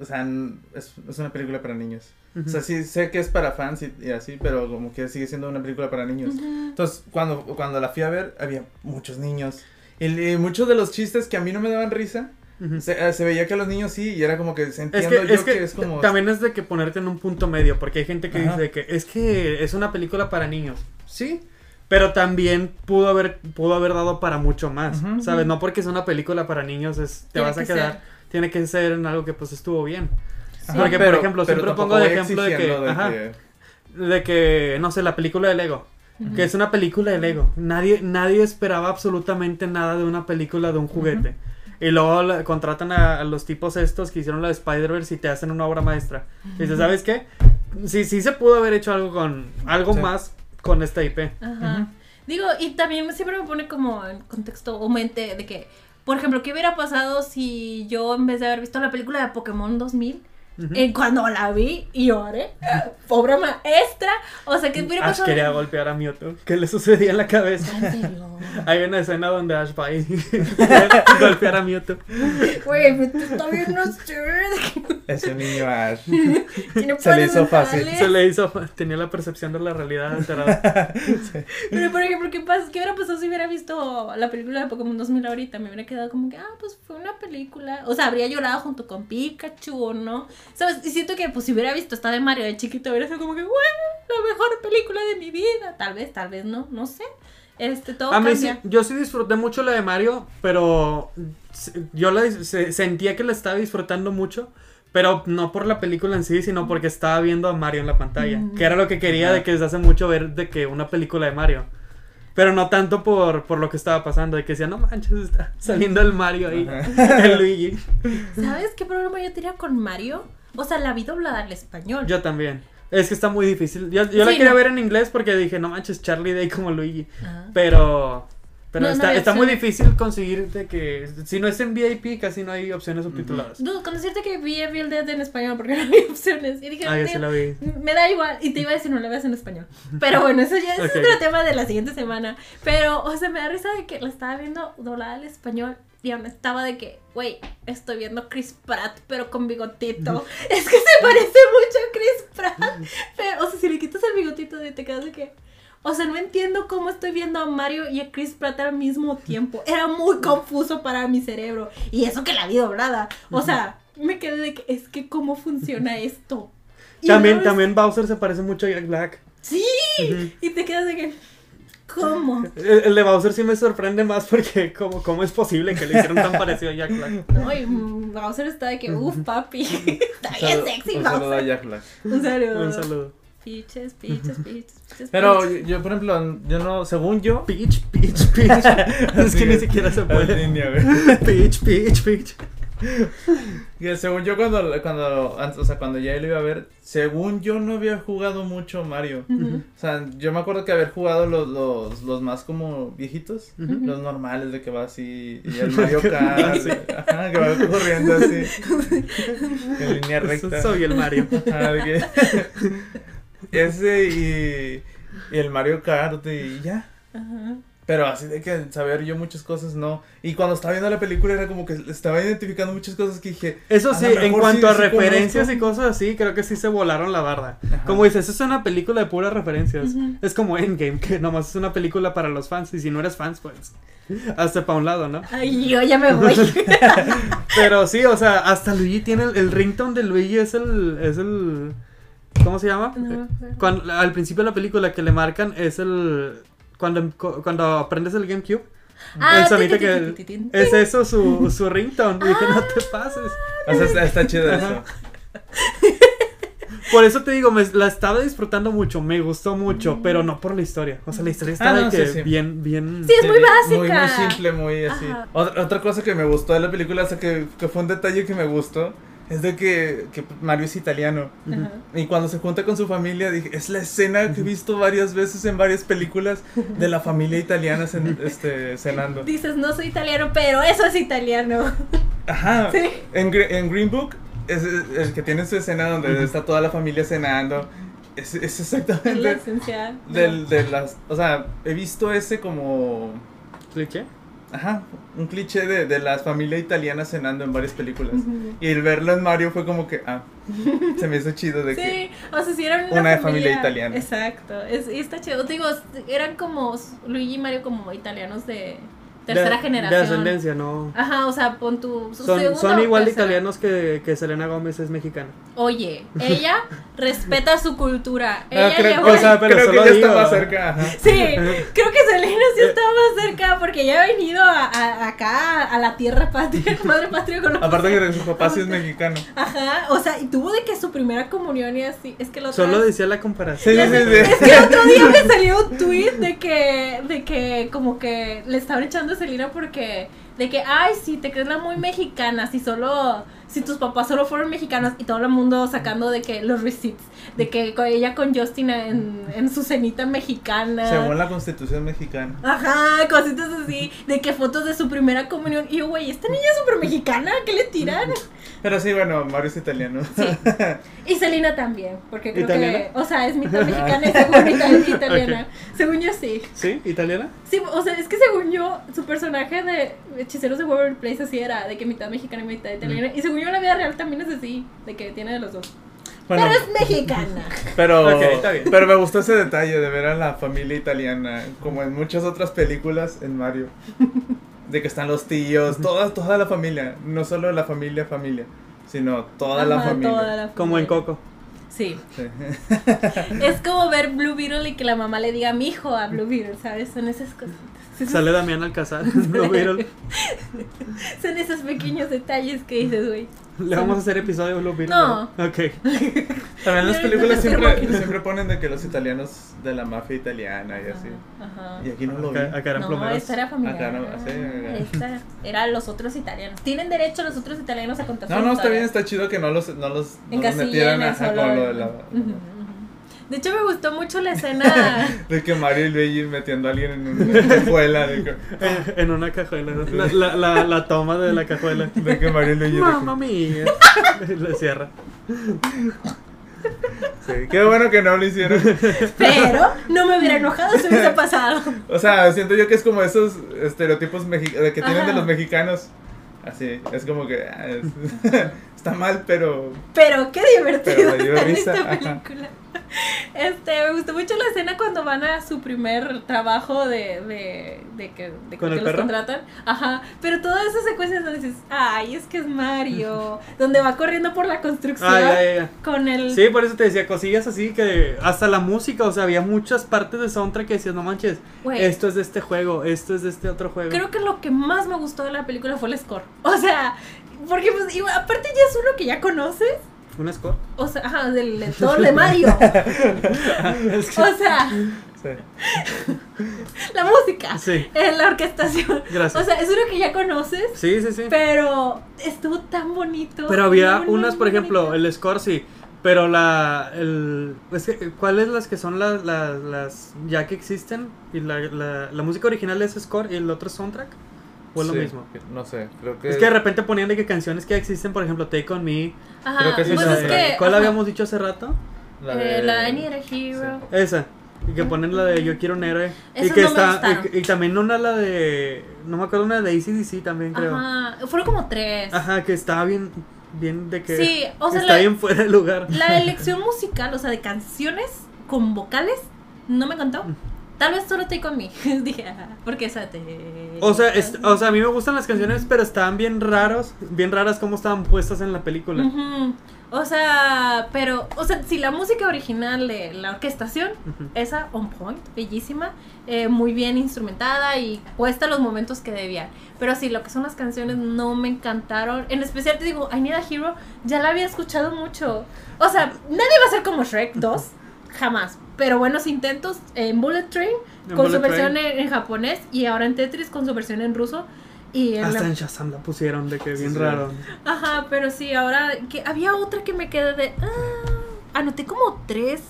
[SPEAKER 2] o sea, n- es, es una película para niños.
[SPEAKER 1] Ujú.
[SPEAKER 2] O sea, sí sé que es para fans y, y así, pero como que sigue siendo una película para niños.
[SPEAKER 3] ujú.
[SPEAKER 2] Entonces, cuando, cuando la fui a ver, había muchos niños. Y, y muchos de los chistes que a mí no me daban risa,
[SPEAKER 1] Ujú.
[SPEAKER 2] se, eh, se veía que a los niños sí, y era como que se
[SPEAKER 1] Es
[SPEAKER 2] entiendo
[SPEAKER 1] que,
[SPEAKER 2] yo
[SPEAKER 1] es que,
[SPEAKER 2] es como...
[SPEAKER 1] también es de que ponerte en un punto medio, porque hay gente que
[SPEAKER 2] Ajá.
[SPEAKER 1] dice que es que es una película para niños, sí, pero también pudo haber pudo haber dado para mucho más,
[SPEAKER 2] Ujú.
[SPEAKER 1] ¿sabes? No porque es una película para niños es te
[SPEAKER 3] Tiene
[SPEAKER 1] vas a
[SPEAKER 3] que
[SPEAKER 1] quedar,
[SPEAKER 3] ser.
[SPEAKER 1] tiene que ser en algo que pues estuvo bien.
[SPEAKER 2] Ajá,
[SPEAKER 1] porque, por
[SPEAKER 2] pero-
[SPEAKER 1] ejemplo,
[SPEAKER 2] pero
[SPEAKER 1] siempre
[SPEAKER 2] tampoco
[SPEAKER 1] pongo de
[SPEAKER 2] voy
[SPEAKER 1] ejemplo de que-
[SPEAKER 2] exigiendo
[SPEAKER 1] ajá. De que no sé, la película de Lego, que es una película de Lego. Nadie nadie esperaba absolutamente nada de una película de un juguete. Y luego la- contratan a, a los tipos estos que hicieron la de Spider-Verse y te hacen una obra maestra. Y dices, ¿sabes qué? Sí, sí se pudo haber hecho algo con algo
[SPEAKER 2] Sí.
[SPEAKER 1] más con esta IP.
[SPEAKER 3] Ajá. Digo, y también siempre me pone como en contexto o mente de que, Por ejemplo, ¿qué hubiera pasado si yo en vez de haber visto la película de Pokémon 2000,
[SPEAKER 1] Ujú.
[SPEAKER 3] eh, cuando la vi y lloré, obra maestra, o sea, ¿qué hubiera
[SPEAKER 1] Ash
[SPEAKER 3] pasado?
[SPEAKER 1] quería golpear a Mewtwo. ¿Qué le sucedía en la cabeza?
[SPEAKER 3] ¿En serio?
[SPEAKER 1] Hay una escena donde Ash va y quiere golpear a Mewtwo.
[SPEAKER 3] Güey, pues, está bien, no sé,
[SPEAKER 2] Ese niño Ash.
[SPEAKER 3] tiene
[SPEAKER 2] Se le hizo
[SPEAKER 3] pares
[SPEAKER 2] fácil.
[SPEAKER 3] mentales.
[SPEAKER 1] Se le hizo, tenía la percepción de la realidad alterada.
[SPEAKER 3] Pero, por ejemplo, ¿qué, pas- ¿qué hubiera pasado si hubiera visto la película de Pokémon 2000 ahorita? Me hubiera quedado como que, ah, pues fue una película. O sea, habría llorado junto con Pikachu o no. ¿Sabes? Y siento que, pues, si hubiera visto esta de Mario de chiquito, hubiera sido como que, bueno, la mejor película de mi vida. Tal vez, tal vez no, no sé. Este, todo
[SPEAKER 1] A mí sí,
[SPEAKER 3] cambia.
[SPEAKER 1] yo sí disfruté mucho la de Mario, pero se- yo la, dis- se- sentía que la estaba disfrutando mucho. Pero no por la película en sí, sino porque estaba viendo a Mario en la pantalla.
[SPEAKER 3] Mm.
[SPEAKER 1] Que era lo que quería de que desde hace mucho ver de que una película de Mario. Pero no tanto por, por lo que estaba pasando. De que decía, no manches, está saliendo el Mario ahí.
[SPEAKER 2] Ajá.
[SPEAKER 1] El Luigi.
[SPEAKER 3] ¿Sabes qué problema yo tenía con Mario? O sea, la vi doblada al español.
[SPEAKER 1] Yo también. Es que está muy difícil. Yo, yo la
[SPEAKER 3] Sí,
[SPEAKER 1] quería
[SPEAKER 3] no.
[SPEAKER 1] ver en inglés porque dije, no manches, Charlie Day como Luigi.
[SPEAKER 3] Ah.
[SPEAKER 1] Pero. Pero
[SPEAKER 3] No, no
[SPEAKER 1] está,
[SPEAKER 3] había
[SPEAKER 1] está muy
[SPEAKER 3] opción.
[SPEAKER 1] difícil conseguir de que. Si no es en VIP, casi no hay opciones subtituladas.
[SPEAKER 3] Dude, con decirte que vi Evil Dead en español porque no había opciones. Y dije,
[SPEAKER 1] Ah, yo
[SPEAKER 3] "Tío,
[SPEAKER 1] sí la vi.
[SPEAKER 3] Me da igual, y te iba a decir, no la veas en español. Pero bueno, eso ya es
[SPEAKER 1] Ok.
[SPEAKER 3] otro tema de la siguiente semana. Pero, o sea, me da risa de que la estaba viendo doblada al español y aún estaba de que, güey, estoy viendo Chris Pratt, pero con bigotito. es que se parece mucho a Chris Pratt. Pero, o sea, si le quitas el bigotito, de- te quedas de que. O sea, no entiendo cómo estoy viendo a Mario y a Chris Pratt al mismo tiempo. Era muy confuso para mi cerebro. Y eso que la vi doblada. O sea, me quedé de que, es que, ¿cómo funciona esto? Y
[SPEAKER 1] También,
[SPEAKER 3] luego es-
[SPEAKER 1] también Bowser se parece mucho a Jack Black.
[SPEAKER 3] Sí, y te quedas de que. ¿Cómo?
[SPEAKER 1] El, el de Bowser sí me sorprende más porque, como ¿cómo es posible que le hicieron tan parecido a Jack Black?
[SPEAKER 3] No, y mm, Bowser está de que, uff, papi. Está bien sexy,
[SPEAKER 2] Un saludo a
[SPEAKER 3] Bowser.
[SPEAKER 2] Jack Black.
[SPEAKER 3] Un saludo.
[SPEAKER 1] Un saludo.
[SPEAKER 3] Piches, piches, piches, piches.
[SPEAKER 2] Pero
[SPEAKER 3] piches.
[SPEAKER 2] yo, yo, por ejemplo, yo no, según yo.
[SPEAKER 1] Peach, Peach, Peach. es que ni siquiera se puede. Peach, Peach, Peach.
[SPEAKER 2] Que según yo, cuando, cuando, antes, o sea, cuando ya lo iba a ver, según yo no había jugado mucho Mario.
[SPEAKER 3] Ujú.
[SPEAKER 2] O sea, yo me acuerdo que haber jugado los, los, los más como viejitos,
[SPEAKER 1] Ujú.
[SPEAKER 2] los normales de que va así, y el Mario Kart, así, ajá, que va corriendo así, en línea recta.
[SPEAKER 1] Soy el Mario.
[SPEAKER 2] Ajá, de que- Ese y, y el Mario Kart y ya.
[SPEAKER 3] Ajá.
[SPEAKER 2] Pero así de que saber yo muchas cosas no. Y cuando estaba viendo la película era como que estaba identificando muchas cosas que dije,
[SPEAKER 1] Eso
[SPEAKER 2] A
[SPEAKER 1] sí,
[SPEAKER 2] lo mejor
[SPEAKER 1] en cuanto
[SPEAKER 2] sí-
[SPEAKER 1] a
[SPEAKER 2] sí
[SPEAKER 1] referencias
[SPEAKER 2] conozco.
[SPEAKER 1] y cosas así, creo que sí se volaron la barda.
[SPEAKER 2] Ajá.
[SPEAKER 1] Como dices, es una película de puras referencias.
[SPEAKER 3] Ujú.
[SPEAKER 1] Es como Endgame, que nomás es una película para los fans. Y si no eres fans, pues hasta para un lado, ¿no?
[SPEAKER 3] Ay, yo ya me voy.
[SPEAKER 1] Pero sí, o sea, hasta Luigi tiene el, el ringtone de Luigi es el. Es el ¿Cómo se llama?
[SPEAKER 3] No me acuerdo.
[SPEAKER 1] Cuando- al principio de la película que le marcan es el. Cuando, em, cuando aprendes el GameCube,
[SPEAKER 3] Ah,
[SPEAKER 1] el sonido
[SPEAKER 3] ti, ti,
[SPEAKER 1] que.
[SPEAKER 3] ti, ti, ti, ti.
[SPEAKER 1] Es eso su, su ringtone. Dije, no te pases.
[SPEAKER 2] o sea, está, está chido eso.
[SPEAKER 1] Ajá. Por eso te digo, me, la estaba disfrutando mucho, me gustó mucho, pero no por la historia. O sea, la historia está
[SPEAKER 2] Ah,
[SPEAKER 1] de
[SPEAKER 2] no,
[SPEAKER 1] que
[SPEAKER 2] sí, sí.
[SPEAKER 1] bien, bien.
[SPEAKER 3] Sí, es muy
[SPEAKER 2] Sí,
[SPEAKER 3] básica.
[SPEAKER 2] Muy, muy simple, muy así.
[SPEAKER 3] Ajá.
[SPEAKER 2] Otra, otra cosa que me gustó de la película, o sea, que, que fue un detalle que me gustó, es de que, que Mario es italiano.
[SPEAKER 3] Ajá.
[SPEAKER 2] Y cuando se junta con su familia, dije, es la escena que he visto varias veces en varias películas de la familia italiana cen- este, cenando.
[SPEAKER 3] Dices, no soy italiano, pero eso es italiano.
[SPEAKER 2] Ajá.
[SPEAKER 3] Sí.
[SPEAKER 2] En, Gre- en Green Book es el el que tiene su escena donde está toda la familia cenando. Es, es
[SPEAKER 3] Es lo
[SPEAKER 2] exactamente
[SPEAKER 3] esencial.
[SPEAKER 2] del, de las... O sea, he visto ese como...
[SPEAKER 1] ¿Cliché?
[SPEAKER 2] Ajá, un cliché de, de las familias italianas cenando en varias películas.
[SPEAKER 3] Ujú.
[SPEAKER 2] Y el verlo en Mario fue como que, ah, se me hizo chido de que...
[SPEAKER 3] Sí, o sea, si eran una,
[SPEAKER 2] Una de familia italiana.
[SPEAKER 3] Exacto, es, y está chido. Digo, eran como s- Luigi y Mario como italianos de tercera
[SPEAKER 1] De-
[SPEAKER 3] generación.
[SPEAKER 1] De ascendencia, no.
[SPEAKER 3] Ajá, o sea, pon tu. su
[SPEAKER 1] Son,
[SPEAKER 3] segundo
[SPEAKER 1] son
[SPEAKER 3] o
[SPEAKER 1] igual de
[SPEAKER 3] tercera.
[SPEAKER 1] italianos que, que Selena Gómez es mexicana.
[SPEAKER 3] Oye, ella respeta su cultura.
[SPEAKER 2] Ah,
[SPEAKER 3] Ella
[SPEAKER 2] creo,
[SPEAKER 3] llevó-
[SPEAKER 1] o sea, pero
[SPEAKER 2] creo que
[SPEAKER 1] solo
[SPEAKER 2] ya
[SPEAKER 1] digo.
[SPEAKER 2] está más cerca. ajá.
[SPEAKER 3] Sí, creo que Selena sí estaba más cerca porque ya ha venido a, a- acá a la tierra patria, madre patria con
[SPEAKER 2] Aparte que su papá sí es mexicano.
[SPEAKER 3] Ajá, o sea, y tuvo de que su primera comunión y así. Es que lo
[SPEAKER 1] Solo decía la comparación.
[SPEAKER 2] Sí, sí, sí, sí.
[SPEAKER 3] Es que el otro día me salió un tweet de que, de que como que le estaban echando a Selena porque, de que, ay, sí, te crees la muy mexicana, si solo, si tus papás solo fueron mexicanos y todo el mundo sacando de que los receipts, de que con ella con Justin en, en su cenita mexicana.
[SPEAKER 2] Según la constitución mexicana.
[SPEAKER 3] Ajá, cositas así, de que fotos de su primera comunión. Y yo, güey, esta niña es súper mexicana, ¿qué le tiran?
[SPEAKER 2] Pero sí, bueno, Mario es italiano.
[SPEAKER 3] Sí. Y Selena también, porque creo
[SPEAKER 1] ¿Italiana?
[SPEAKER 3] que, o sea, es mitad mexicana y según mitad italiana. Según yo sí.
[SPEAKER 1] ¿Sí? ¿Italiana?
[SPEAKER 3] Sí, o sea, es que según yo, su personaje de Hechiceros de Waverly Place así era, de que mitad mexicana y mitad italiana. Y según yo, en la vida real también es así, de que tiene de los dos.
[SPEAKER 2] Bueno,
[SPEAKER 3] Pero es mexicana.
[SPEAKER 2] pero,
[SPEAKER 1] Ok, está bien.
[SPEAKER 2] pero me gustó ese detalle de ver a la familia italiana, como en muchas otras películas en Mario. De que están los tíos, toda, toda la familia, no solo la familia familia, sino toda la
[SPEAKER 3] Ajá,
[SPEAKER 2] familia.
[SPEAKER 3] toda la
[SPEAKER 1] Como en
[SPEAKER 3] familia.
[SPEAKER 1] Coco.
[SPEAKER 3] Sí.
[SPEAKER 2] Sí.
[SPEAKER 3] Es como ver Blue Beetle y que la mamá le diga mi hijo a Blue Beetle, ¿sabes? Son esas cositas.
[SPEAKER 1] Sale Damián Alcázar. Lo vieron.
[SPEAKER 3] Son esos pequeños detalles que dices, güey.
[SPEAKER 1] Le vamos a hacer episodio de Blue Beetle,
[SPEAKER 3] No.
[SPEAKER 1] ¿verdad? Ok.
[SPEAKER 2] También las
[SPEAKER 3] Yo
[SPEAKER 2] películas
[SPEAKER 3] ahorita me
[SPEAKER 2] siempre,
[SPEAKER 3] enfermo.
[SPEAKER 2] siempre ponen de que los italianos de la mafia italiana y así.
[SPEAKER 3] Ajá.
[SPEAKER 2] Y Ah, aquí no lo vi.
[SPEAKER 1] Acá, acá eran
[SPEAKER 3] No,
[SPEAKER 1] plomeros.
[SPEAKER 3] esta era familiar.
[SPEAKER 2] Acá no, sí, acá.
[SPEAKER 3] Esta era los otros italianos. Tienen derecho los otros italianos a contar
[SPEAKER 2] No,
[SPEAKER 3] su
[SPEAKER 2] no, está
[SPEAKER 3] historia.
[SPEAKER 2] bien, está chido que no los, no los, no los
[SPEAKER 3] Encasillen
[SPEAKER 2] metieran
[SPEAKER 3] en
[SPEAKER 2] ajá,
[SPEAKER 3] solo-
[SPEAKER 2] con lo de la...
[SPEAKER 3] Ujú, ujú. De hecho, me gustó mucho la escena.
[SPEAKER 2] De que Mario y Luigi metiendo a alguien en una cajuela. De que,
[SPEAKER 1] Eh, En una cajuela. La, la, la, la toma de la cajuela.
[SPEAKER 2] de que Mario y Luigi. de que-
[SPEAKER 1] Mamma mía. Le cierra.
[SPEAKER 2] sí, qué bueno que no lo hicieron.
[SPEAKER 3] pero no me hubiera enojado si hubiese pasado.
[SPEAKER 2] O sea, siento yo que es como esos estereotipos mexi- de que tienen
[SPEAKER 3] Ajá.
[SPEAKER 2] de los mexicanos. Así, es como que ah, es- está mal, pero
[SPEAKER 3] Pero qué divertido
[SPEAKER 2] Pero me dio
[SPEAKER 3] está en
[SPEAKER 2] risa,
[SPEAKER 3] esta
[SPEAKER 2] ajá.
[SPEAKER 3] película. Este, me gustó mucho la escena cuando van a su primer trabajo de, de, de que, de
[SPEAKER 1] ¿Con
[SPEAKER 3] que
[SPEAKER 1] el
[SPEAKER 3] los
[SPEAKER 1] perro?
[SPEAKER 3] contratan. Ajá. Pero todas esas secuencias donde dices, ay, es que es Mario. donde va corriendo por la construcción
[SPEAKER 1] Ah, ya, ya, ya.
[SPEAKER 3] con el.
[SPEAKER 1] Sí, por eso te decía cosillas así que hasta la música, o sea, había muchas partes de soundtrack que decías, no manches,
[SPEAKER 3] Güey.
[SPEAKER 1] esto es de este juego, esto es de este otro juego.
[SPEAKER 3] Creo que lo que más me gustó de la película fue el score. O sea, porque pues, y aparte ya es uno que ya conoces.
[SPEAKER 1] ¿Un score?
[SPEAKER 3] O sea, ajá, del del todo de Mario.
[SPEAKER 1] Es que-
[SPEAKER 3] O sea,
[SPEAKER 2] sí.
[SPEAKER 3] la música.
[SPEAKER 1] Sí.
[SPEAKER 3] eh, la orquestación.
[SPEAKER 1] Gracias.
[SPEAKER 3] O sea, es uno que ya conoces,
[SPEAKER 1] sí, sí, sí.
[SPEAKER 3] pero estuvo tan bonito.
[SPEAKER 1] Pero había
[SPEAKER 3] No, no,
[SPEAKER 1] unas, por
[SPEAKER 3] no,
[SPEAKER 1] ejemplo,
[SPEAKER 3] bonito.
[SPEAKER 1] el score sí, pero la, el, es que, ¿cuáles las que son las, las, las ya que existen? Y la, la, la música original es score y el otro es soundtrack, o es
[SPEAKER 2] Sí,
[SPEAKER 1] lo mismo.
[SPEAKER 2] No sé, creo que...
[SPEAKER 1] Es que de repente ponían de que canciones que ya existen, por ejemplo, Take On Me.
[SPEAKER 3] Ajá,
[SPEAKER 2] creo que sí
[SPEAKER 3] pues
[SPEAKER 1] y la
[SPEAKER 3] es
[SPEAKER 1] de-
[SPEAKER 3] que.
[SPEAKER 1] ¿Cuál
[SPEAKER 3] ajá,
[SPEAKER 1] habíamos dicho hace rato?
[SPEAKER 3] eh, la de I Need a Hero.
[SPEAKER 1] Esa. Y que ponen la de Yo quiero un héroe. y
[SPEAKER 3] Esas
[SPEAKER 1] que
[SPEAKER 3] no me
[SPEAKER 1] está.
[SPEAKER 3] gustaron.
[SPEAKER 1] y, y también una la de. No me acuerdo, una de ACDC también creo. Ajá.
[SPEAKER 3] Ajá, fueron como tres.
[SPEAKER 1] que estaba bien. Bien de que.
[SPEAKER 3] Sí, o sea,
[SPEAKER 1] Ah, Está
[SPEAKER 3] la-
[SPEAKER 1] bien fuera de lugar.
[SPEAKER 3] La elección musical, o sea, de canciones con vocales, no me contó.
[SPEAKER 1] Mm.
[SPEAKER 3] Tal vez solo Take On Me. Dije, ah, porque esa te.
[SPEAKER 1] O sea, es- o sea, a mí me gustan las canciones, pero estaban bien raros. Bien raras como estaban puestas en la película.
[SPEAKER 3] Ujú. O sea, pero, o sea, si la música original de la orquestación,
[SPEAKER 1] Ujú.
[SPEAKER 3] esa on point, bellísima, eh, muy bien instrumentada y puesta los momentos que debía. Pero sí, lo que son las canciones no me encantaron. En especial te digo, I Need a Hero, ya la había escuchado mucho. O sea, nadie va a ser como Shrek 2, jamás. Pero buenos intentos en Bullet Train,
[SPEAKER 1] En
[SPEAKER 3] con
[SPEAKER 1] Bullet
[SPEAKER 3] su versión
[SPEAKER 1] Train.
[SPEAKER 3] en, en japonés, y ahora en Tetris con su versión en ruso. Y en
[SPEAKER 1] Hasta
[SPEAKER 3] la-
[SPEAKER 1] en Shazam la pusieron de que bien
[SPEAKER 2] sí.
[SPEAKER 1] raro.
[SPEAKER 3] Ajá, pero sí, ahora que había otra que me quedé de. ah, anoté como tres.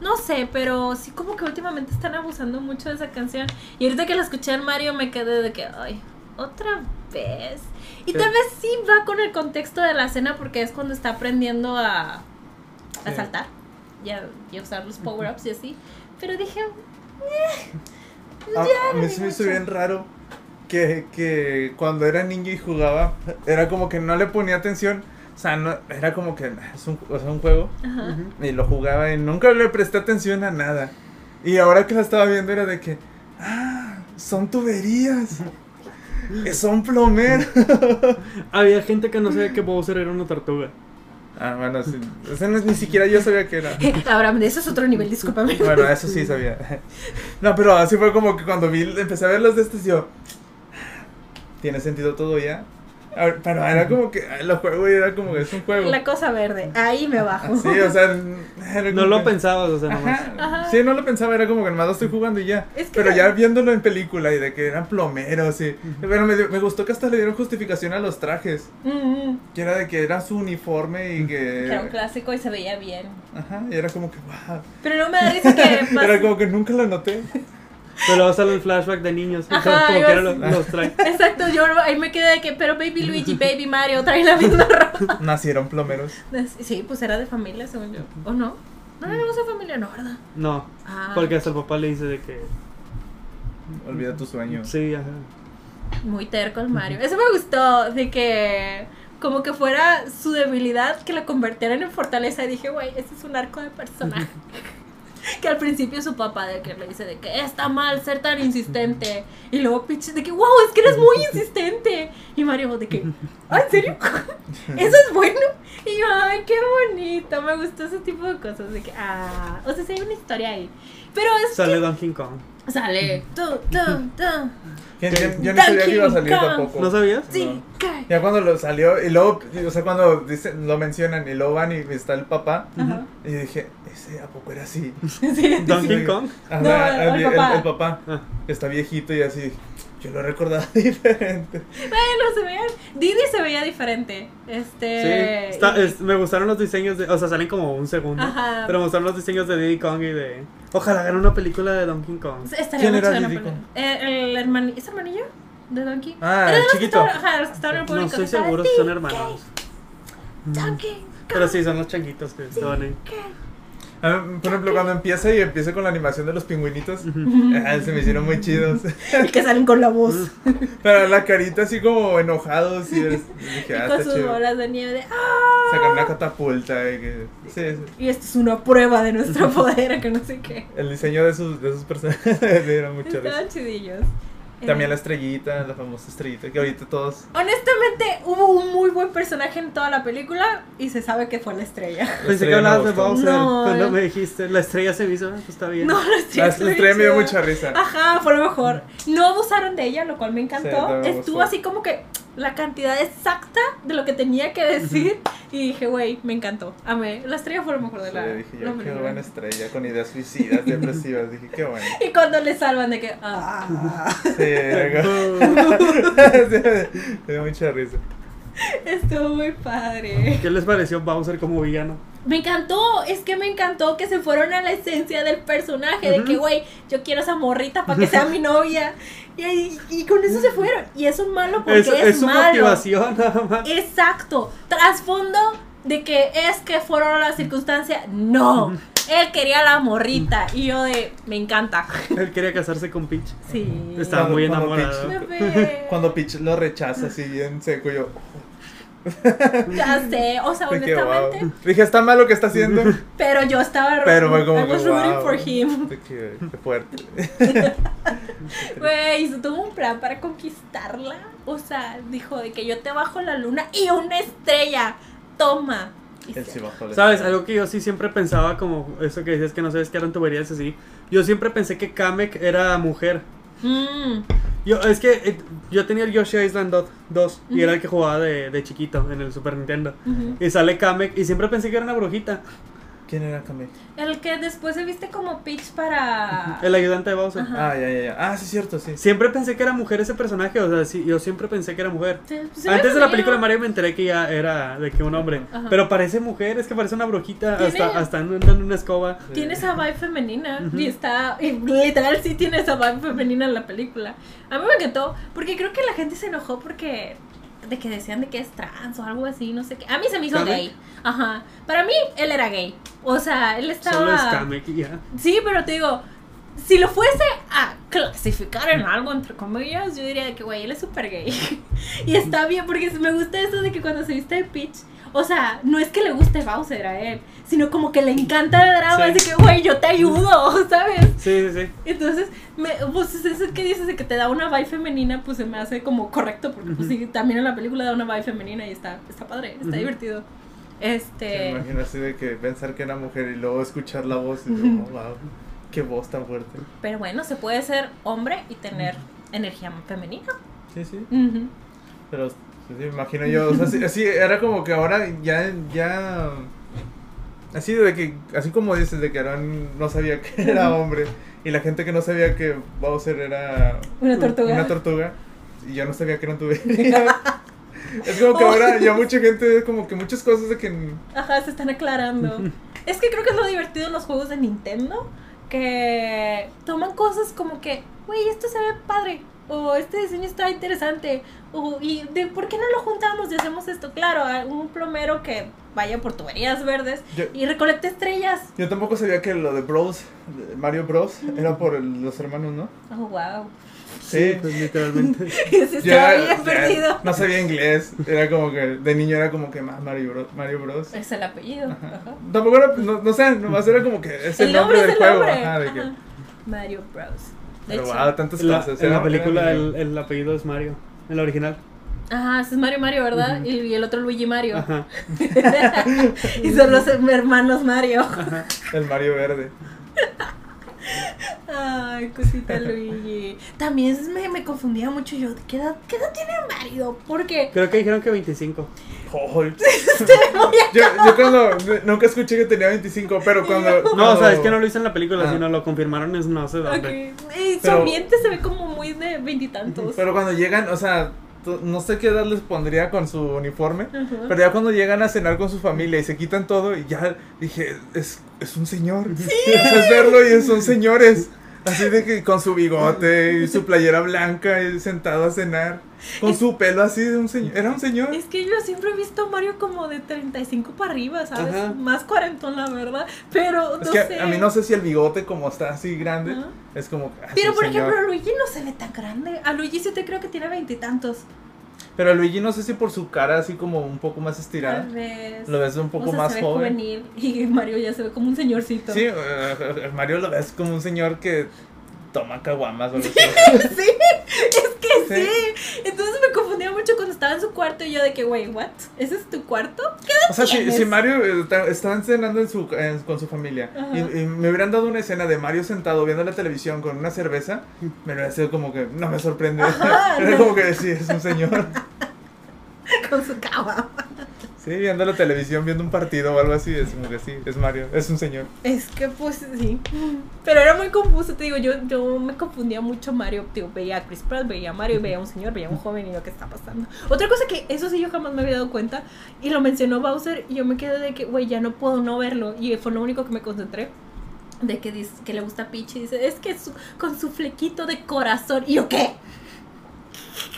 [SPEAKER 3] No sé, pero sí, como que últimamente están abusando mucho de esa canción. Y ahorita que la escuché en Mario me quedé de que, ay, otra vez. Y
[SPEAKER 1] Sí.
[SPEAKER 3] tal vez sí va con el contexto de la escena porque es cuando está aprendiendo a, a
[SPEAKER 2] Sí.
[SPEAKER 3] saltar y a, y a usar los power-ups y así. Pero dije,
[SPEAKER 2] Ah, A, a mí se me hizo
[SPEAKER 3] mucho.
[SPEAKER 2] bien raro que, que cuando era niño y jugaba, era como que no le ponía atención. O sea, no- era como que "Ah, es un, o sea, un juego
[SPEAKER 3] ajá.
[SPEAKER 1] Ujú.
[SPEAKER 2] y lo jugaba y nunca le presté atención a nada. Y ahora que la estaba viendo era de que, ah, son tuberías, eh, son plomeros.
[SPEAKER 1] Había gente que no sabía que Bowser era una tortuga.
[SPEAKER 2] Ah, bueno, sí. O sea, no es- ni siquiera yo sabía que era.
[SPEAKER 3] Ahora, eso es otro nivel, discúlpame.
[SPEAKER 2] Bueno, eso sí sabía. No, pero así fue como que cuando vi, empecé a ver los de estos, yo. ¿Tiene sentido todo ya? A ver, Pero era como que lo juego y era como que es un juego. Ah,
[SPEAKER 3] La cosa verde, ahí me bajo.
[SPEAKER 2] Sí, o sea, era
[SPEAKER 1] No
[SPEAKER 2] como
[SPEAKER 1] lo
[SPEAKER 2] que-
[SPEAKER 1] pensabas, o sea, nomás.
[SPEAKER 2] Ajá.
[SPEAKER 3] Ajá.
[SPEAKER 2] Sí, no lo pensaba, era como que nomás lo estoy jugando y ya.
[SPEAKER 3] Es que
[SPEAKER 2] Pero
[SPEAKER 3] no-
[SPEAKER 2] ya viéndolo en película y de que eran plomeros y... Pero me, dio- me gustó que hasta le dieron justificación a los trajes.
[SPEAKER 3] Mm, mm.
[SPEAKER 2] Que era de que era su uniforme y que...
[SPEAKER 3] Era un clásico y se veía bien.
[SPEAKER 2] Ajá, y era como que wow.
[SPEAKER 3] Pero no me da risa que
[SPEAKER 2] Era
[SPEAKER 3] pas-
[SPEAKER 2] como que nunca lo noté.
[SPEAKER 1] Pero vas al flashback de niños. o sea,
[SPEAKER 3] Ajá,
[SPEAKER 1] como
[SPEAKER 3] iba
[SPEAKER 1] que era
[SPEAKER 3] a
[SPEAKER 1] los, los trae.
[SPEAKER 3] Exacto, yo ahí me quedé de que, pero Baby Luigi, Baby Mario traen la misma ropa.
[SPEAKER 2] Nacieron plomeros.
[SPEAKER 3] Sí, pues era de familia, según yo. ¿O no? No era negocio familiar, no, ¿verdad?
[SPEAKER 1] No,
[SPEAKER 3] Ah,
[SPEAKER 1] porque hasta el papá le dice de que.
[SPEAKER 2] Olvida tu sueño.
[SPEAKER 1] Sí, ajá.
[SPEAKER 3] Muy terco el Mario. Eso me gustó, de que como que fuera su debilidad que la convirtieran en fortaleza. Y dije, güey, ese es un arco de personaje. que al principio su papá de que le dice de que está mal ser tan insistente. Y luego pinche de que, wow, es que eres muy insistente. Y Mario de que, "Ah, ¿en serio? Eso es bueno. Y yo, ay, qué bonito. Me gustó ese tipo de cosas. De que, ah, o sea, sí hay una historia ahí. Pero es
[SPEAKER 1] Sale Donkey Kong.
[SPEAKER 3] que sale. Tú, tú, tú.
[SPEAKER 2] Que yo, yo ni sabía que iba a salir
[SPEAKER 3] Donkey Kong.
[SPEAKER 2] tampoco.
[SPEAKER 1] ¿No sabías?
[SPEAKER 3] Sí,
[SPEAKER 2] No.
[SPEAKER 3] cae.
[SPEAKER 2] Ya cuando lo salió, y luego, o sea, cuando dicen, lo mencionan y luego van y está el papá,
[SPEAKER 3] Ajá.
[SPEAKER 2] y yo dije, ¿ese a poco era así?
[SPEAKER 3] Sí.
[SPEAKER 1] Donkey Kong.
[SPEAKER 2] Ajá,
[SPEAKER 3] No, el papá.
[SPEAKER 1] Ah.
[SPEAKER 2] Está viejito y así, yo lo recordaba diferente.
[SPEAKER 3] Bueno, se veían. Didi se veía diferente. Este.
[SPEAKER 1] Sí, está-
[SPEAKER 3] y-
[SPEAKER 1] es- me gustaron los diseños, de, o sea, salen como un segundo.
[SPEAKER 3] Ajá.
[SPEAKER 1] Pero me gustaron los diseños de Diddy Kong y de. Ojalá hagan una película de Donkey Kong.
[SPEAKER 3] Estaría
[SPEAKER 2] ¿Quién
[SPEAKER 3] mucho
[SPEAKER 2] era
[SPEAKER 3] de la
[SPEAKER 2] Diddy
[SPEAKER 3] película.
[SPEAKER 2] Kong?
[SPEAKER 3] Eh, el hermano. ¿Es hermanillo? ¿De Donkey?
[SPEAKER 2] Ah,
[SPEAKER 3] Era de
[SPEAKER 2] el
[SPEAKER 3] los que
[SPEAKER 2] chiquito.
[SPEAKER 3] estaban- Ajá, los que estaban en
[SPEAKER 1] No
[SPEAKER 3] el público.
[SPEAKER 1] estoy
[SPEAKER 3] Estaba
[SPEAKER 1] seguro si son
[SPEAKER 3] Diddy,
[SPEAKER 1] hermanos.
[SPEAKER 3] Donkey Kong.
[SPEAKER 1] Pero sí, son los changuitos que estaban ahí.
[SPEAKER 2] A mí, Por ejemplo, cuando empieza y empieza con la animación de los pingüinitos, ah, se me hicieron muy chidos.
[SPEAKER 3] Y que salen con la
[SPEAKER 1] Mm,
[SPEAKER 3] voz.
[SPEAKER 1] ah,
[SPEAKER 2] Pero la carita así como enojados y, es- y dije, ah,
[SPEAKER 3] y con
[SPEAKER 2] está
[SPEAKER 3] sus
[SPEAKER 2] chido.
[SPEAKER 3] bolas de nieve. de, ¡Ah!
[SPEAKER 2] Sacan una catapulta. y que- sí, sí.
[SPEAKER 3] Y esto es una prueba de nuestro poder, que no sé qué.
[SPEAKER 2] El diseño de sus, de sus personajes era muy chido.
[SPEAKER 3] Estaban chidillos.
[SPEAKER 2] También
[SPEAKER 3] Eh,
[SPEAKER 2] la estrellita, la famosa estrellita, que ahorita todos...
[SPEAKER 3] Honestamente, hubo un muy buen personaje en toda la película y se sabe que fue la
[SPEAKER 2] la
[SPEAKER 3] estrella.
[SPEAKER 1] Pensé que
[SPEAKER 2] estrella me
[SPEAKER 1] hablabas de
[SPEAKER 2] gustó.
[SPEAKER 1] Bowser
[SPEAKER 3] No,
[SPEAKER 1] cuando
[SPEAKER 3] eh.
[SPEAKER 1] me dijiste. La estrella se me hizo, ah, pues está bien.
[SPEAKER 3] No, la
[SPEAKER 2] La
[SPEAKER 3] estrella.
[SPEAKER 2] ah, la
[SPEAKER 3] fue bien
[SPEAKER 2] estrella me dio
[SPEAKER 3] chida.
[SPEAKER 2] mucha risa.
[SPEAKER 3] Ajá, fue lo mejor. No abusaron de ella, lo cual me
[SPEAKER 2] Sí,
[SPEAKER 3] encantó.
[SPEAKER 2] también me
[SPEAKER 3] Estuvo
[SPEAKER 2] gustó.
[SPEAKER 3] así como que la cantidad exacta de lo que tenía que decir. Y dije, güey, me encantó. Amé. La estrella fue lo mejor de
[SPEAKER 2] Sí,
[SPEAKER 3] la.
[SPEAKER 2] dije
[SPEAKER 3] la
[SPEAKER 2] yo, qué
[SPEAKER 3] película.
[SPEAKER 2] buena estrella, con ideas suicidas, depresivas. Dije, qué bueno.
[SPEAKER 3] y cuando le salvan de que. ah,
[SPEAKER 2] Sí, era como-
[SPEAKER 1] Oh.
[SPEAKER 2] Sí, me dio mucha risa.
[SPEAKER 3] estuvo muy padre.
[SPEAKER 1] ¿Qué les pareció Bowser como villano?
[SPEAKER 3] Me encantó, es que me encantó que se fueron a la esencia del personaje, de
[SPEAKER 1] Ujú.
[SPEAKER 3] que, güey, yo quiero esa morrita para que sea mi novia. Y, ahí- y con eso se fueron. Y es un malo porque es,
[SPEAKER 1] Es, es su
[SPEAKER 3] malo.
[SPEAKER 1] motivación, nada más.
[SPEAKER 3] Exacto. Trasfondo de que es que fueron las circunstancias. No. Él quería la morrita. Y yo de, me encanta.
[SPEAKER 1] Él quería casarse con Peach.
[SPEAKER 3] Sí.
[SPEAKER 1] Estaba muy
[SPEAKER 2] Cuando- cuando
[SPEAKER 1] enamorado.
[SPEAKER 3] Bebé.
[SPEAKER 2] Cuando Peach lo rechaza así bien seco, yo.
[SPEAKER 3] Ya sé, o sea,
[SPEAKER 2] Dije, wow.
[SPEAKER 3] honestamente.
[SPEAKER 2] Dije, está mal lo que está haciendo.
[SPEAKER 3] Pero yo estaba
[SPEAKER 2] Pero fue como
[SPEAKER 3] I
[SPEAKER 2] que.
[SPEAKER 3] was rooting
[SPEAKER 2] wow.
[SPEAKER 3] for him.
[SPEAKER 2] De que- Qué fuerte.
[SPEAKER 3] Güey, se tuvo un plan para conquistarla. O sea, dijo de que yo te bajo la luna y una estrella. Toma. Y
[SPEAKER 2] Él
[SPEAKER 3] se-
[SPEAKER 2] sí bajó la-
[SPEAKER 1] ¿Sabes? Algo que yo sí siempre pensaba, como eso que decías que no sabes que eran tuberías así. Yo siempre pensé que Kamek era mujer.
[SPEAKER 3] Mm,
[SPEAKER 1] Yo, es que eh, yo tenía el Yoshi Island 2, y
[SPEAKER 3] Ujú.
[SPEAKER 1] era el que jugaba de, de chiquito en el Super Nintendo.
[SPEAKER 3] ujú.
[SPEAKER 1] Y sale Kamek y siempre pensé que era una brujita.
[SPEAKER 2] ¿Quién era Kame?
[SPEAKER 3] El que después se viste como Peach para.
[SPEAKER 1] El ayudante de Bowser.
[SPEAKER 3] Ah. Ajá.
[SPEAKER 2] Ah, ya, ya, ya. Ah, sí, cierto, sí.
[SPEAKER 1] Siempre pensé que era mujer ese personaje, o sea, sí, yo siempre pensé que era mujer.
[SPEAKER 3] Se- se ve
[SPEAKER 1] Antes de la
[SPEAKER 3] femenino.
[SPEAKER 1] película Mario me enteré que ya era de que un hombre.
[SPEAKER 3] Ajá.
[SPEAKER 1] Pero parece mujer, es que parece una brujita.
[SPEAKER 3] Tiene-
[SPEAKER 1] Hasta, hasta anda en una escoba.
[SPEAKER 3] Tiene esa vibe femenina y está, y literal sí tiene esa vibe femenina en la película. A mí me encantó porque creo que la gente se enojó porque de que decían de que es trans o algo así, no sé qué. A mí se me hizo
[SPEAKER 1] ¿Kamek?
[SPEAKER 3] gay. Ajá. Para mí él era gay. O sea, él estaba
[SPEAKER 1] Solo es Kamek y ya.
[SPEAKER 3] Sí, pero te digo, si lo fuese a clasificar en algo, entre comillas, yo diría de que, güey, él es súper gay. y está bien, porque me gusta eso de que cuando se viste de Peach, o sea, no es que le guste Bowser a él, sino como que le encanta el drama,
[SPEAKER 1] Sí.
[SPEAKER 3] así que, güey, yo te ayudo, ¿sabes?
[SPEAKER 1] Sí, sí, sí.
[SPEAKER 3] Entonces, me, pues eso que dices de que te da una vibe femenina, pues se me hace como correcto, porque pues, sí, también en la película da una vibe femenina y está, está padre, está
[SPEAKER 1] Ujú.
[SPEAKER 3] divertido.
[SPEAKER 2] Me
[SPEAKER 3] Este...
[SPEAKER 2] imagino así de que pensar que era mujer y luego escuchar la voz y yo, oh, wow, qué voz tan fuerte.
[SPEAKER 3] Pero bueno, se puede ser hombre y tener energía femenina.
[SPEAKER 2] Sí, sí,
[SPEAKER 3] Ujú.
[SPEAKER 2] pero Sí, me imagino yo. O sea, sí, así era como que ahora ya, ya. Así de que, así como dices, de que Aarón no sabía que era hombre. Y la gente que no sabía que Bowser era
[SPEAKER 3] Una tortuga.
[SPEAKER 2] una tortuga, Y yo no sabía que era un tubería. es como que ahora ya mucha gente, es como que muchas cosas de que.
[SPEAKER 3] Ajá, se están aclarando. es que creo que es lo divertido en los juegos de Nintendo, que toman cosas como que, güey, esto se ve padre, o este diseño está interesante, o y de por qué no lo juntamos y hacemos esto. Claro, a un plomero que vaya por tuberías verdes
[SPEAKER 2] Yo,
[SPEAKER 3] y recolecte estrellas.
[SPEAKER 2] yo tampoco sabía que lo de Bros, de Mario Bros, era por el- los hermanos, ¿no?
[SPEAKER 3] Oh, wow.
[SPEAKER 1] Sí, pues literalmente.
[SPEAKER 3] Ese
[SPEAKER 2] Yo
[SPEAKER 3] estaba
[SPEAKER 2] era-
[SPEAKER 3] bien
[SPEAKER 2] ya
[SPEAKER 3] perdido.
[SPEAKER 2] No sabía inglés. Era como que, de niño era como que más Mario Bros. Mario Bros.
[SPEAKER 3] Es el apellido. Ajá.
[SPEAKER 2] Tampoco era, pues, no, no sé, nomás era como que es el, nombre, del juego. Ajá, de que-
[SPEAKER 3] Ajá. Mario Bros. De
[SPEAKER 2] Pero
[SPEAKER 3] hecho.
[SPEAKER 2] wow, tantas
[SPEAKER 1] En la,
[SPEAKER 2] cosas.
[SPEAKER 1] en la
[SPEAKER 2] era-
[SPEAKER 1] película
[SPEAKER 2] era-
[SPEAKER 1] el, el apellido es Mario, en la original.
[SPEAKER 3] Ajá, ese es Mario Mario, ¿verdad?
[SPEAKER 1] Ujú.
[SPEAKER 3] y, y el otro Luigi Mario.
[SPEAKER 1] Ajá.
[SPEAKER 3] y son los hermanos Mario.
[SPEAKER 2] el Mario Verde.
[SPEAKER 3] Ay, cosita Luigi. También es- me, me confundía mucho yo. ¿Qué edad, qué edad tiene Mario? Porque
[SPEAKER 1] Creo que dijeron que 25.
[SPEAKER 2] Joder. yo, yo cuando nunca escuché que tenía 25, pero cuando.
[SPEAKER 1] No, o sea, es que no lo hice en la película,
[SPEAKER 2] Ah.
[SPEAKER 1] sino lo confirmaron en no sé dónde.
[SPEAKER 3] okay. eh, su
[SPEAKER 2] Pero-
[SPEAKER 3] ambiente se ve como muy de veintitantos.
[SPEAKER 2] Pero cuando llegan, o sea, to- no sé qué edad les pondría con su uniforme.
[SPEAKER 3] Ajá.
[SPEAKER 2] Pero ya cuando llegan a cenar con su familia y se quitan todo, y ya dije, es, es un señor. O sea, es verlo y son señores. Así de que con su bigote y su playera blanca y sentado a cenar. Con su pelo así de un señor. Era un señor.
[SPEAKER 3] Es que yo siempre he visto a Mario como de 35 para arriba, ¿sabes?
[SPEAKER 1] Ajá.
[SPEAKER 3] Más cuarentón, la verdad. Pero no
[SPEAKER 2] Es que
[SPEAKER 3] sé.
[SPEAKER 2] a mí no sé si el bigote como está así grande.
[SPEAKER 3] Ajá.
[SPEAKER 2] Es como... ah, es
[SPEAKER 3] Pero
[SPEAKER 2] un
[SPEAKER 3] por
[SPEAKER 2] señor.
[SPEAKER 3] ejemplo, Luigi no se ve tan grande. A Luigi sí te creo que tiene veintitantos.
[SPEAKER 2] Pero Luigi no sé si por su cara así como un poco más estirada.
[SPEAKER 3] Tal vez.
[SPEAKER 2] Lo ves un
[SPEAKER 3] o
[SPEAKER 2] poco
[SPEAKER 3] sea,
[SPEAKER 2] más
[SPEAKER 3] se ve
[SPEAKER 2] joven.
[SPEAKER 3] juvenil y Mario ya se ve como un señorcito.
[SPEAKER 2] Sí, eh, Mario lo ves como un señor que toma caguamas o algo así.
[SPEAKER 3] Sí, es que sí. Entonces me confundía mucho cuando estaba en su cuarto y yo de que, güey, what? ¿Ese es tu cuarto?
[SPEAKER 2] O sea, si,
[SPEAKER 3] tienes?
[SPEAKER 2] si Mario eh, ta- estaban cenando en su, en- con su familia
[SPEAKER 3] Ajá.
[SPEAKER 2] y, y me hubieran dado una escena de Mario sentado viendo la televisión con una cerveza, me lo hubiera sido como que no me sorprende.
[SPEAKER 3] Ajá,
[SPEAKER 2] Era
[SPEAKER 3] no.
[SPEAKER 2] como que sí, es un señor.
[SPEAKER 3] Con su cama.
[SPEAKER 2] Sí, viendo la televisión, viendo un partido o algo así, es como que sí, es Mario, es un señor.
[SPEAKER 3] Es que pues sí. Pero era muy confuso, te digo, yo, yo me confundía mucho Mario. Tío, veía a Chris Pratt, veía a Mario, veía a un señor, veía a un joven y lo que está pasando. Otra cosa que eso sí yo jamás me había dado cuenta y lo mencionó Bowser y yo me quedé de que, güey, ya no puedo no verlo. Y fue lo único que me concentré. De que, dice, que le gusta Peach y dice, es que su- con su flequito de corazón. ¿Y yo qué?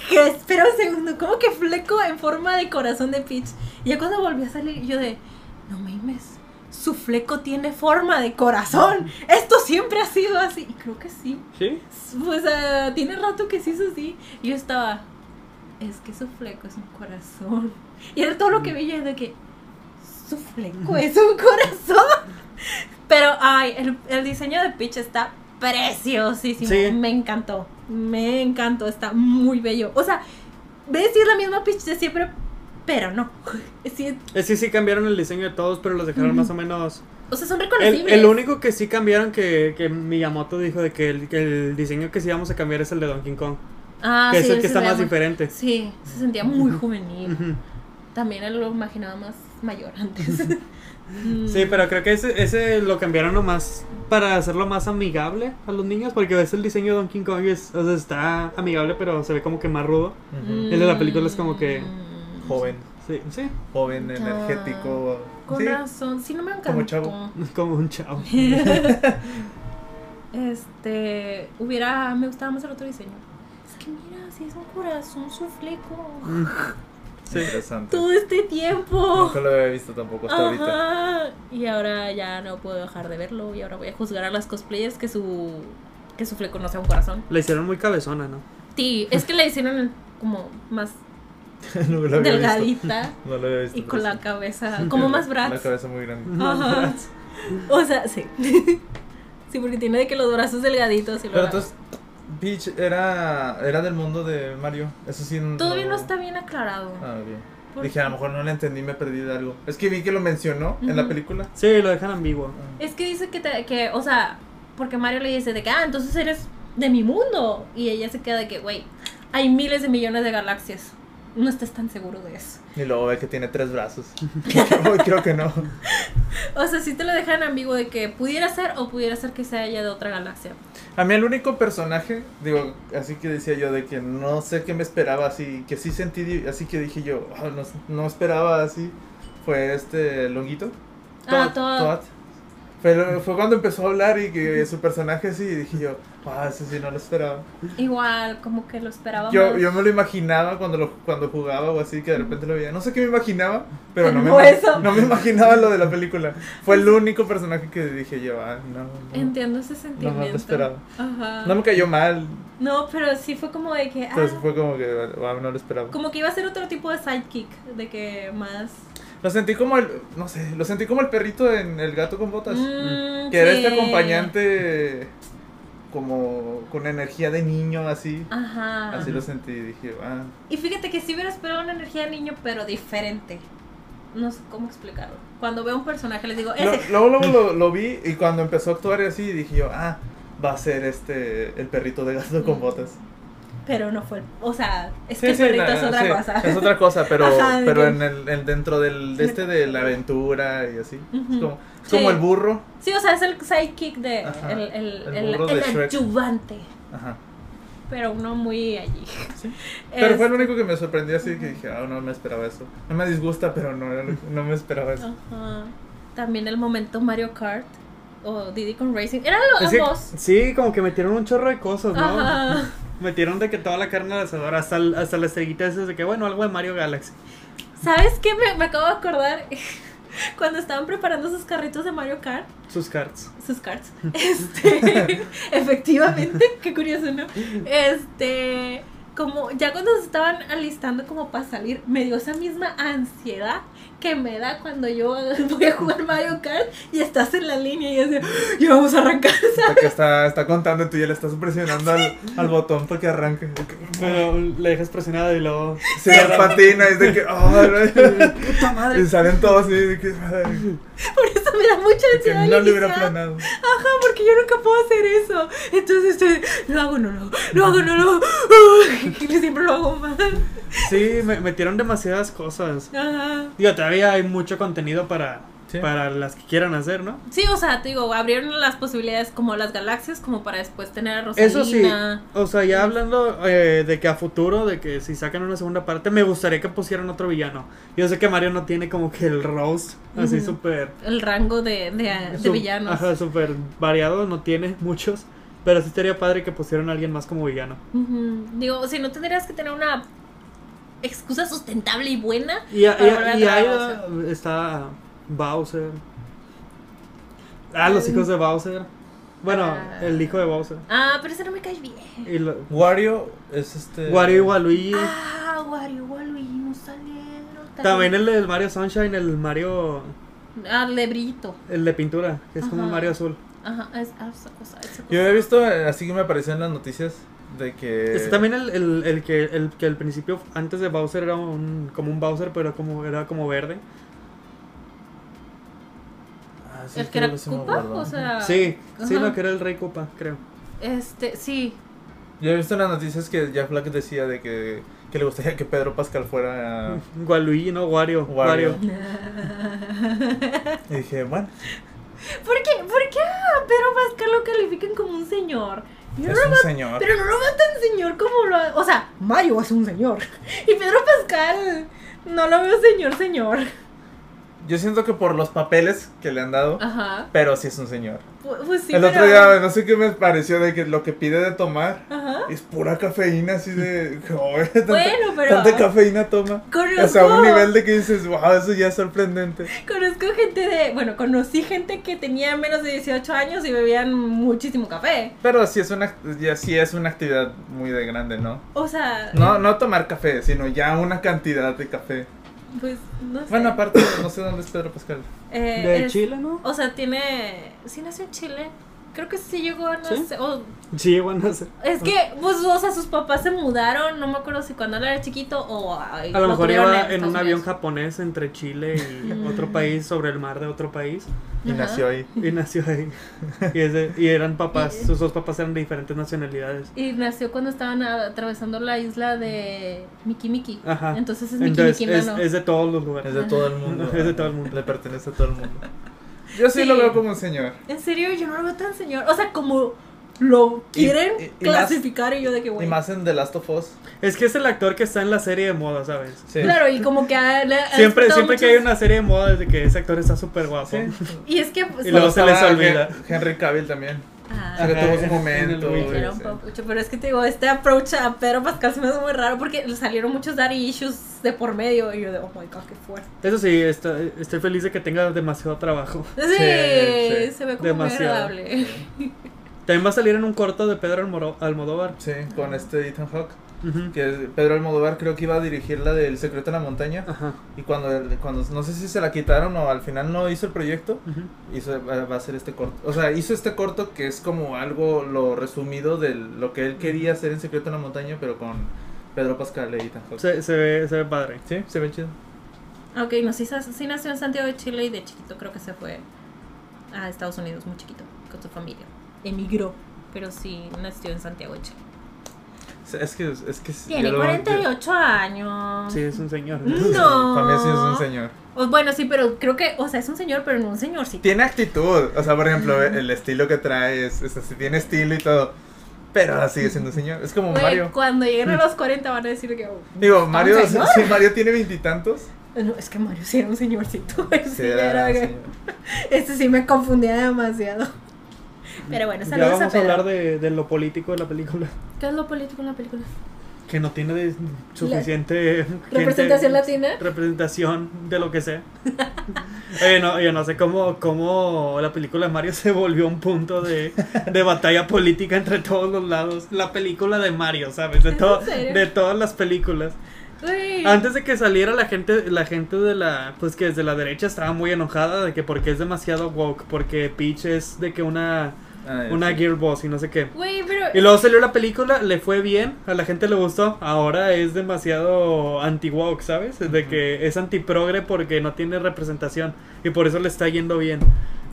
[SPEAKER 3] ¿Qué? Espera un segundo, ¿cómo que fleco en forma de corazón de Peach? Y ya cuando volví a salir, yo de, no me imes, su fleco tiene forma de corazón. Esto siempre ha sido así. Y creo que sí.
[SPEAKER 1] ¿Sí?
[SPEAKER 3] Pues ah, tiene rato que sí es así. Y yo estaba, es que su fleco es un corazón. Y era todo lo
[SPEAKER 1] Mm.
[SPEAKER 3] que veía de que, su fleco es un corazón. Pero, ay, el, el diseño de Peach está preciosísimo.
[SPEAKER 1] Sí.
[SPEAKER 3] Me encantó. Me encantó. Está muy bello. O sea, ves si es la misma Peach de siempre, pero no. Sí,
[SPEAKER 1] Es que sí cambiaron el diseño de todos, pero los dejaron más o menos.
[SPEAKER 3] o sea, son
[SPEAKER 1] El,
[SPEAKER 3] reconocibles.
[SPEAKER 1] el único que sí cambiaron que, que Miyamoto dijo de que el, que el diseño que sí íbamos a cambiar es el de Donkey Kong,
[SPEAKER 3] Ah,
[SPEAKER 1] que es
[SPEAKER 3] sí,
[SPEAKER 1] el que
[SPEAKER 3] se
[SPEAKER 1] está
[SPEAKER 3] veía
[SPEAKER 1] más
[SPEAKER 3] muy-
[SPEAKER 1] diferente.
[SPEAKER 3] Sí, se sentía muy juvenil.
[SPEAKER 1] Ujú.
[SPEAKER 3] También él lo imaginaba más mayor antes. Mm.
[SPEAKER 1] Sí, pero creo que ese, ese lo cambiaron nomás para hacerlo más amigable a los niños, porque ves el diseño de Donkey Kong y es- o sea, está amigable, pero se ve como que más rudo.
[SPEAKER 2] Ujú.
[SPEAKER 1] el de la película es como que-
[SPEAKER 3] Mm.
[SPEAKER 2] Joven,
[SPEAKER 1] Sí, sí,
[SPEAKER 2] joven,
[SPEAKER 3] Ah,
[SPEAKER 2] energético.
[SPEAKER 3] Con
[SPEAKER 2] Sí,
[SPEAKER 3] razón, sí, no me encantó.
[SPEAKER 2] Como chavo.
[SPEAKER 1] como un chavo.
[SPEAKER 3] Este, hubiera, me gustaba más el otro diseño. Es que mira, si es un corazón, su fleco.
[SPEAKER 1] Sí.
[SPEAKER 2] interesante.
[SPEAKER 3] Todo este tiempo.
[SPEAKER 2] Nunca lo había visto tampoco hasta ahorita.
[SPEAKER 3] Ajá. Y ahora ya no puedo dejar de verlo y ahora voy a juzgar a las cosplayers que su que su fleco no sea un corazón.
[SPEAKER 1] La hicieron muy cabezona, ¿no?
[SPEAKER 3] Sí, es que le hicieron como más
[SPEAKER 2] no lo había visto.
[SPEAKER 3] delgadita
[SPEAKER 2] No lo había visto.
[SPEAKER 3] y con la
[SPEAKER 2] Sí,
[SPEAKER 3] cabeza como
[SPEAKER 2] la-
[SPEAKER 3] más
[SPEAKER 2] La
[SPEAKER 3] Bratz.
[SPEAKER 2] cabeza muy grande.
[SPEAKER 3] Ajá. O sea, sí. Sí, porque tiene de que los brazos delgaditos y
[SPEAKER 2] Pero
[SPEAKER 3] luego.
[SPEAKER 2] entonces, Peach era, era del mundo de Mario. Eso sí.
[SPEAKER 3] Todavía no está bien aclarado.
[SPEAKER 2] Ah, ok.
[SPEAKER 3] Por-
[SPEAKER 2] Dije, a lo mejor no le entendí, me perdí de algo. Es que vi que lo mencionó en la
[SPEAKER 3] Ujú.
[SPEAKER 2] película.
[SPEAKER 1] Sí, lo dejan ambiguo.
[SPEAKER 3] Es que dice que, te- que, o sea, porque Mario le dice de que, ah, entonces eres de mi mundo. Y ella se queda de que, güey, hay miles de millones de galaxias. no estás tan seguro de eso.
[SPEAKER 2] Y luego ve que tiene tres brazos. Uy, creo que no.
[SPEAKER 3] O sea, sí te lo dejan ambiguo de que pudiera ser o pudiera ser que sea ella de otra galaxia.
[SPEAKER 2] A mí el único personaje, digo, así que decía yo, de que no sé qué me esperaba, así que sí sentí, di- así que dije yo, "Ah, no, no esperaba así, fue este Longuito.
[SPEAKER 3] Ah,
[SPEAKER 2] Todd,
[SPEAKER 3] Todd.
[SPEAKER 2] Todd. Fue, lo- fue cuando empezó a hablar y que su personaje sí, dije yo, ah, ese sí no lo esperaba.
[SPEAKER 3] Igual, como que lo esperaba
[SPEAKER 2] Yo,
[SPEAKER 3] más.
[SPEAKER 2] yo me lo imaginaba cuando, lo, cuando jugaba o así, que de repente lo veía. No sé qué me imaginaba, pero no me,
[SPEAKER 3] Como
[SPEAKER 2] ima-
[SPEAKER 3] eso. Pues-
[SPEAKER 2] no me imaginaba lo de la película. Fue el único personaje que dije yo, ah, no. no.
[SPEAKER 3] Entiendo ese sentimiento.
[SPEAKER 2] esperaba.
[SPEAKER 3] Ajá.
[SPEAKER 2] No me cayó mal,
[SPEAKER 3] No, pero sí fue como de que. ah,
[SPEAKER 2] entonces fue como que wow, no lo esperaba.
[SPEAKER 3] como que iba a ser otro tipo de sidekick. De que más.
[SPEAKER 2] Lo sentí como el, no sé, lo sentí como el perrito en El gato con botas.
[SPEAKER 3] Mm,
[SPEAKER 2] Pues, que era
[SPEAKER 3] sí.
[SPEAKER 2] este acompañante como con energía de niño, así.
[SPEAKER 3] Ajá.
[SPEAKER 2] Así lo sentí, dije, ah.
[SPEAKER 3] Y fíjate que sí hubiera esperado una energía de niño, pero diferente. No sé cómo explicarlo. Cuando veo un personaje les digo,
[SPEAKER 2] Lo-
[SPEAKER 3] ese.
[SPEAKER 2] luego, luego lo, lo vi y cuando empezó a actuar y así dije yo, ah, va a ser este el perrito de gato con botas.
[SPEAKER 3] Pero no fue. el- O sea, es
[SPEAKER 2] Sí,
[SPEAKER 3] que el
[SPEAKER 2] sí,
[SPEAKER 3] perrito
[SPEAKER 2] na-
[SPEAKER 3] es otra
[SPEAKER 2] sí,
[SPEAKER 3] cosa.
[SPEAKER 2] Es otra cosa, pero,
[SPEAKER 3] Ajá, de
[SPEAKER 2] pero
[SPEAKER 3] que-
[SPEAKER 2] en el, en- dentro del, de este de la aventura y así.
[SPEAKER 3] Ujú.
[SPEAKER 2] Es como, es
[SPEAKER 3] Sí.
[SPEAKER 2] como el burro.
[SPEAKER 3] Sí, o sea, es el sidekick de.
[SPEAKER 2] Ajá,
[SPEAKER 3] El, el,
[SPEAKER 2] el
[SPEAKER 3] el,
[SPEAKER 2] burro de
[SPEAKER 3] el
[SPEAKER 2] Shrek.
[SPEAKER 3] adyuvante.
[SPEAKER 2] Ajá.
[SPEAKER 3] Pero uno muy allí.
[SPEAKER 2] Pero
[SPEAKER 3] Es-
[SPEAKER 2] fue el único que me sorprendió así que dije, ah, no me esperaba eso. No me disgusta, pero no, era lo- no me esperaba eso.
[SPEAKER 3] Ajá. También el momento Mario Kart o Diddy con Racing. Eran los
[SPEAKER 1] Es que-
[SPEAKER 3] ambos.
[SPEAKER 1] sí, como que metieron un chorro de cosas, ¿no?
[SPEAKER 3] Ajá.
[SPEAKER 1] Metieron de que toda la carne al asador, hasta, el- hasta la estrellita esa de que, bueno, algo de Mario Galaxy.
[SPEAKER 3] ¿Sabes qué? Me, me acabo de acordar cuando estaban preparando sus carritos de Mario Kart.
[SPEAKER 1] Sus cards.
[SPEAKER 3] Sus carts. Este, efectivamente, qué curioso, ¿no? Este, como ya cuando se estaban alistando como para salir, me dio esa misma ansiedad que me da cuando yo voy a jugar Mario Kart y estás en la línea y así, "Ah, ya vamos a arrancar.
[SPEAKER 2] Hasta que está, está contando y tú ya le estás presionando al, al botón porque arranque.
[SPEAKER 1] Pero la dejas presionada y luego.
[SPEAKER 2] Se patina y es de que, oh, no.
[SPEAKER 1] ¡Puta
[SPEAKER 2] Y
[SPEAKER 1] madre!
[SPEAKER 2] salen todos así de que, ay,
[SPEAKER 3] Por eso me da mucha
[SPEAKER 2] que
[SPEAKER 3] ansiedad.
[SPEAKER 2] no le hubiera
[SPEAKER 3] alistado.
[SPEAKER 2] planado.
[SPEAKER 3] Ajá, porque yo nunca puedo hacer eso. Entonces estoy, lo hago, no lo hago, lo hago, no lo hago. Uy, siempre lo hago mal.
[SPEAKER 1] Sí, me- metieron demasiadas cosas.
[SPEAKER 3] Ajá.
[SPEAKER 1] Digo, todavía hay mucho contenido para,
[SPEAKER 2] Sí.
[SPEAKER 1] para las que quieran hacer, ¿no?
[SPEAKER 3] Sí, o sea, te digo, abrieron las posibilidades como las galaxias, como para después tener a Rosalina.
[SPEAKER 1] Eso sí, o sea, ya hablando eh, de que a futuro, de que si sacan una segunda parte, me gustaría que pusieran otro villano. Yo sé que Mario no tiene como que el roast así
[SPEAKER 3] Ujú.
[SPEAKER 1] súper...
[SPEAKER 3] El rango de, de, de
[SPEAKER 1] su-
[SPEAKER 3] villanos.
[SPEAKER 1] Ajá, súper variado, no tiene muchos. Pero sí estaría padre que pusieran a alguien más como villano.
[SPEAKER 3] Ujú. Digo, si no tendrías que tener una excusa sustentable y buena.
[SPEAKER 1] Y, a- y,
[SPEAKER 3] Para
[SPEAKER 1] a-
[SPEAKER 3] volver
[SPEAKER 1] y
[SPEAKER 3] a ¿eh?
[SPEAKER 1] ahí
[SPEAKER 3] Bowser.
[SPEAKER 1] ah, está Bowser. Ah, los hijos de Bowser. Bueno,
[SPEAKER 3] Ah.
[SPEAKER 1] el hijo de Bowser.
[SPEAKER 3] Ah, pero ese no me cae bien.
[SPEAKER 1] Y lo-
[SPEAKER 2] Wario es este.
[SPEAKER 1] Wario y Waluigi.
[SPEAKER 3] Ah, Wario, Waluigi, no salieron.
[SPEAKER 1] También el del Mario Sunshine, el Mario.
[SPEAKER 3] Ah, el de brillito.
[SPEAKER 1] El de pintura, que es como
[SPEAKER 3] Ajá.
[SPEAKER 1] un Mario azul.
[SPEAKER 3] Ajá, es- ah, esa cosa, esa cosa.
[SPEAKER 2] Yo había visto, eh, así que me apareció en las noticias, de que.
[SPEAKER 1] Está Este también el, el- el que el que al principio, antes de Bowser, era un, como un Bowser, pero como era como verde.
[SPEAKER 2] Ah, sí,
[SPEAKER 3] El que
[SPEAKER 2] creo
[SPEAKER 3] era
[SPEAKER 2] sí me
[SPEAKER 3] Koopa,
[SPEAKER 2] acuerdo.
[SPEAKER 3] o sea.
[SPEAKER 1] sí, sí,
[SPEAKER 3] Ah, ajá.
[SPEAKER 1] no, que era el Rey Copa, creo.
[SPEAKER 3] Este, sí.
[SPEAKER 2] Yo he visto en las noticias que Jack Black decía de que, que le gustaría que Pedro Pascal fuera.
[SPEAKER 1] Waluigi, no, Wario.
[SPEAKER 2] Ah. Wario.
[SPEAKER 1] Wario.
[SPEAKER 2] Y dije, bueno,
[SPEAKER 3] ¿Por qué? ¿Por qué a Pedro Pascal lo califican como un señor?
[SPEAKER 2] es
[SPEAKER 3] Yo no lo
[SPEAKER 2] un
[SPEAKER 3] veo-
[SPEAKER 2] señor.
[SPEAKER 3] pero no lo veo tan señor como lo... O sea, Mario es un señor. Y Pedro Pascal no lo veo señor, señor.
[SPEAKER 2] Yo siento que por los papeles que le han dado,
[SPEAKER 3] Ajá.
[SPEAKER 2] pero sí es un señor.
[SPEAKER 3] Pu- Pues Ah. sí,
[SPEAKER 2] el
[SPEAKER 3] pero-
[SPEAKER 2] otro día, no sé qué me pareció de que lo que pide de tomar
[SPEAKER 3] Ajá.
[SPEAKER 2] es pura cafeína, así de. joder, tanta,
[SPEAKER 3] Bueno, pero-
[SPEAKER 2] Tanta cafeína toma.
[SPEAKER 3] Conozco,
[SPEAKER 2] O sea, un nivel de que dices, wow, eso ya es sorprendente.
[SPEAKER 3] conozco gente de... Bueno, conocí gente que tenía menos de 18 años y bebían muchísimo café.
[SPEAKER 2] Pero sí es una, ya sí es una actividad muy de grande, ¿no?
[SPEAKER 3] O sea...
[SPEAKER 2] No, no tomar café, sino ya una cantidad de café.
[SPEAKER 3] Pues no sé.
[SPEAKER 2] Bueno, aparte, no sé dónde es Pedro Pascal.
[SPEAKER 3] Eh,
[SPEAKER 1] De
[SPEAKER 3] es-
[SPEAKER 1] Chile, ¿no?
[SPEAKER 3] O sea, tiene... Sí nació en Chile. Creo que sí llegó a
[SPEAKER 1] ¿Sí?
[SPEAKER 3] nacer. o-
[SPEAKER 1] Sí, bueno, no sé.
[SPEAKER 3] es que, pues, o sea, sus papás se mudaron. No me acuerdo si cuando él era chiquito o. ay,
[SPEAKER 1] A lo mejor
[SPEAKER 3] tuvieron
[SPEAKER 1] iba en
[SPEAKER 3] Estados
[SPEAKER 1] un avión
[SPEAKER 3] Unidos. Mm.
[SPEAKER 1] japonés entre Chile y otro país, sobre el mar de otro país,
[SPEAKER 2] Y
[SPEAKER 3] Ajá.
[SPEAKER 2] nació ahí.
[SPEAKER 1] y nació ahí. Y, ese- y eran papás, sus dos papás eran de diferentes nacionalidades.
[SPEAKER 3] Y nació cuando estaban a- atravesando la isla de Miki Miki.
[SPEAKER 1] Ajá.
[SPEAKER 3] Entonces es Miki
[SPEAKER 1] Entonces
[SPEAKER 3] Miki
[SPEAKER 1] es,
[SPEAKER 3] Mano.
[SPEAKER 1] es de todos los
[SPEAKER 2] Es
[SPEAKER 1] lugares.
[SPEAKER 2] de todo el mundo.
[SPEAKER 1] Es de todo el mundo.
[SPEAKER 2] Le pertenece a todo el mundo. Yo sí,
[SPEAKER 3] Sí.
[SPEAKER 2] lo veo como un señor.
[SPEAKER 3] En serio, yo no lo veo tan señor. O sea, como lo quieren
[SPEAKER 2] y- y más-
[SPEAKER 3] clasificar y yo de que, güey.
[SPEAKER 2] Y más en The Last of Us.
[SPEAKER 1] Es que es el actor que está en la serie de moda, ¿sabes?
[SPEAKER 2] Sí.
[SPEAKER 3] Claro, y como que ha- le ha
[SPEAKER 1] Siempre,
[SPEAKER 3] respetado
[SPEAKER 1] siempre que hay
[SPEAKER 3] muchos-
[SPEAKER 1] una serie de moda, desde que ese actor está súper guapo.
[SPEAKER 2] Sí.
[SPEAKER 3] Y es que. pues,
[SPEAKER 1] Y luego
[SPEAKER 2] Cuando
[SPEAKER 1] se les
[SPEAKER 2] estaba
[SPEAKER 1] olvida.
[SPEAKER 2] Hen- Henry Cavill también.
[SPEAKER 3] ah,
[SPEAKER 2] Se le
[SPEAKER 1] Ajá,
[SPEAKER 2] tuvo su
[SPEAKER 1] en- en el
[SPEAKER 2] momento.
[SPEAKER 1] Wii.
[SPEAKER 2] güey,
[SPEAKER 3] Era un
[SPEAKER 2] sí.
[SPEAKER 3] papucho, pero es que te digo, este approach a Pedro Pascal se me hace muy raro porque le salieron muchos daddy issues de por medio y yo de, oh my god, qué fuerte.
[SPEAKER 1] Eso sí, está- estoy feliz de que tenga demasiado trabajo.
[SPEAKER 3] Sí,
[SPEAKER 2] sí,
[SPEAKER 3] se ve como
[SPEAKER 1] demasiado.
[SPEAKER 3] muy agradable.
[SPEAKER 1] También va a salir en un corto de Pedro Almoro- Almodóvar.
[SPEAKER 2] Sí, con este Ethan Hawke.
[SPEAKER 1] Ujú.
[SPEAKER 2] Que Pedro Almodóvar creo que iba a dirigir la del Secreto en la Montaña.
[SPEAKER 1] Ajá.
[SPEAKER 2] Y cuando, el- cuando no sé si se la quitaron o al final no hizo el proyecto,
[SPEAKER 1] ujú.
[SPEAKER 2] hizo, va va a hacer este corto. O sea, hizo este corto que es como algo lo resumido de lo que él quería hacer en Secreto en la Montaña, pero con Pedro Pascal y Ethan Hawke.
[SPEAKER 1] Se, se ve, se ve padre.
[SPEAKER 2] Sí, se ve chido.
[SPEAKER 3] ok, no, sí, sa- sí nació en Santiago de Chile y de chiquito creo que se fue a Estados Unidos muy chiquito con su familia. Emigró, pero sí nació en Santiago de Chile.
[SPEAKER 2] Se- Es que, es que sí, yo
[SPEAKER 3] Tiene
[SPEAKER 2] lo-
[SPEAKER 3] 48 años.
[SPEAKER 1] Sí, es un señor.
[SPEAKER 3] No.
[SPEAKER 2] Para mí sí es un señor.
[SPEAKER 3] O, bueno, sí, pero creo que, o sea, es un señor, pero no un señorcito.
[SPEAKER 2] Tiene actitud. O sea, por ejemplo, el estilo que trae es, es así, tiene estilo y todo. Pero sigue siendo un señor. Es como
[SPEAKER 3] Güey,
[SPEAKER 2] Mario.
[SPEAKER 3] cuando lleguen a los 40 van a decir que... oh,
[SPEAKER 2] Digo, Mario,
[SPEAKER 3] ¿Estamos
[SPEAKER 2] si
[SPEAKER 3] señor?
[SPEAKER 2] si Mario tiene veintitantos,
[SPEAKER 3] No, es que Mario sí era un señorcito. ese sí
[SPEAKER 2] será
[SPEAKER 3] era-
[SPEAKER 2] señor.
[SPEAKER 3] Este sí me confundía demasiado. Pero bueno,
[SPEAKER 1] Ya
[SPEAKER 3] saludos a
[SPEAKER 1] vamos a
[SPEAKER 3] Pedro.
[SPEAKER 1] hablar de, de lo político de la película.
[SPEAKER 3] ¿Qué es lo político en la película?
[SPEAKER 1] Que no tiene de- suficiente gente-
[SPEAKER 3] ¿Representación latina?
[SPEAKER 1] Representación de lo que sea. Oye, no, yo no sé cómo, cómo la película de Mario se volvió un punto de, de batalla política entre todos los lados. La película de Mario, ¿sabes? De,
[SPEAKER 3] ¿Es
[SPEAKER 1] todo-
[SPEAKER 3] en serio?
[SPEAKER 1] de todas las películas.
[SPEAKER 3] Uy.
[SPEAKER 1] Antes de que saliera la gente, la gente de la, pues que desde la derecha estaba muy enojada de que porque es demasiado woke, porque Peach es de que una,
[SPEAKER 2] Ah, ya
[SPEAKER 1] una
[SPEAKER 2] sé.
[SPEAKER 1] Gearbox y no sé qué.
[SPEAKER 3] Güey, pero...
[SPEAKER 1] Y luego salió la película, le fue bien, a la gente le gustó, ahora es demasiado anti-woke, ¿sabes? De que es anti-progre porque no tiene representación y por eso le está yendo bien.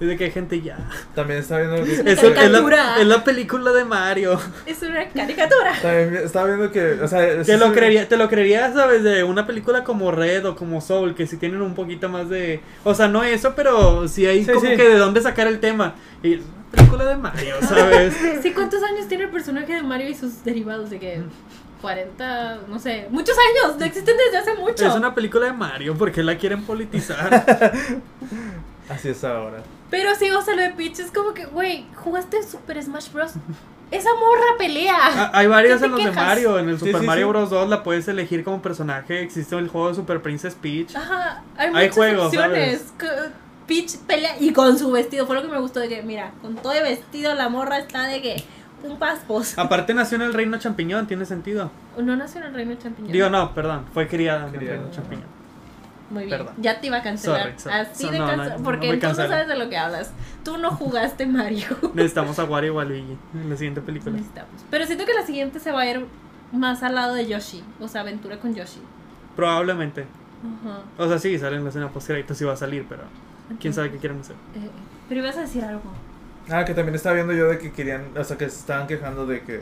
[SPEAKER 1] Es de que hay gente ya.
[SPEAKER 2] También estaba viendo que-
[SPEAKER 1] Es, es la,
[SPEAKER 3] Caricatura.
[SPEAKER 1] es la película de Mario.
[SPEAKER 3] Es una caricatura.
[SPEAKER 2] También estaba viendo que, o sea, es-
[SPEAKER 1] Te lo, creería, te lo creerías, ¿sabes? De una película como Red o como Soul, que si tienen un poquito más de... O sea, no eso, pero si hay
[SPEAKER 2] Sí,
[SPEAKER 1] como
[SPEAKER 2] sí.
[SPEAKER 1] que de dónde sacar el tema. Y es una película de Mario, ¿sabes?
[SPEAKER 3] Sí, ¿cuántos años tiene el personaje de Mario y sus derivados? De que
[SPEAKER 1] Mm.
[SPEAKER 3] 40, no sé, muchos años. No existen desde hace mucho.
[SPEAKER 1] es una película de Mario, porque la quieren politizar?
[SPEAKER 2] Así es ahora.
[SPEAKER 3] Pero sí, o sea, lo de Peach es como que, güey, ¿jugaste Super Smash Bros? Esa morra pelea.
[SPEAKER 1] Ah, Hay varios
[SPEAKER 3] ¿Qué te
[SPEAKER 1] en los de
[SPEAKER 3] quejas?
[SPEAKER 1] Mario. En el
[SPEAKER 2] Sí,
[SPEAKER 1] Super
[SPEAKER 2] sí,
[SPEAKER 1] Mario
[SPEAKER 2] sí.
[SPEAKER 1] Bros. 2 la puedes elegir como personaje. Existe el juego de Super Princess Peach.
[SPEAKER 3] Ajá, hay
[SPEAKER 1] Hay
[SPEAKER 3] muchas
[SPEAKER 1] juegos,
[SPEAKER 3] opciones. C- Peach pelea y con su vestido. Fue lo que me gustó de que, mira, con todo de vestido la morra está de que un paspos.
[SPEAKER 1] Aparte nació en el Reino Champiñón, tiene sentido.
[SPEAKER 3] No nació en el reino champiñón.
[SPEAKER 1] Ah. Digo, no, perdón, fue criada en el
[SPEAKER 2] Criada.
[SPEAKER 1] Reino Champiñón.
[SPEAKER 3] Muy bien,
[SPEAKER 1] perdón.
[SPEAKER 3] ya te iba a cancelar.
[SPEAKER 1] Sorry, sorry.
[SPEAKER 3] Así
[SPEAKER 1] So-
[SPEAKER 3] de
[SPEAKER 1] no, no,
[SPEAKER 3] cancelar.
[SPEAKER 1] no
[SPEAKER 3] porque
[SPEAKER 1] me
[SPEAKER 3] tú no
[SPEAKER 1] cancela.
[SPEAKER 3] sabes de lo que hablas. Tú no jugaste Mario.
[SPEAKER 1] Necesitamos a Wario y a Luigi en la siguiente película.
[SPEAKER 3] Necesitamos. Pero siento que la siguiente se va a ir más al lado de Yoshi. O sea, aventura con Yoshi.
[SPEAKER 1] Probablemente.
[SPEAKER 3] Ajá.
[SPEAKER 1] O sea, sí, sale en la escena post sí va a salir, pero quién sabe qué quieren hacer.
[SPEAKER 3] Eh, pero ibas a decir algo.
[SPEAKER 2] Ah, que también estaba viendo yo de que querían, o sea, que se estaban quejando de que,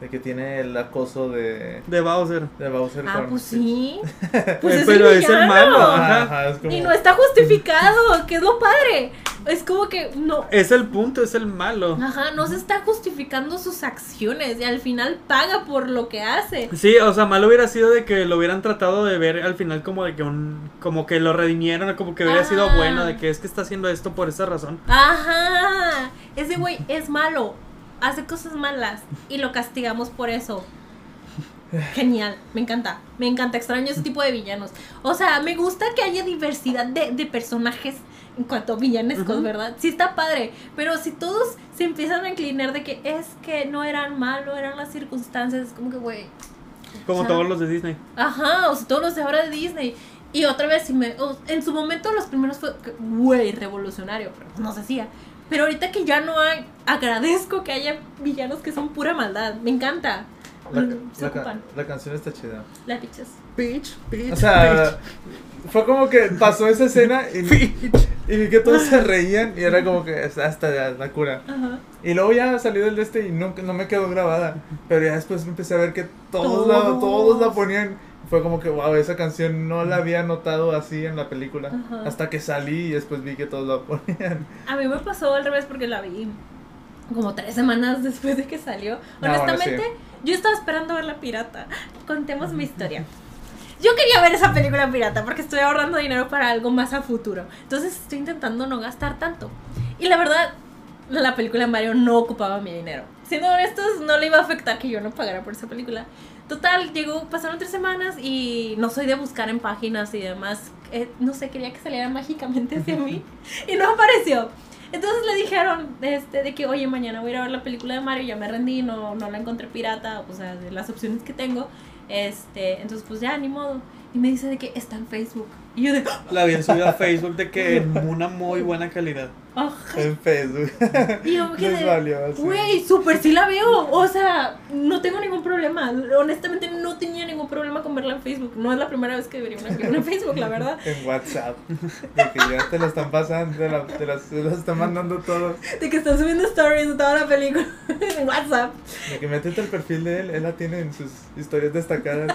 [SPEAKER 2] de que tiene el acoso de,
[SPEAKER 1] De Bowser.
[SPEAKER 2] de Bowser.
[SPEAKER 3] Ah,
[SPEAKER 2] con- este
[SPEAKER 3] pues sí.
[SPEAKER 1] Eh,
[SPEAKER 3] Pues es
[SPEAKER 1] pero
[SPEAKER 3] el
[SPEAKER 1] es el
[SPEAKER 3] villano.
[SPEAKER 1] malo, Ajá.
[SPEAKER 2] Ajá, ajá, es como.
[SPEAKER 3] Y no está justificado, que es lo padre. Es como que no.
[SPEAKER 1] Es el punto, es el malo.
[SPEAKER 3] Ajá, no se está justificando sus acciones y al final paga por lo que hace.
[SPEAKER 1] Sí, o sea, mal hubiera sido de que lo hubieran tratado de ver al final como de que un, como que lo redimieron, como que hubiera sido
[SPEAKER 3] Ah.
[SPEAKER 1] bueno, de que es que está haciendo esto por esa razón.
[SPEAKER 3] Ajá, ese güey es malo, hace cosas malas y lo castigamos por eso. Genial, me encanta, me encanta, extraño ese tipo de villanos. O sea, me gusta que haya diversidad de, de personajes en cuanto a villanescos,
[SPEAKER 1] Ujú.
[SPEAKER 3] ¿verdad? Sí está padre, pero si todos se empiezan a inclinar de que es que no eran malo, eran las circunstancias, es como que, güey,
[SPEAKER 1] Como
[SPEAKER 3] Ya.
[SPEAKER 1] todos los de Disney.
[SPEAKER 3] Ajá, o sea, todos los de ahora de Disney. Y otra vez, si me, o- en su momento los primeros fue, que, güey, revolucionario, pero pues no se hacía. Pero ahorita que ya no hay, agradezco que haya villanos que son pura maldad. Me encanta.
[SPEAKER 2] La,
[SPEAKER 3] Mm, se
[SPEAKER 2] la ca-
[SPEAKER 3] ocupan.
[SPEAKER 2] la canción está chida.
[SPEAKER 3] Las pichas.
[SPEAKER 1] Bitch, bitch,
[SPEAKER 2] O sea, fue como que pasó esa escena y, y vi que todos
[SPEAKER 3] Ah.
[SPEAKER 2] se reían y era como que hasta la, la cura.
[SPEAKER 3] Ajá.
[SPEAKER 2] Y luego ya salí del de este y no, no me quedó grabada. Pero ya después empecé a ver que todos, La,
[SPEAKER 3] Todos.
[SPEAKER 2] todos la ponían. Fue como que, wow, esa canción no la había notado así en la película.
[SPEAKER 3] Ajá.
[SPEAKER 2] Hasta que salí y después vi que todos la ponían.
[SPEAKER 3] A mí me pasó al revés porque la vi como tres semanas después de que salió.
[SPEAKER 2] No,
[SPEAKER 3] Honestamente,
[SPEAKER 2] bueno,
[SPEAKER 3] yo estaba esperando ver la pirata. Contemos mi historia. Yo quería ver esa película pirata porque estoy ahorrando dinero para algo más a futuro. Entonces estoy intentando no gastar tanto. Y la verdad, la película Mario no ocupaba mi dinero. Siendo honestos, no le iba a afectar que yo no pagara por esa película. Total, llegó, pasaron tres semanas y no soy de buscar en páginas y demás. Eh, no sé, quería que saliera mágicamente hacia mí y no apareció. Entonces le dijeron este, de que, oye, mañana voy a ir a ver la película de Mario, ya me rendí, no, no la encontré pirata, o sea, de las opciones que tengo. Este, entonces, pues ya, ni modo. Y me dice de que está en Facebook. Y yo de,
[SPEAKER 1] La habían subido a Facebook de que en una muy buena calidad.
[SPEAKER 3] ajá.
[SPEAKER 2] En Facebook.
[SPEAKER 3] "Ah, Y yo me
[SPEAKER 2] Les
[SPEAKER 3] quedé,
[SPEAKER 2] valió, así.
[SPEAKER 3] Güey, súper sí la veo. O sea, no tengo ningún problema. Honestamente, no tenía ningún problema con verla en Facebook. No es la primera vez que vería una película en Facebook, la verdad.
[SPEAKER 2] En WhatsApp. De que ya te la están pasando, te la, te las- te las están mandando todos.
[SPEAKER 3] De que están subiendo stories de toda la película en WhatsApp.
[SPEAKER 2] De que métete el perfil de él, él la tiene en sus historias destacadas.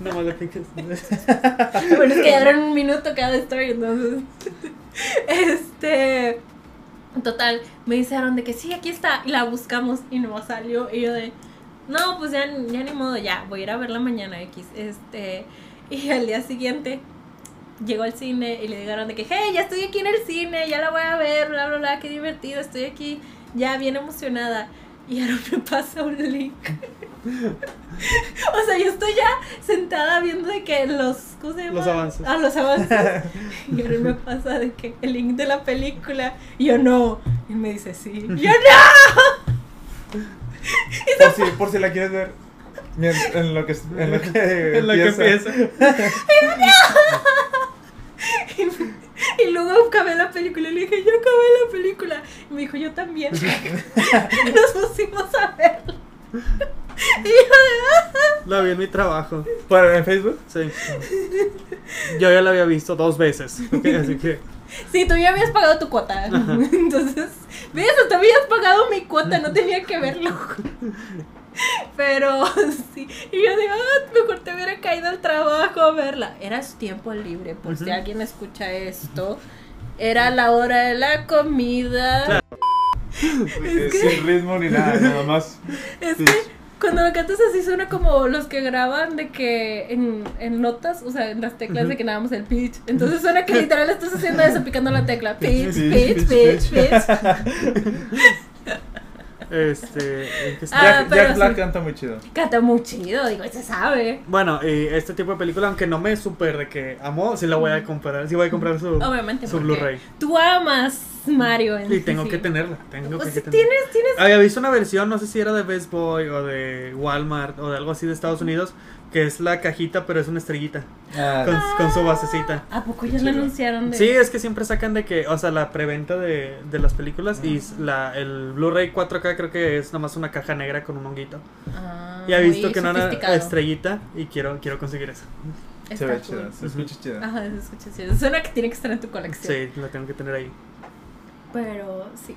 [SPEAKER 1] Nomás le piques.
[SPEAKER 3] Bueno, es que ya eran un minuto cada story, entonces. Este. Total, me dijeron de que sí, aquí está. Y la buscamos y no salió. Y yo de. No, pues ya, ya ni modo, ya. Voy a ir a verla mañana X. Este. Y al día siguiente. Llegó al cine y le dijeron de que, hey, ya estoy aquí en el cine, ya la voy a ver, bla, bla, bla, qué divertido, estoy aquí, ya bien emocionada. Y ahora me pasa un link. o sea, yo estoy ya sentada viendo de que los, ¿cómo se llama?
[SPEAKER 1] Los avances.
[SPEAKER 3] Ah, los avances. y ahora me pasa de que el link de la película, y yo no. Y me dice, sí. Y yo no.
[SPEAKER 2] Por si, por si la quieres ver. Mien- En lo que, en lo que
[SPEAKER 1] En lo que empieza.
[SPEAKER 3] Y, me- y luego acabé la película y le dije, yo acabé la película. Y me dijo, yo también. Nos pusimos a ver. Y yo de, "Ah".
[SPEAKER 1] La vi en mi trabajo.
[SPEAKER 2] ¿Por- ¿En Facebook?
[SPEAKER 1] Sí. Yo ya la había visto dos veces. ok, Así que.
[SPEAKER 3] Sí, tú ya habías pagado tu cuota. Entonces, ves, hasta habías pagado mi cuota, no tenía que verlo. Pero sí, y yo digo, ah, mejor te hubiera caído al trabajo a verla. Era su tiempo libre, por si
[SPEAKER 1] Ujú.
[SPEAKER 3] alguien escucha esto. Era la hora de la comida.
[SPEAKER 2] Eh, Sin ritmo ni nada, nada más.
[SPEAKER 3] Es que cuando lo cantas así suena como los que graban de que en, en notas, o sea, en las teclas de que grabamos el pitch. Entonces suena que literal estás haciendo eso, picando la tecla. Pitch, pitch, pitch, pitch.
[SPEAKER 1] Este. ¿en qué está?
[SPEAKER 3] Ah,
[SPEAKER 2] Jack,
[SPEAKER 3] pero
[SPEAKER 2] Jack Black
[SPEAKER 3] sí.
[SPEAKER 2] canta muy chido.
[SPEAKER 3] Canta muy chido, digo, se sabe.
[SPEAKER 1] Bueno, y este tipo de película, aunque no me super de que amo, sí la voy a comprar. Sí voy a comprar su,
[SPEAKER 3] Obviamente.
[SPEAKER 1] su
[SPEAKER 3] Oh, porque
[SPEAKER 1] Blu-ray.
[SPEAKER 3] Tú amas Mario. En
[SPEAKER 1] Y
[SPEAKER 3] sí,
[SPEAKER 1] tengo
[SPEAKER 3] sí.
[SPEAKER 1] que tenerla. Tengo
[SPEAKER 3] O
[SPEAKER 1] que,
[SPEAKER 3] sea,
[SPEAKER 1] tenerla.
[SPEAKER 3] tienes, tienes.
[SPEAKER 1] Había visto una versión, no sé si era de Best Boy o de Walmart o de algo así de Estados Unidos, que es la cajita, pero es una estrellita
[SPEAKER 3] Ah.
[SPEAKER 1] con, con su basecita.
[SPEAKER 3] ¿A poco ya lo
[SPEAKER 2] Chido.
[SPEAKER 3] anunciaron? De...
[SPEAKER 1] Sí, es que siempre sacan de que, o sea, la preventa de, de las películas y la, el Blu-ray 4K creo que es nomás una caja negra con un honguito.
[SPEAKER 3] Ah,
[SPEAKER 1] Y he visto
[SPEAKER 3] muy
[SPEAKER 1] que no era
[SPEAKER 3] sofisticado.
[SPEAKER 1] estrellita y quiero, quiero conseguir eso.
[SPEAKER 2] Se
[SPEAKER 3] Está
[SPEAKER 2] ve
[SPEAKER 3] cool.
[SPEAKER 2] chida, se escucha chida.
[SPEAKER 3] Ajá, se escucha chido. Suena que tiene que estar en tu colección.
[SPEAKER 1] Sí, la tengo que tener ahí.
[SPEAKER 3] Pero sí.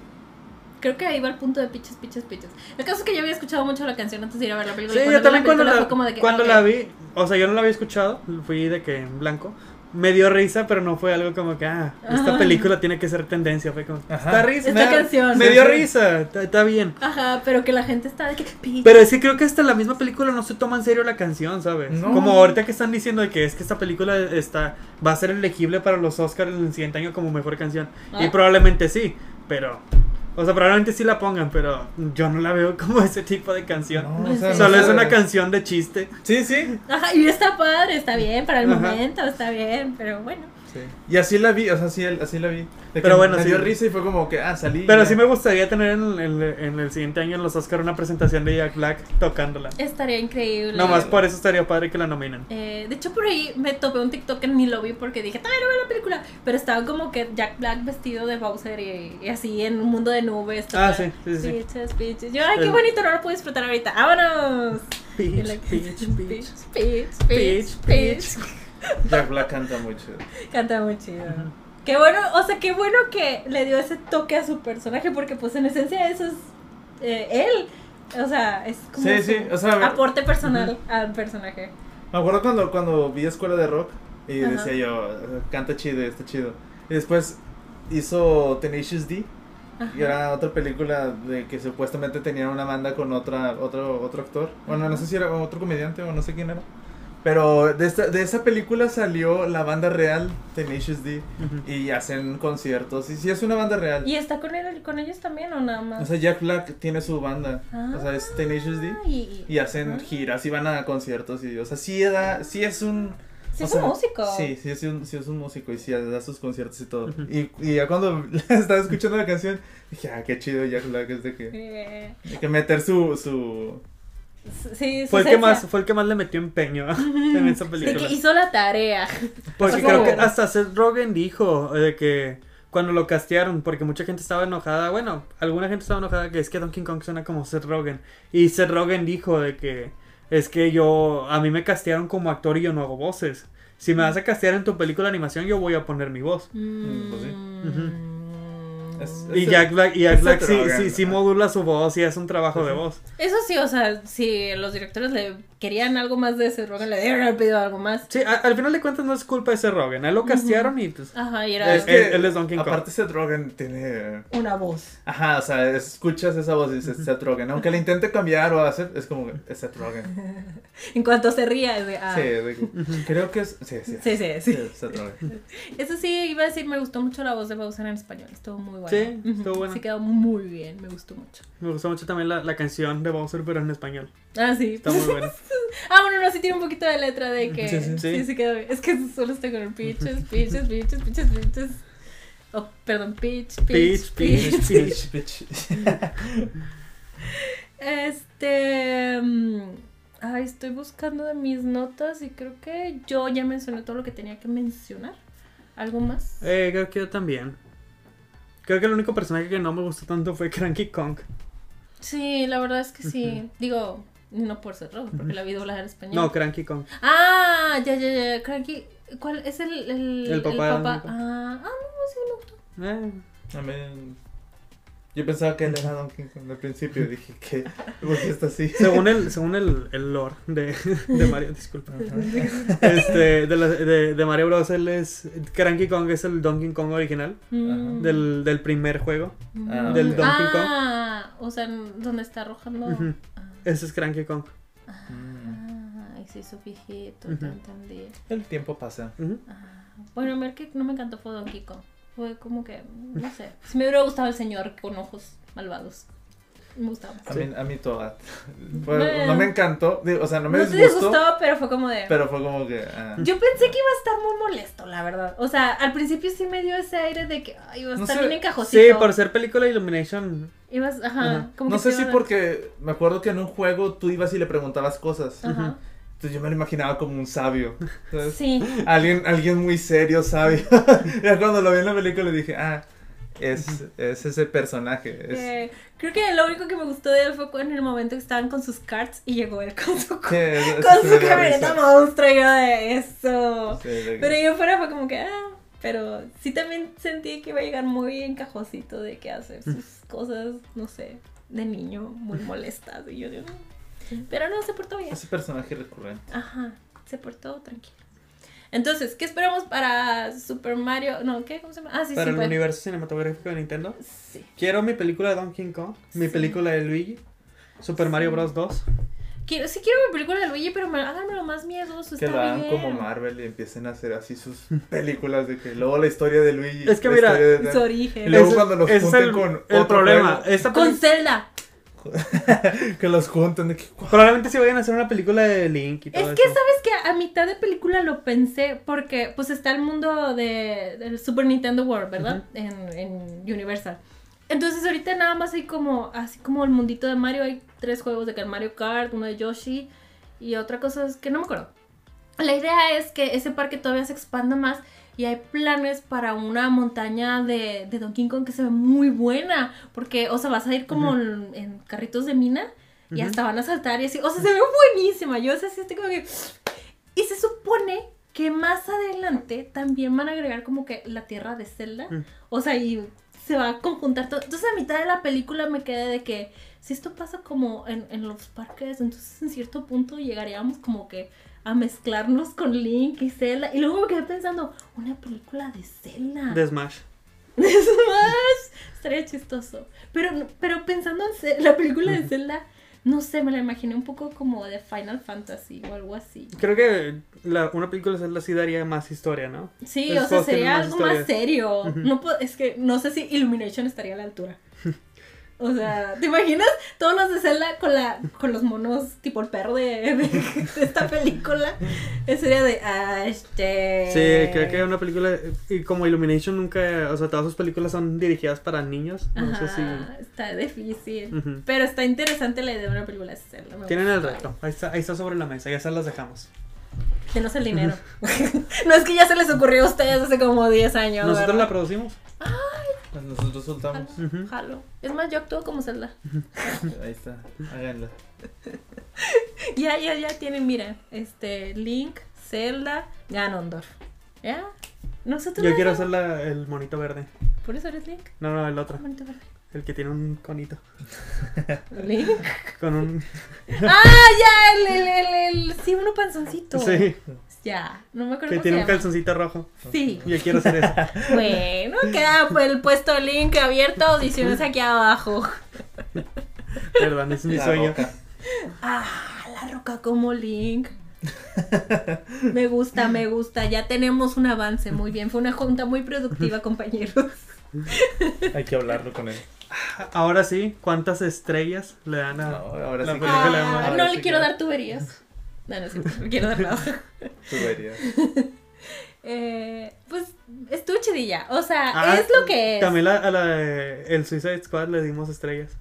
[SPEAKER 3] Creo que ahí va el punto de pichas, pichas, pichas. El caso es que yo había escuchado mucho la canción antes de ir a ver la película.
[SPEAKER 1] Sí,
[SPEAKER 3] y
[SPEAKER 1] yo
[SPEAKER 3] vi
[SPEAKER 1] también cuando,
[SPEAKER 3] película
[SPEAKER 1] la,
[SPEAKER 3] fue como de que,
[SPEAKER 1] cuando
[SPEAKER 3] ok,
[SPEAKER 1] la vi, o sea, yo no la había escuchado, fui de que en blanco. Me dio risa, pero no fue algo como que, ah, esta
[SPEAKER 3] Ajá.
[SPEAKER 1] película tiene que ser tendencia. Fue como,
[SPEAKER 2] Ajá.
[SPEAKER 1] está risa.
[SPEAKER 3] Esta
[SPEAKER 1] me-
[SPEAKER 3] canción.
[SPEAKER 1] Me dio risa, está- está bien.
[SPEAKER 3] Ajá, pero que la gente está de que pichas.
[SPEAKER 1] Pero es que creo que hasta la misma película no se toma en serio la canción, ¿sabes?
[SPEAKER 2] No.
[SPEAKER 1] Como ahorita que están diciendo de que es que esta película está va a ser elegible para los Oscars en el siguiente año como mejor canción. Y
[SPEAKER 3] Ah.
[SPEAKER 1] probablemente sí, pero... O sea, probablemente sí la pongan, pero yo no la veo como ese tipo de canción.
[SPEAKER 2] No, o sea,
[SPEAKER 1] Solo
[SPEAKER 2] no
[SPEAKER 1] es
[SPEAKER 2] sé.
[SPEAKER 1] una canción de chiste.
[SPEAKER 2] Sí, sí.
[SPEAKER 3] Ajá, y está padre, está bien para el
[SPEAKER 1] Ajá.
[SPEAKER 3] momento, está bien, pero bueno.
[SPEAKER 2] Sí. Y así la vi, o sea, así, así la vi. De que
[SPEAKER 1] Pero bueno,
[SPEAKER 2] me
[SPEAKER 1] sí.
[SPEAKER 2] dio risa y fue como que, ah, salí.
[SPEAKER 1] Pero
[SPEAKER 2] ya.
[SPEAKER 1] sí me gustaría tener en, en- en el siguiente año en los Oscar una presentación de Jack Black tocándola.
[SPEAKER 3] Estaría increíble.
[SPEAKER 1] Nomás por eso estaría padre que la nominen.
[SPEAKER 3] Eh, de hecho, por ahí me topé un TikTok que ni lo vi porque dije, también no veo la película. Pero estaba como que Jack Black vestido de Bowser y, y así en un mundo de nubes.
[SPEAKER 1] Ah,
[SPEAKER 3] total.
[SPEAKER 1] sí, sí, sí, sí.
[SPEAKER 3] Bitches, bitches. Yo, ay, qué
[SPEAKER 1] El-
[SPEAKER 3] bonito, no lo puedo disfrutar ahorita. ¡Vámonos! Y la-
[SPEAKER 1] Peach, Peach, Peach.
[SPEAKER 3] Bitch, bitch, bitch.
[SPEAKER 2] Jack Black canta muy chido.
[SPEAKER 3] Canta muy chido. Qué bueno, o sea, qué bueno que le dio ese toque a su personaje porque pues en esencia eso es eh, él. O sea, es como
[SPEAKER 2] Sí,
[SPEAKER 3] su
[SPEAKER 2] sí, o sea, me-
[SPEAKER 3] aporte personal al personaje.
[SPEAKER 2] Me acuerdo cuando, cuando vi Escuela de Rock y
[SPEAKER 3] Ajá.
[SPEAKER 2] decía yo, canta chido, está chido. Y después hizo Tenacious D,
[SPEAKER 3] Ajá.
[SPEAKER 2] y era otra película de que supuestamente tenía una banda con otra, otro, otro actor. Bueno, no sé si era otro comediante o no sé quién era. Pero de, esta, de esa película salió la banda real Tenacious D
[SPEAKER 1] Ujú.
[SPEAKER 2] y hacen conciertos. Y sí, es una banda real.
[SPEAKER 3] ¿Y está con, él, con ellos también o nada más?
[SPEAKER 2] O sea, Jack Black tiene su banda. O sea, es Tenacious D.
[SPEAKER 3] Ah, y-
[SPEAKER 2] Y hacen
[SPEAKER 3] Ajá.
[SPEAKER 2] giras y van a conciertos y, o sea, sí, da, sí es un...
[SPEAKER 3] Sí
[SPEAKER 2] o
[SPEAKER 3] es un
[SPEAKER 2] sea,
[SPEAKER 3] músico.
[SPEAKER 2] Sí, sí, es un, sí es un músico y sí da sus conciertos y todo.
[SPEAKER 1] Ujú.
[SPEAKER 2] y, y ya cuando estaba escuchando la canción, dije, ah, qué chido Jack Black, es de que,
[SPEAKER 3] Eh,
[SPEAKER 2] de que meter su... su...
[SPEAKER 3] sí, su
[SPEAKER 1] Fue el, que
[SPEAKER 3] esencia.
[SPEAKER 1] más, fue el que más le metió empeño en esa
[SPEAKER 3] De
[SPEAKER 1] película.
[SPEAKER 3] que hizo la tarea.
[SPEAKER 1] Porque
[SPEAKER 3] Eso
[SPEAKER 1] Pues creo que
[SPEAKER 3] estuvo bueno.
[SPEAKER 1] hasta Seth Rogen dijo eh, de que cuando lo castearon, porque mucha gente estaba enojada, bueno, alguna gente estaba enojada que es que Donkey Kong suena como Seth Rogen. Y Seth Rogen dijo de que es que yo, a mí me castearon como actor y yo no hago voces. Si me vas a castear en tu película de animación, yo voy a poner mi voz.
[SPEAKER 2] Mm, pues sí.
[SPEAKER 3] Mm.
[SPEAKER 2] Es-
[SPEAKER 1] Y
[SPEAKER 2] Ese-
[SPEAKER 1] Jack Black, y Jack
[SPEAKER 2] ese
[SPEAKER 1] Black sí,
[SPEAKER 2] Rogen,
[SPEAKER 1] sí, sí
[SPEAKER 2] ajá.
[SPEAKER 1] modula su voz y hace un trabajo de voz.
[SPEAKER 3] Eso sí, o sea, si los directores le querían algo más de ese Rogan, le dieron haber pedido algo más.
[SPEAKER 1] Sí, a- al final de cuentas no es culpa de Seth Rogen. A él lo castearon y pues...
[SPEAKER 3] Ajá, y era este,
[SPEAKER 1] Es que- Él- él es Donkey Kong.
[SPEAKER 2] Aparte Seth Rogen tiene...
[SPEAKER 3] una voz.
[SPEAKER 2] Ajá, o sea, escuchas esa voz y dices Seth Rogen. Aunque le intente cambiar o hacer, es como, es Seth Rogen.
[SPEAKER 3] En cuanto se ría, es de, ah.
[SPEAKER 2] Sí, de que- creo que es... Sí, sí.
[SPEAKER 3] Sí, sí, sí.
[SPEAKER 2] es Seth Rogen.
[SPEAKER 3] Eso sí, iba a decir, me gustó mucho la voz de Bowser en español. Estuvo muy buena.
[SPEAKER 1] Sí,
[SPEAKER 3] Ujú,
[SPEAKER 1] estuvo buena.
[SPEAKER 3] Sí, quedó muy bien, me gustó mucho.
[SPEAKER 1] Me gustó mucho también la, la canción de Bowser, pero en español.
[SPEAKER 3] Ah, sí.
[SPEAKER 1] Está muy buena.
[SPEAKER 3] Ah, bueno, no, sí tiene un poquito de letra de que. Sí,
[SPEAKER 2] Sí,
[SPEAKER 3] sí,
[SPEAKER 2] sí.
[SPEAKER 3] quedó bien. Es que solo estoy con el pitches, pitches, pitches, pitches, pitches. Oh, perdón, pitch, pitch,
[SPEAKER 1] Pitch, pitch.
[SPEAKER 3] pitch.
[SPEAKER 2] Bitch, bitch.
[SPEAKER 3] Este. mm, Ay, estoy buscando de mis notas y creo que yo ya mencioné todo lo que tenía que mencionar. ¿Algo más?
[SPEAKER 1] Eh, creo que yo también. Creo que el único personaje que no me gustó tanto fue Cranky Kong.
[SPEAKER 3] Sí, la verdad es que sí. Digo, no por ser rojo, porque la vi doblada en español.
[SPEAKER 1] No, Cranky Kong.
[SPEAKER 3] Ah, ya, ya, ya. Cranky. ¿Cuál es el. El,
[SPEAKER 1] El papá de Donkey Kong.
[SPEAKER 3] Ah, ah, no, sí, me gustó.
[SPEAKER 1] Eh,
[SPEAKER 2] A mí, Yo pensaba que él era Donkey Kong al principio. Dije que. ¿Por qué está así?
[SPEAKER 1] según el, según el, el lore de, de Mario, disculpa. Este, de, la- de- de Mario Bros. Él es. Cranky Kong es el Donkey Kong original
[SPEAKER 3] Mm.
[SPEAKER 1] del, del primer juego.
[SPEAKER 2] Ah,
[SPEAKER 1] Del
[SPEAKER 2] ok.
[SPEAKER 1] Donkey
[SPEAKER 3] ah, o sea, en- donde está arrojando.
[SPEAKER 1] Ujú.
[SPEAKER 3] Ah,
[SPEAKER 1] Ese es Cranky Kong.
[SPEAKER 2] Mm.
[SPEAKER 3] ah, y se hizo viejito,
[SPEAKER 1] Ujú.
[SPEAKER 3] ya entendí.
[SPEAKER 2] El tiempo pasa.
[SPEAKER 1] Ujú.
[SPEAKER 3] Ah, bueno, a mí el que no me encantó fue Donkey Kong. Fue como que, no sé. Si me hubiera gustado el señor con ojos malvados. Me gustaba.
[SPEAKER 2] A
[SPEAKER 1] Sí.
[SPEAKER 2] mí, a mí toda. Fue-
[SPEAKER 3] Bueno.
[SPEAKER 2] no me encantó. digo, O sea, no me
[SPEAKER 3] no te
[SPEAKER 2] disgustó.
[SPEAKER 3] disgustó, pero fue como de.
[SPEAKER 2] Pero fue como que. ah.
[SPEAKER 3] Yo pensé que iba a estar muy molesto, la verdad. O sea, al principio sí me dio ese aire de que ay, iba a
[SPEAKER 2] No
[SPEAKER 3] estar
[SPEAKER 2] sé.
[SPEAKER 3] bien encajosito.
[SPEAKER 1] Sí, por ser película Illumination.
[SPEAKER 3] Ibas, ajá,
[SPEAKER 1] Ajá.
[SPEAKER 3] como
[SPEAKER 2] no
[SPEAKER 3] que
[SPEAKER 2] sé
[SPEAKER 3] te
[SPEAKER 2] si
[SPEAKER 3] iba a-
[SPEAKER 2] porque. Me acuerdo que en un juego tú ibas y le preguntabas cosas.
[SPEAKER 3] Ajá.
[SPEAKER 2] Entonces yo me lo imaginaba como un sabio. ¿sabes?
[SPEAKER 3] Sí.
[SPEAKER 2] Alguien, alguien muy serio, sabio. ya cuando lo vi en la película dije, ah, es, es ese personaje. Es,
[SPEAKER 3] Eh, creo que lo único que me gustó de él fue en el momento que estaban con sus carts y llegó él con su,
[SPEAKER 2] Sí, es- es-
[SPEAKER 3] con
[SPEAKER 2] sí
[SPEAKER 3] su
[SPEAKER 2] me da
[SPEAKER 3] camioneta
[SPEAKER 2] risa.
[SPEAKER 3] monstruo y yo de eso.
[SPEAKER 2] Sí, de que-
[SPEAKER 3] Pero yo fuera fue como que, ah, pero sí también sentí que iba a llegar muy encajosito de que hacer sus cosas, no sé, de niño, muy molestas. Y yo digo, "Mm". pero no, se portó bien.
[SPEAKER 2] Ese personaje recurrente.
[SPEAKER 3] Ajá, se portó tranquilo. Entonces, ¿qué esperamos para Super Mario? No, ¿qué? ¿Cómo se llama? Ah, sí,
[SPEAKER 1] Para el
[SPEAKER 3] Super.
[SPEAKER 1] universo cinematográfico de Nintendo.
[SPEAKER 3] Sí.
[SPEAKER 1] Quiero mi película de Donkey Kong. Mi
[SPEAKER 3] Sí.
[SPEAKER 1] película de Luigi. Super Mario Bros. 2.
[SPEAKER 3] Quiero, sí quiero mi película de Luigi, pero me- háganmelo más
[SPEAKER 2] Que
[SPEAKER 3] miedoso, Pues está
[SPEAKER 2] lo hagan
[SPEAKER 3] bien.
[SPEAKER 2] como Marvel y empiecen a hacer así sus películas de que luego la historia de Luigi.
[SPEAKER 1] Es que
[SPEAKER 2] la
[SPEAKER 1] mira,
[SPEAKER 2] historia de-
[SPEAKER 3] Su
[SPEAKER 2] Y luego
[SPEAKER 3] origen.
[SPEAKER 1] Ese-
[SPEAKER 2] cuando los
[SPEAKER 1] ese es
[SPEAKER 2] junten
[SPEAKER 1] el,
[SPEAKER 2] con
[SPEAKER 1] el
[SPEAKER 2] otro
[SPEAKER 1] problema.
[SPEAKER 2] juego.
[SPEAKER 1] Esta
[SPEAKER 3] Con
[SPEAKER 1] película
[SPEAKER 3] Zelda.
[SPEAKER 2] que los juntan. De que, "Guau".
[SPEAKER 1] Probablemente si vayan a hacer una película de Link y todo
[SPEAKER 3] Es que
[SPEAKER 1] eso.
[SPEAKER 3] sabes que a mitad de película lo pensé porque pues está el mundo de, del Super Nintendo World, ¿verdad? en, en Universal. Entonces ahorita nada más hay como, así como el mundito de Mario, hay tres juegos de que el Mario Kart, uno de Yoshi y otra cosa es que no me acuerdo. La idea es que ese parque todavía se expanda más y hay planes para una montaña de, de Donkey Kong que se ve muy buena porque, o sea, vas a ir como
[SPEAKER 1] Ujú.
[SPEAKER 3] en, en carritos de mina y
[SPEAKER 1] Ujú.
[SPEAKER 3] hasta van a saltar y así, o sea, se ve buenísima. Yo, o sea, sí estoy como que... Y se supone que más adelante también van a agregar como que la tierra de Zelda.
[SPEAKER 1] Mm.
[SPEAKER 3] O sea, y se va a conjuntar todo. Entonces a mitad de la película me quedé de que si esto pasa como en, en los parques, entonces en cierto punto llegaríamos como que a mezclarnos con Link y Zelda. Y luego me quedé pensando, una película de Zelda.
[SPEAKER 1] De Smash.
[SPEAKER 3] De Smash. Estaría chistoso. Pero, pero pensando en Ze- la película de Zelda, no sé, me la imaginé un poco como de Final Fantasy o algo así.
[SPEAKER 1] Creo que la- una película de Zelda sí daría más historia, ¿no?
[SPEAKER 3] Sí,
[SPEAKER 1] Esos
[SPEAKER 3] o sea,
[SPEAKER 1] juegos tienen
[SPEAKER 3] sería
[SPEAKER 1] más
[SPEAKER 3] algo más
[SPEAKER 1] historia.
[SPEAKER 3] serio.
[SPEAKER 1] Ujú.
[SPEAKER 3] no po- es que no sé si Illumination estaría a la altura. O sea, ¿te imaginas todos los de Zelda con, la, con los monos tipo el perro de, de- de esta película? Eh, Sería de, ah, este...
[SPEAKER 1] Sí, creo que una película. Y como Illumination nunca. O sea, todas sus películas son dirigidas para niños. No
[SPEAKER 3] Ajá,
[SPEAKER 1] sé si.
[SPEAKER 3] está difícil.
[SPEAKER 1] Ujú.
[SPEAKER 3] Pero está interesante la idea de una película de Zelda. me
[SPEAKER 1] Tienen el
[SPEAKER 3] gusta.
[SPEAKER 1] reto. Ahí está, ahí está sobre la mesa. Ya se las dejamos.
[SPEAKER 3] Denos el dinero. no es que ya se les ocurrió a ustedes hace como 10 años.
[SPEAKER 1] Nosotros la
[SPEAKER 3] ¿verdad?
[SPEAKER 1] producimos.
[SPEAKER 2] Pues nosotros soltamos.
[SPEAKER 1] Ujú.
[SPEAKER 3] Jalo. Es más, yo actúo como Zelda.
[SPEAKER 2] Ahí está, háganla.
[SPEAKER 3] Ya, ya, ya tienen, mira, este, Link, Zelda, Ganondorf. ¿Ya? Nosotros
[SPEAKER 1] Yo
[SPEAKER 3] no
[SPEAKER 1] quiero
[SPEAKER 3] hacemos-
[SPEAKER 1] hacer la- el monito verde.
[SPEAKER 3] Por eso eres Link.
[SPEAKER 1] No, no, el otro.
[SPEAKER 3] Bonito verde.
[SPEAKER 1] El que tiene un conito.
[SPEAKER 3] Link.
[SPEAKER 1] Con un.
[SPEAKER 3] ¡Ah, ya! El, el, el, el- sí, uno panzoncito.
[SPEAKER 1] Sí.
[SPEAKER 3] Ya, no me acuerdo
[SPEAKER 1] Que
[SPEAKER 3] cómo
[SPEAKER 1] tiene
[SPEAKER 3] se
[SPEAKER 1] un
[SPEAKER 3] llama.
[SPEAKER 1] calzoncito rojo.
[SPEAKER 3] Sí.
[SPEAKER 1] Yo quiero hacer eso.
[SPEAKER 3] Bueno, queda pues, el puesto Link abierto, audiciones aquí abajo.
[SPEAKER 1] Perdón, es mi
[SPEAKER 2] La
[SPEAKER 1] sueño.
[SPEAKER 2] roca.
[SPEAKER 3] Ah, la roca como Link. Me gusta, me gusta. Ya tenemos un avance. Muy bien. Fue una junta muy productiva, compañeros.
[SPEAKER 2] Hay que hablarlo con él.
[SPEAKER 1] Ahora sí, ¿cuántas estrellas le dan a.?
[SPEAKER 2] No, ahora
[SPEAKER 1] La
[SPEAKER 2] sí que
[SPEAKER 1] película de
[SPEAKER 3] Ah,
[SPEAKER 1] Mario,
[SPEAKER 3] no le quiero dar tuberías. No, no es cierto, no quiero dar nada.
[SPEAKER 2] tuberías.
[SPEAKER 3] Eh, pues estuvo chidilla. O sea,
[SPEAKER 1] Ah,
[SPEAKER 3] es lo que es.
[SPEAKER 1] También la- a la de- el Suicide Squad le dimos estrellas.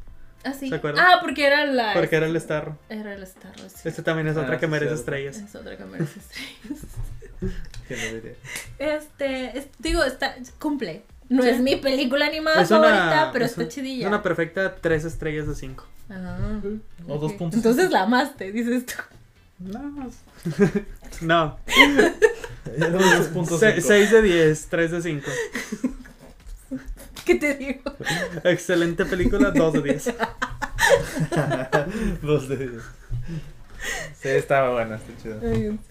[SPEAKER 3] Ah, sí.
[SPEAKER 1] ¿se acuerdan?
[SPEAKER 3] Ah, porque era la.
[SPEAKER 1] Porque era el Starro.
[SPEAKER 3] Era el Star Wars, sí.
[SPEAKER 1] Este también es
[SPEAKER 2] Ah,
[SPEAKER 1] otra que
[SPEAKER 2] sí,
[SPEAKER 1] merece
[SPEAKER 2] cierto.
[SPEAKER 1] estrellas.
[SPEAKER 3] Es otra que merece estrellas.
[SPEAKER 2] Que no diría.
[SPEAKER 3] Este, es- digo, está, cumple. No
[SPEAKER 1] Sí.
[SPEAKER 3] es mi película animada favorita, pero
[SPEAKER 1] es
[SPEAKER 3] está
[SPEAKER 1] un-
[SPEAKER 3] chidilla.
[SPEAKER 1] Es una perfecta tres estrellas de cinco.
[SPEAKER 3] Ah,
[SPEAKER 2] O dos
[SPEAKER 3] ok.
[SPEAKER 2] puntos.
[SPEAKER 3] Entonces la amaste, dices tú.
[SPEAKER 1] No. no.
[SPEAKER 2] Ya le doy dos puntos.
[SPEAKER 1] Se-
[SPEAKER 2] cinco.
[SPEAKER 1] seis de diez, tres de cinco.
[SPEAKER 3] ¿Qué te digo?
[SPEAKER 1] Excelente película, dos de diez.
[SPEAKER 2] Dos de diez. Sí, estaba buena, está chida.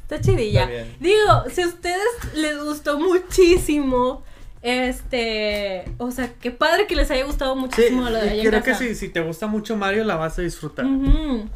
[SPEAKER 3] Está chidilla.
[SPEAKER 2] Está bien.
[SPEAKER 3] Digo, si a ustedes les gustó muchísimo, este, o sea, qué padre que les haya gustado
[SPEAKER 1] Sí,
[SPEAKER 3] muchísimo lo de allá
[SPEAKER 1] y
[SPEAKER 3] en
[SPEAKER 1] creo que
[SPEAKER 3] casa. Mm.
[SPEAKER 1] si, si te gusta mucho Mario, la vas a disfrutar.
[SPEAKER 3] Ujú.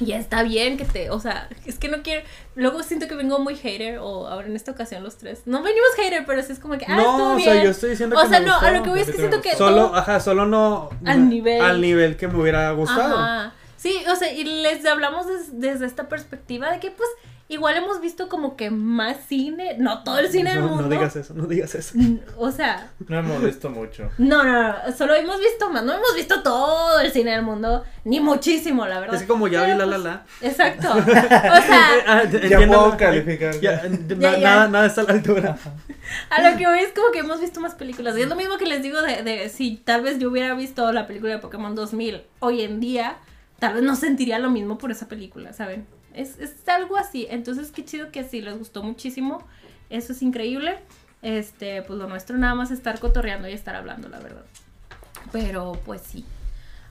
[SPEAKER 3] Ya está bien que te, o sea, es que no quiero, luego siento que vengo muy hater, o ahora en esta ocasión los tres, no venimos hater, pero sí es como que, ah, estuvo
[SPEAKER 1] no, o
[SPEAKER 3] bien.
[SPEAKER 1] sea, yo estoy diciendo
[SPEAKER 3] O
[SPEAKER 1] que
[SPEAKER 3] sea,
[SPEAKER 1] me
[SPEAKER 3] no,
[SPEAKER 1] gustó.
[SPEAKER 3] a lo que voy es que
[SPEAKER 2] Repíteme,
[SPEAKER 3] siento que
[SPEAKER 1] Solo,
[SPEAKER 3] todo-
[SPEAKER 1] ajá, solo no
[SPEAKER 3] Al nivel.
[SPEAKER 1] al nivel que me hubiera gustado.
[SPEAKER 3] Ajá. Sí, o sea, y les hablamos des- desde esta perspectiva de que, pues, igual hemos visto como que más cine, no todo el cine del
[SPEAKER 1] no,
[SPEAKER 3] mundo.
[SPEAKER 1] no digas eso, no digas eso.
[SPEAKER 3] O sea,
[SPEAKER 2] No hemos visto mucho.
[SPEAKER 3] No, no, no, solo hemos visto más, no hemos visto todo el cine del mundo, ni muchísimo, la verdad.
[SPEAKER 1] Es que como ya vi
[SPEAKER 3] Pero,
[SPEAKER 1] la la
[SPEAKER 3] pues,
[SPEAKER 1] la.
[SPEAKER 3] Exacto. O sea,
[SPEAKER 1] Ah,
[SPEAKER 2] Ya
[SPEAKER 1] entiendo-
[SPEAKER 2] puedo calificar.
[SPEAKER 1] Ya, na-
[SPEAKER 3] ya.
[SPEAKER 1] Nada, nada está a la altura.
[SPEAKER 3] a lo que voy es como que hemos visto más películas. Y es lo mismo que les digo de, de si tal vez yo hubiera visto la película de Pokémon 2000 hoy en día, tal vez no sentiría lo mismo por esa película, ¿saben? Es, es algo así. Entonces, qué chido que sí, les gustó muchísimo. Eso es increíble. Este, pues lo nuestro nada más estar cotorreando y estar hablando, la verdad. Pero, pues sí.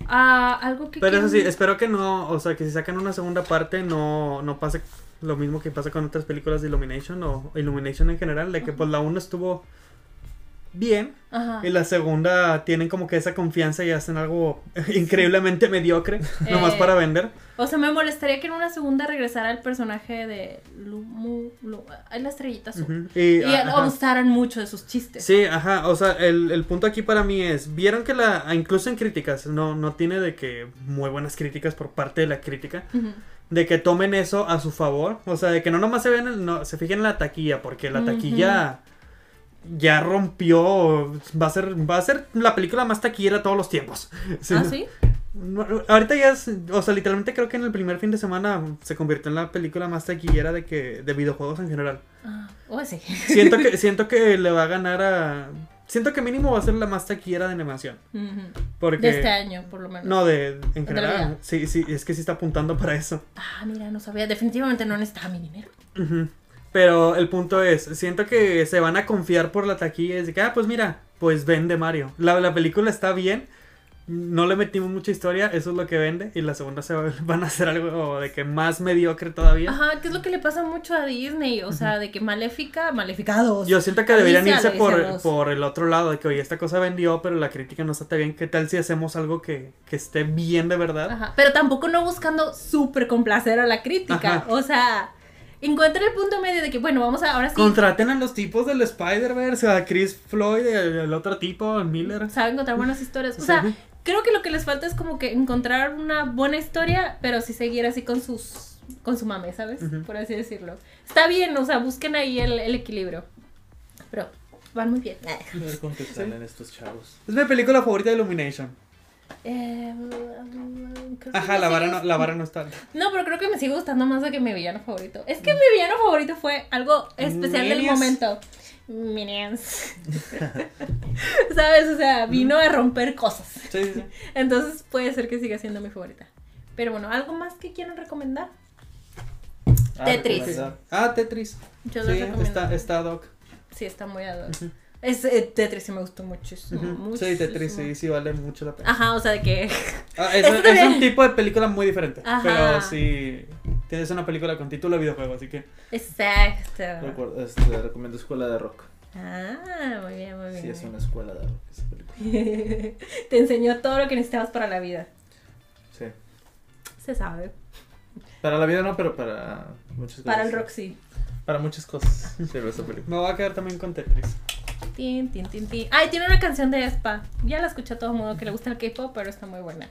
[SPEAKER 3] Ah, algo que
[SPEAKER 1] Pero eso sí,
[SPEAKER 3] quieran-
[SPEAKER 1] espero que no, o sea, que si sacan una segunda parte no, no pase lo mismo que pasa con otras películas de Illumination o Illumination en general, de que pues la 1 estuvo bien.
[SPEAKER 3] Ajá.
[SPEAKER 1] Y la segunda tienen como que esa confianza y hacen algo increíblemente mediocre, nomás
[SPEAKER 3] Eh.
[SPEAKER 1] para vender.
[SPEAKER 3] O sea, me molestaría que en una segunda regresara el personaje de Lumu, Lu- ay, la estrellita azul.
[SPEAKER 1] Ujú.
[SPEAKER 3] Y,
[SPEAKER 1] Y, ajá.
[SPEAKER 3] abusaran mucho de sus chistes.
[SPEAKER 1] Sí, ajá, o sea, el, el punto aquí para mí es, vieron que la, ah, incluso en críticas, no, no tiene de que muy buenas críticas por parte de la crítica,
[SPEAKER 3] Ujú.
[SPEAKER 1] de que tomen eso a su favor, o sea, de que no nomás se vean, en- no, se fijen en la taquilla, porque la taquilla ya rompió, va a ser, va a ser la película más taquillera de todos los tiempos. Sí,
[SPEAKER 3] ¿Ah,
[SPEAKER 1] no-
[SPEAKER 3] sí?
[SPEAKER 1] no, no, ahorita ya es, o sea, literalmente creo que en el primer fin de semana se convirtió en la película más taquillera de que, de videojuegos en general.
[SPEAKER 3] Ah, oh, sí.
[SPEAKER 1] Siento que, siento que le va a ganar a. Siento que mínimo va a ser la más taquillera de animación.
[SPEAKER 3] Ujú.
[SPEAKER 1] Porque.
[SPEAKER 3] De este año, por lo menos.
[SPEAKER 1] No, de. En
[SPEAKER 3] De la vida.
[SPEAKER 1] general. Sí, sí, es que sí está apuntando para eso.
[SPEAKER 3] Ah, mira, no sabía. Definitivamente no necesitaba mi dinero.
[SPEAKER 1] Ujú. Pero el punto es, siento que se van a confiar por la taquilla. Es de que, ah, pues mira, pues vende Mario. La, la película está bien. No le metimos mucha historia, eso es lo que vende. Y la segunda se va- van a hacer algo de que más mediocre todavía.
[SPEAKER 3] Ajá, que es lo que le pasa mucho a Disney. O sea, de que Maléfica, Maléfica 2.
[SPEAKER 1] Yo siento que
[SPEAKER 3] Alicia,
[SPEAKER 1] deberían irse
[SPEAKER 3] Alicia
[SPEAKER 1] por,
[SPEAKER 3] dos.
[SPEAKER 1] por el otro lado, de que oye, esta cosa vendió, pero la crítica no está tan bien. ¿Qué tal si hacemos algo que, que esté bien de verdad?
[SPEAKER 3] Ajá, Pero tampoco no buscando súper complacer a la crítica.
[SPEAKER 1] Ajá.
[SPEAKER 3] O sea, encuentra el punto medio de que, bueno, vamos a ahora sí.
[SPEAKER 1] Contraten a los tipos del Spider-Verse, a Chris Floyd, el, el otro tipo, el Miller.
[SPEAKER 3] saben encontrar buenas historias. O sea,
[SPEAKER 1] Sí.
[SPEAKER 3] creo que lo que les falta es como que encontrar una buena historia, pero sí seguir así con sus con su mame, ¿sabes?
[SPEAKER 1] Ujú.
[SPEAKER 3] Por así decirlo. Está bien, o sea, busquen ahí el, el equilibrio. Pero van muy bien.
[SPEAKER 2] A ver con qué salen estos chavos.
[SPEAKER 1] Es mi película favorita de Illumination.
[SPEAKER 3] Eh, creo que
[SPEAKER 1] Ajá,
[SPEAKER 3] me
[SPEAKER 1] la vara,
[SPEAKER 3] sigue-
[SPEAKER 1] no, la vara no está alta.
[SPEAKER 3] No, pero creo que me sigue gustando más de que mi villano favorito. Es que mi villano favorito fue algo especial del
[SPEAKER 1] Minions.
[SPEAKER 3] momento. Minions. ¿Sabes? O sea, vino a romper cosas.
[SPEAKER 1] Sí, sí, sí.
[SPEAKER 3] Entonces puede ser que siga siendo mi favorita. Pero bueno, ¿algo más que quieran recomendar?
[SPEAKER 2] Ah,
[SPEAKER 3] Tetris.
[SPEAKER 2] recomendar.
[SPEAKER 1] Ah, Tetris.
[SPEAKER 3] Yo lo
[SPEAKER 1] sí,
[SPEAKER 3] recomiendo.
[SPEAKER 1] está, está Doc.
[SPEAKER 3] Sí, está muy ad hoc.
[SPEAKER 1] Ujú.
[SPEAKER 3] Es eh, Tetris sí me gustó muchísimo.
[SPEAKER 1] Ujú. Sí,
[SPEAKER 3] muchísimo.
[SPEAKER 1] Tetris, sí, sí, vale mucho la pena.
[SPEAKER 3] Ajá, o sea, de que.
[SPEAKER 1] Ah, es,
[SPEAKER 3] Eso
[SPEAKER 1] es
[SPEAKER 3] también.
[SPEAKER 1] un tipo de película muy diferente.
[SPEAKER 3] Ajá.
[SPEAKER 1] Pero sí, tienes una película con título de videojuego, así que.
[SPEAKER 3] Exacto.
[SPEAKER 2] Recuer- este, recomiendo Escuela de Rock.
[SPEAKER 3] Ah, muy bien, muy bien.
[SPEAKER 2] Sí, es una escuela de rock esa película.
[SPEAKER 3] Te enseñó todo lo que necesitabas para la vida.
[SPEAKER 2] Sí.
[SPEAKER 3] Se sabe.
[SPEAKER 2] Para la vida no, pero para muchas cosas.
[SPEAKER 3] Para el rock sí.
[SPEAKER 2] Para muchas cosas sirve esa película.
[SPEAKER 1] Me voy a quedar también con Tetris.
[SPEAKER 3] Tin, tin, tin, tin. Ay, tiene una canción de Spa. Ya la escuché a todo el mundo que le gusta el K-pop, pero está muy buena.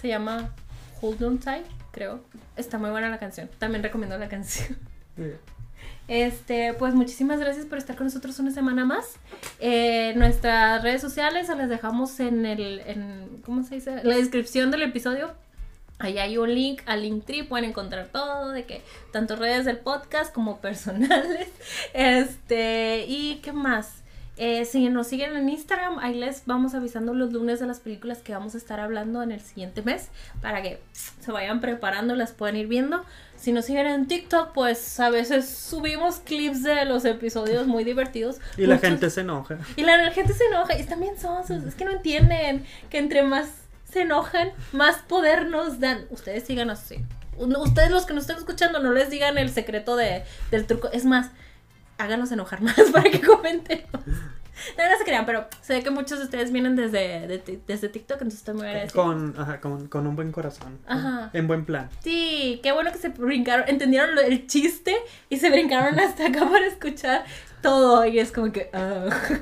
[SPEAKER 3] Se llama Hold On Tight, creo. Está muy buena la canción. También recomiendo la canción. Este, pues muchísimas gracias por estar con nosotros una semana más. Eh, nuestras redes sociales se las dejamos en el, en, ¿cómo se dice? En La descripción del episodio. Ahí hay un link a Linktree, pueden encontrar todo, de que tanto redes del podcast como personales. Este, y qué más. Eh, si nos siguen en Instagram, ahí les vamos avisando los lunes de las películas que vamos a estar hablando en el siguiente mes para que se vayan preparando, las puedan ir viendo. Si nos siguen en TikTok, pues a veces subimos clips de los episodios muy divertidos.
[SPEAKER 1] Y la
[SPEAKER 3] Muchos-
[SPEAKER 1] gente se enoja.
[SPEAKER 3] y la gente se enoja, y también son sus- es que no entienden que entre más se enojan, más poder nos dan. Ustedes sigan así. No, Ustedes los que nos están escuchando, no les digan el secreto de, del truco. Es más, háganlos enojar más para que comenten. más. No, no se crean, pero sé que muchos de ustedes vienen desde, de ti- desde TikTok, entonces estoy muy agradecida.
[SPEAKER 1] Con, ajá, con, con un buen corazón.
[SPEAKER 3] Ajá.
[SPEAKER 1] En buen plan.
[SPEAKER 3] Sí, qué bueno que se brincaron, entendieron lo- el chiste y se brincaron hasta acá para escuchar todo. Y es como que. ah.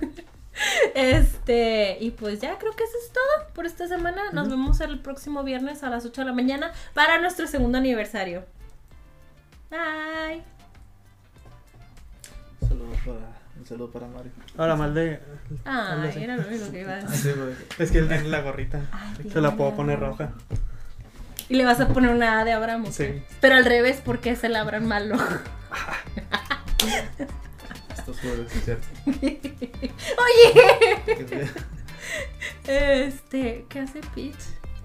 [SPEAKER 3] Este, y pues ya creo que eso es todo por esta semana. Nos
[SPEAKER 1] Ujú.
[SPEAKER 3] vemos el próximo viernes a las 8 de la mañana para nuestro segundo aniversario. Bye.
[SPEAKER 2] Un saludo para, un saludo para Mario.
[SPEAKER 1] Ahora mal de. Algo
[SPEAKER 3] Ay,
[SPEAKER 1] así.
[SPEAKER 3] era lo único que iba a decir.
[SPEAKER 2] Sí, güey.
[SPEAKER 1] Es que él tiene la gorrita.
[SPEAKER 3] Ay,
[SPEAKER 1] Se la puedo
[SPEAKER 3] Diana.
[SPEAKER 1] poner roja.
[SPEAKER 3] Y le vas a poner una A de Abraham. ¿ok?
[SPEAKER 1] Sí.
[SPEAKER 3] Pero al revés, porque es el Abraham malo.
[SPEAKER 2] Estos jueves, es cierto.
[SPEAKER 3] Oye,
[SPEAKER 2] Que-
[SPEAKER 3] este, ¿qué hace Peach?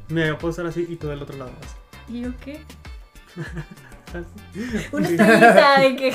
[SPEAKER 1] Me puedo hacer así y tú del otro lado. así.
[SPEAKER 3] ¿Y yo qué? Una estrellita de que.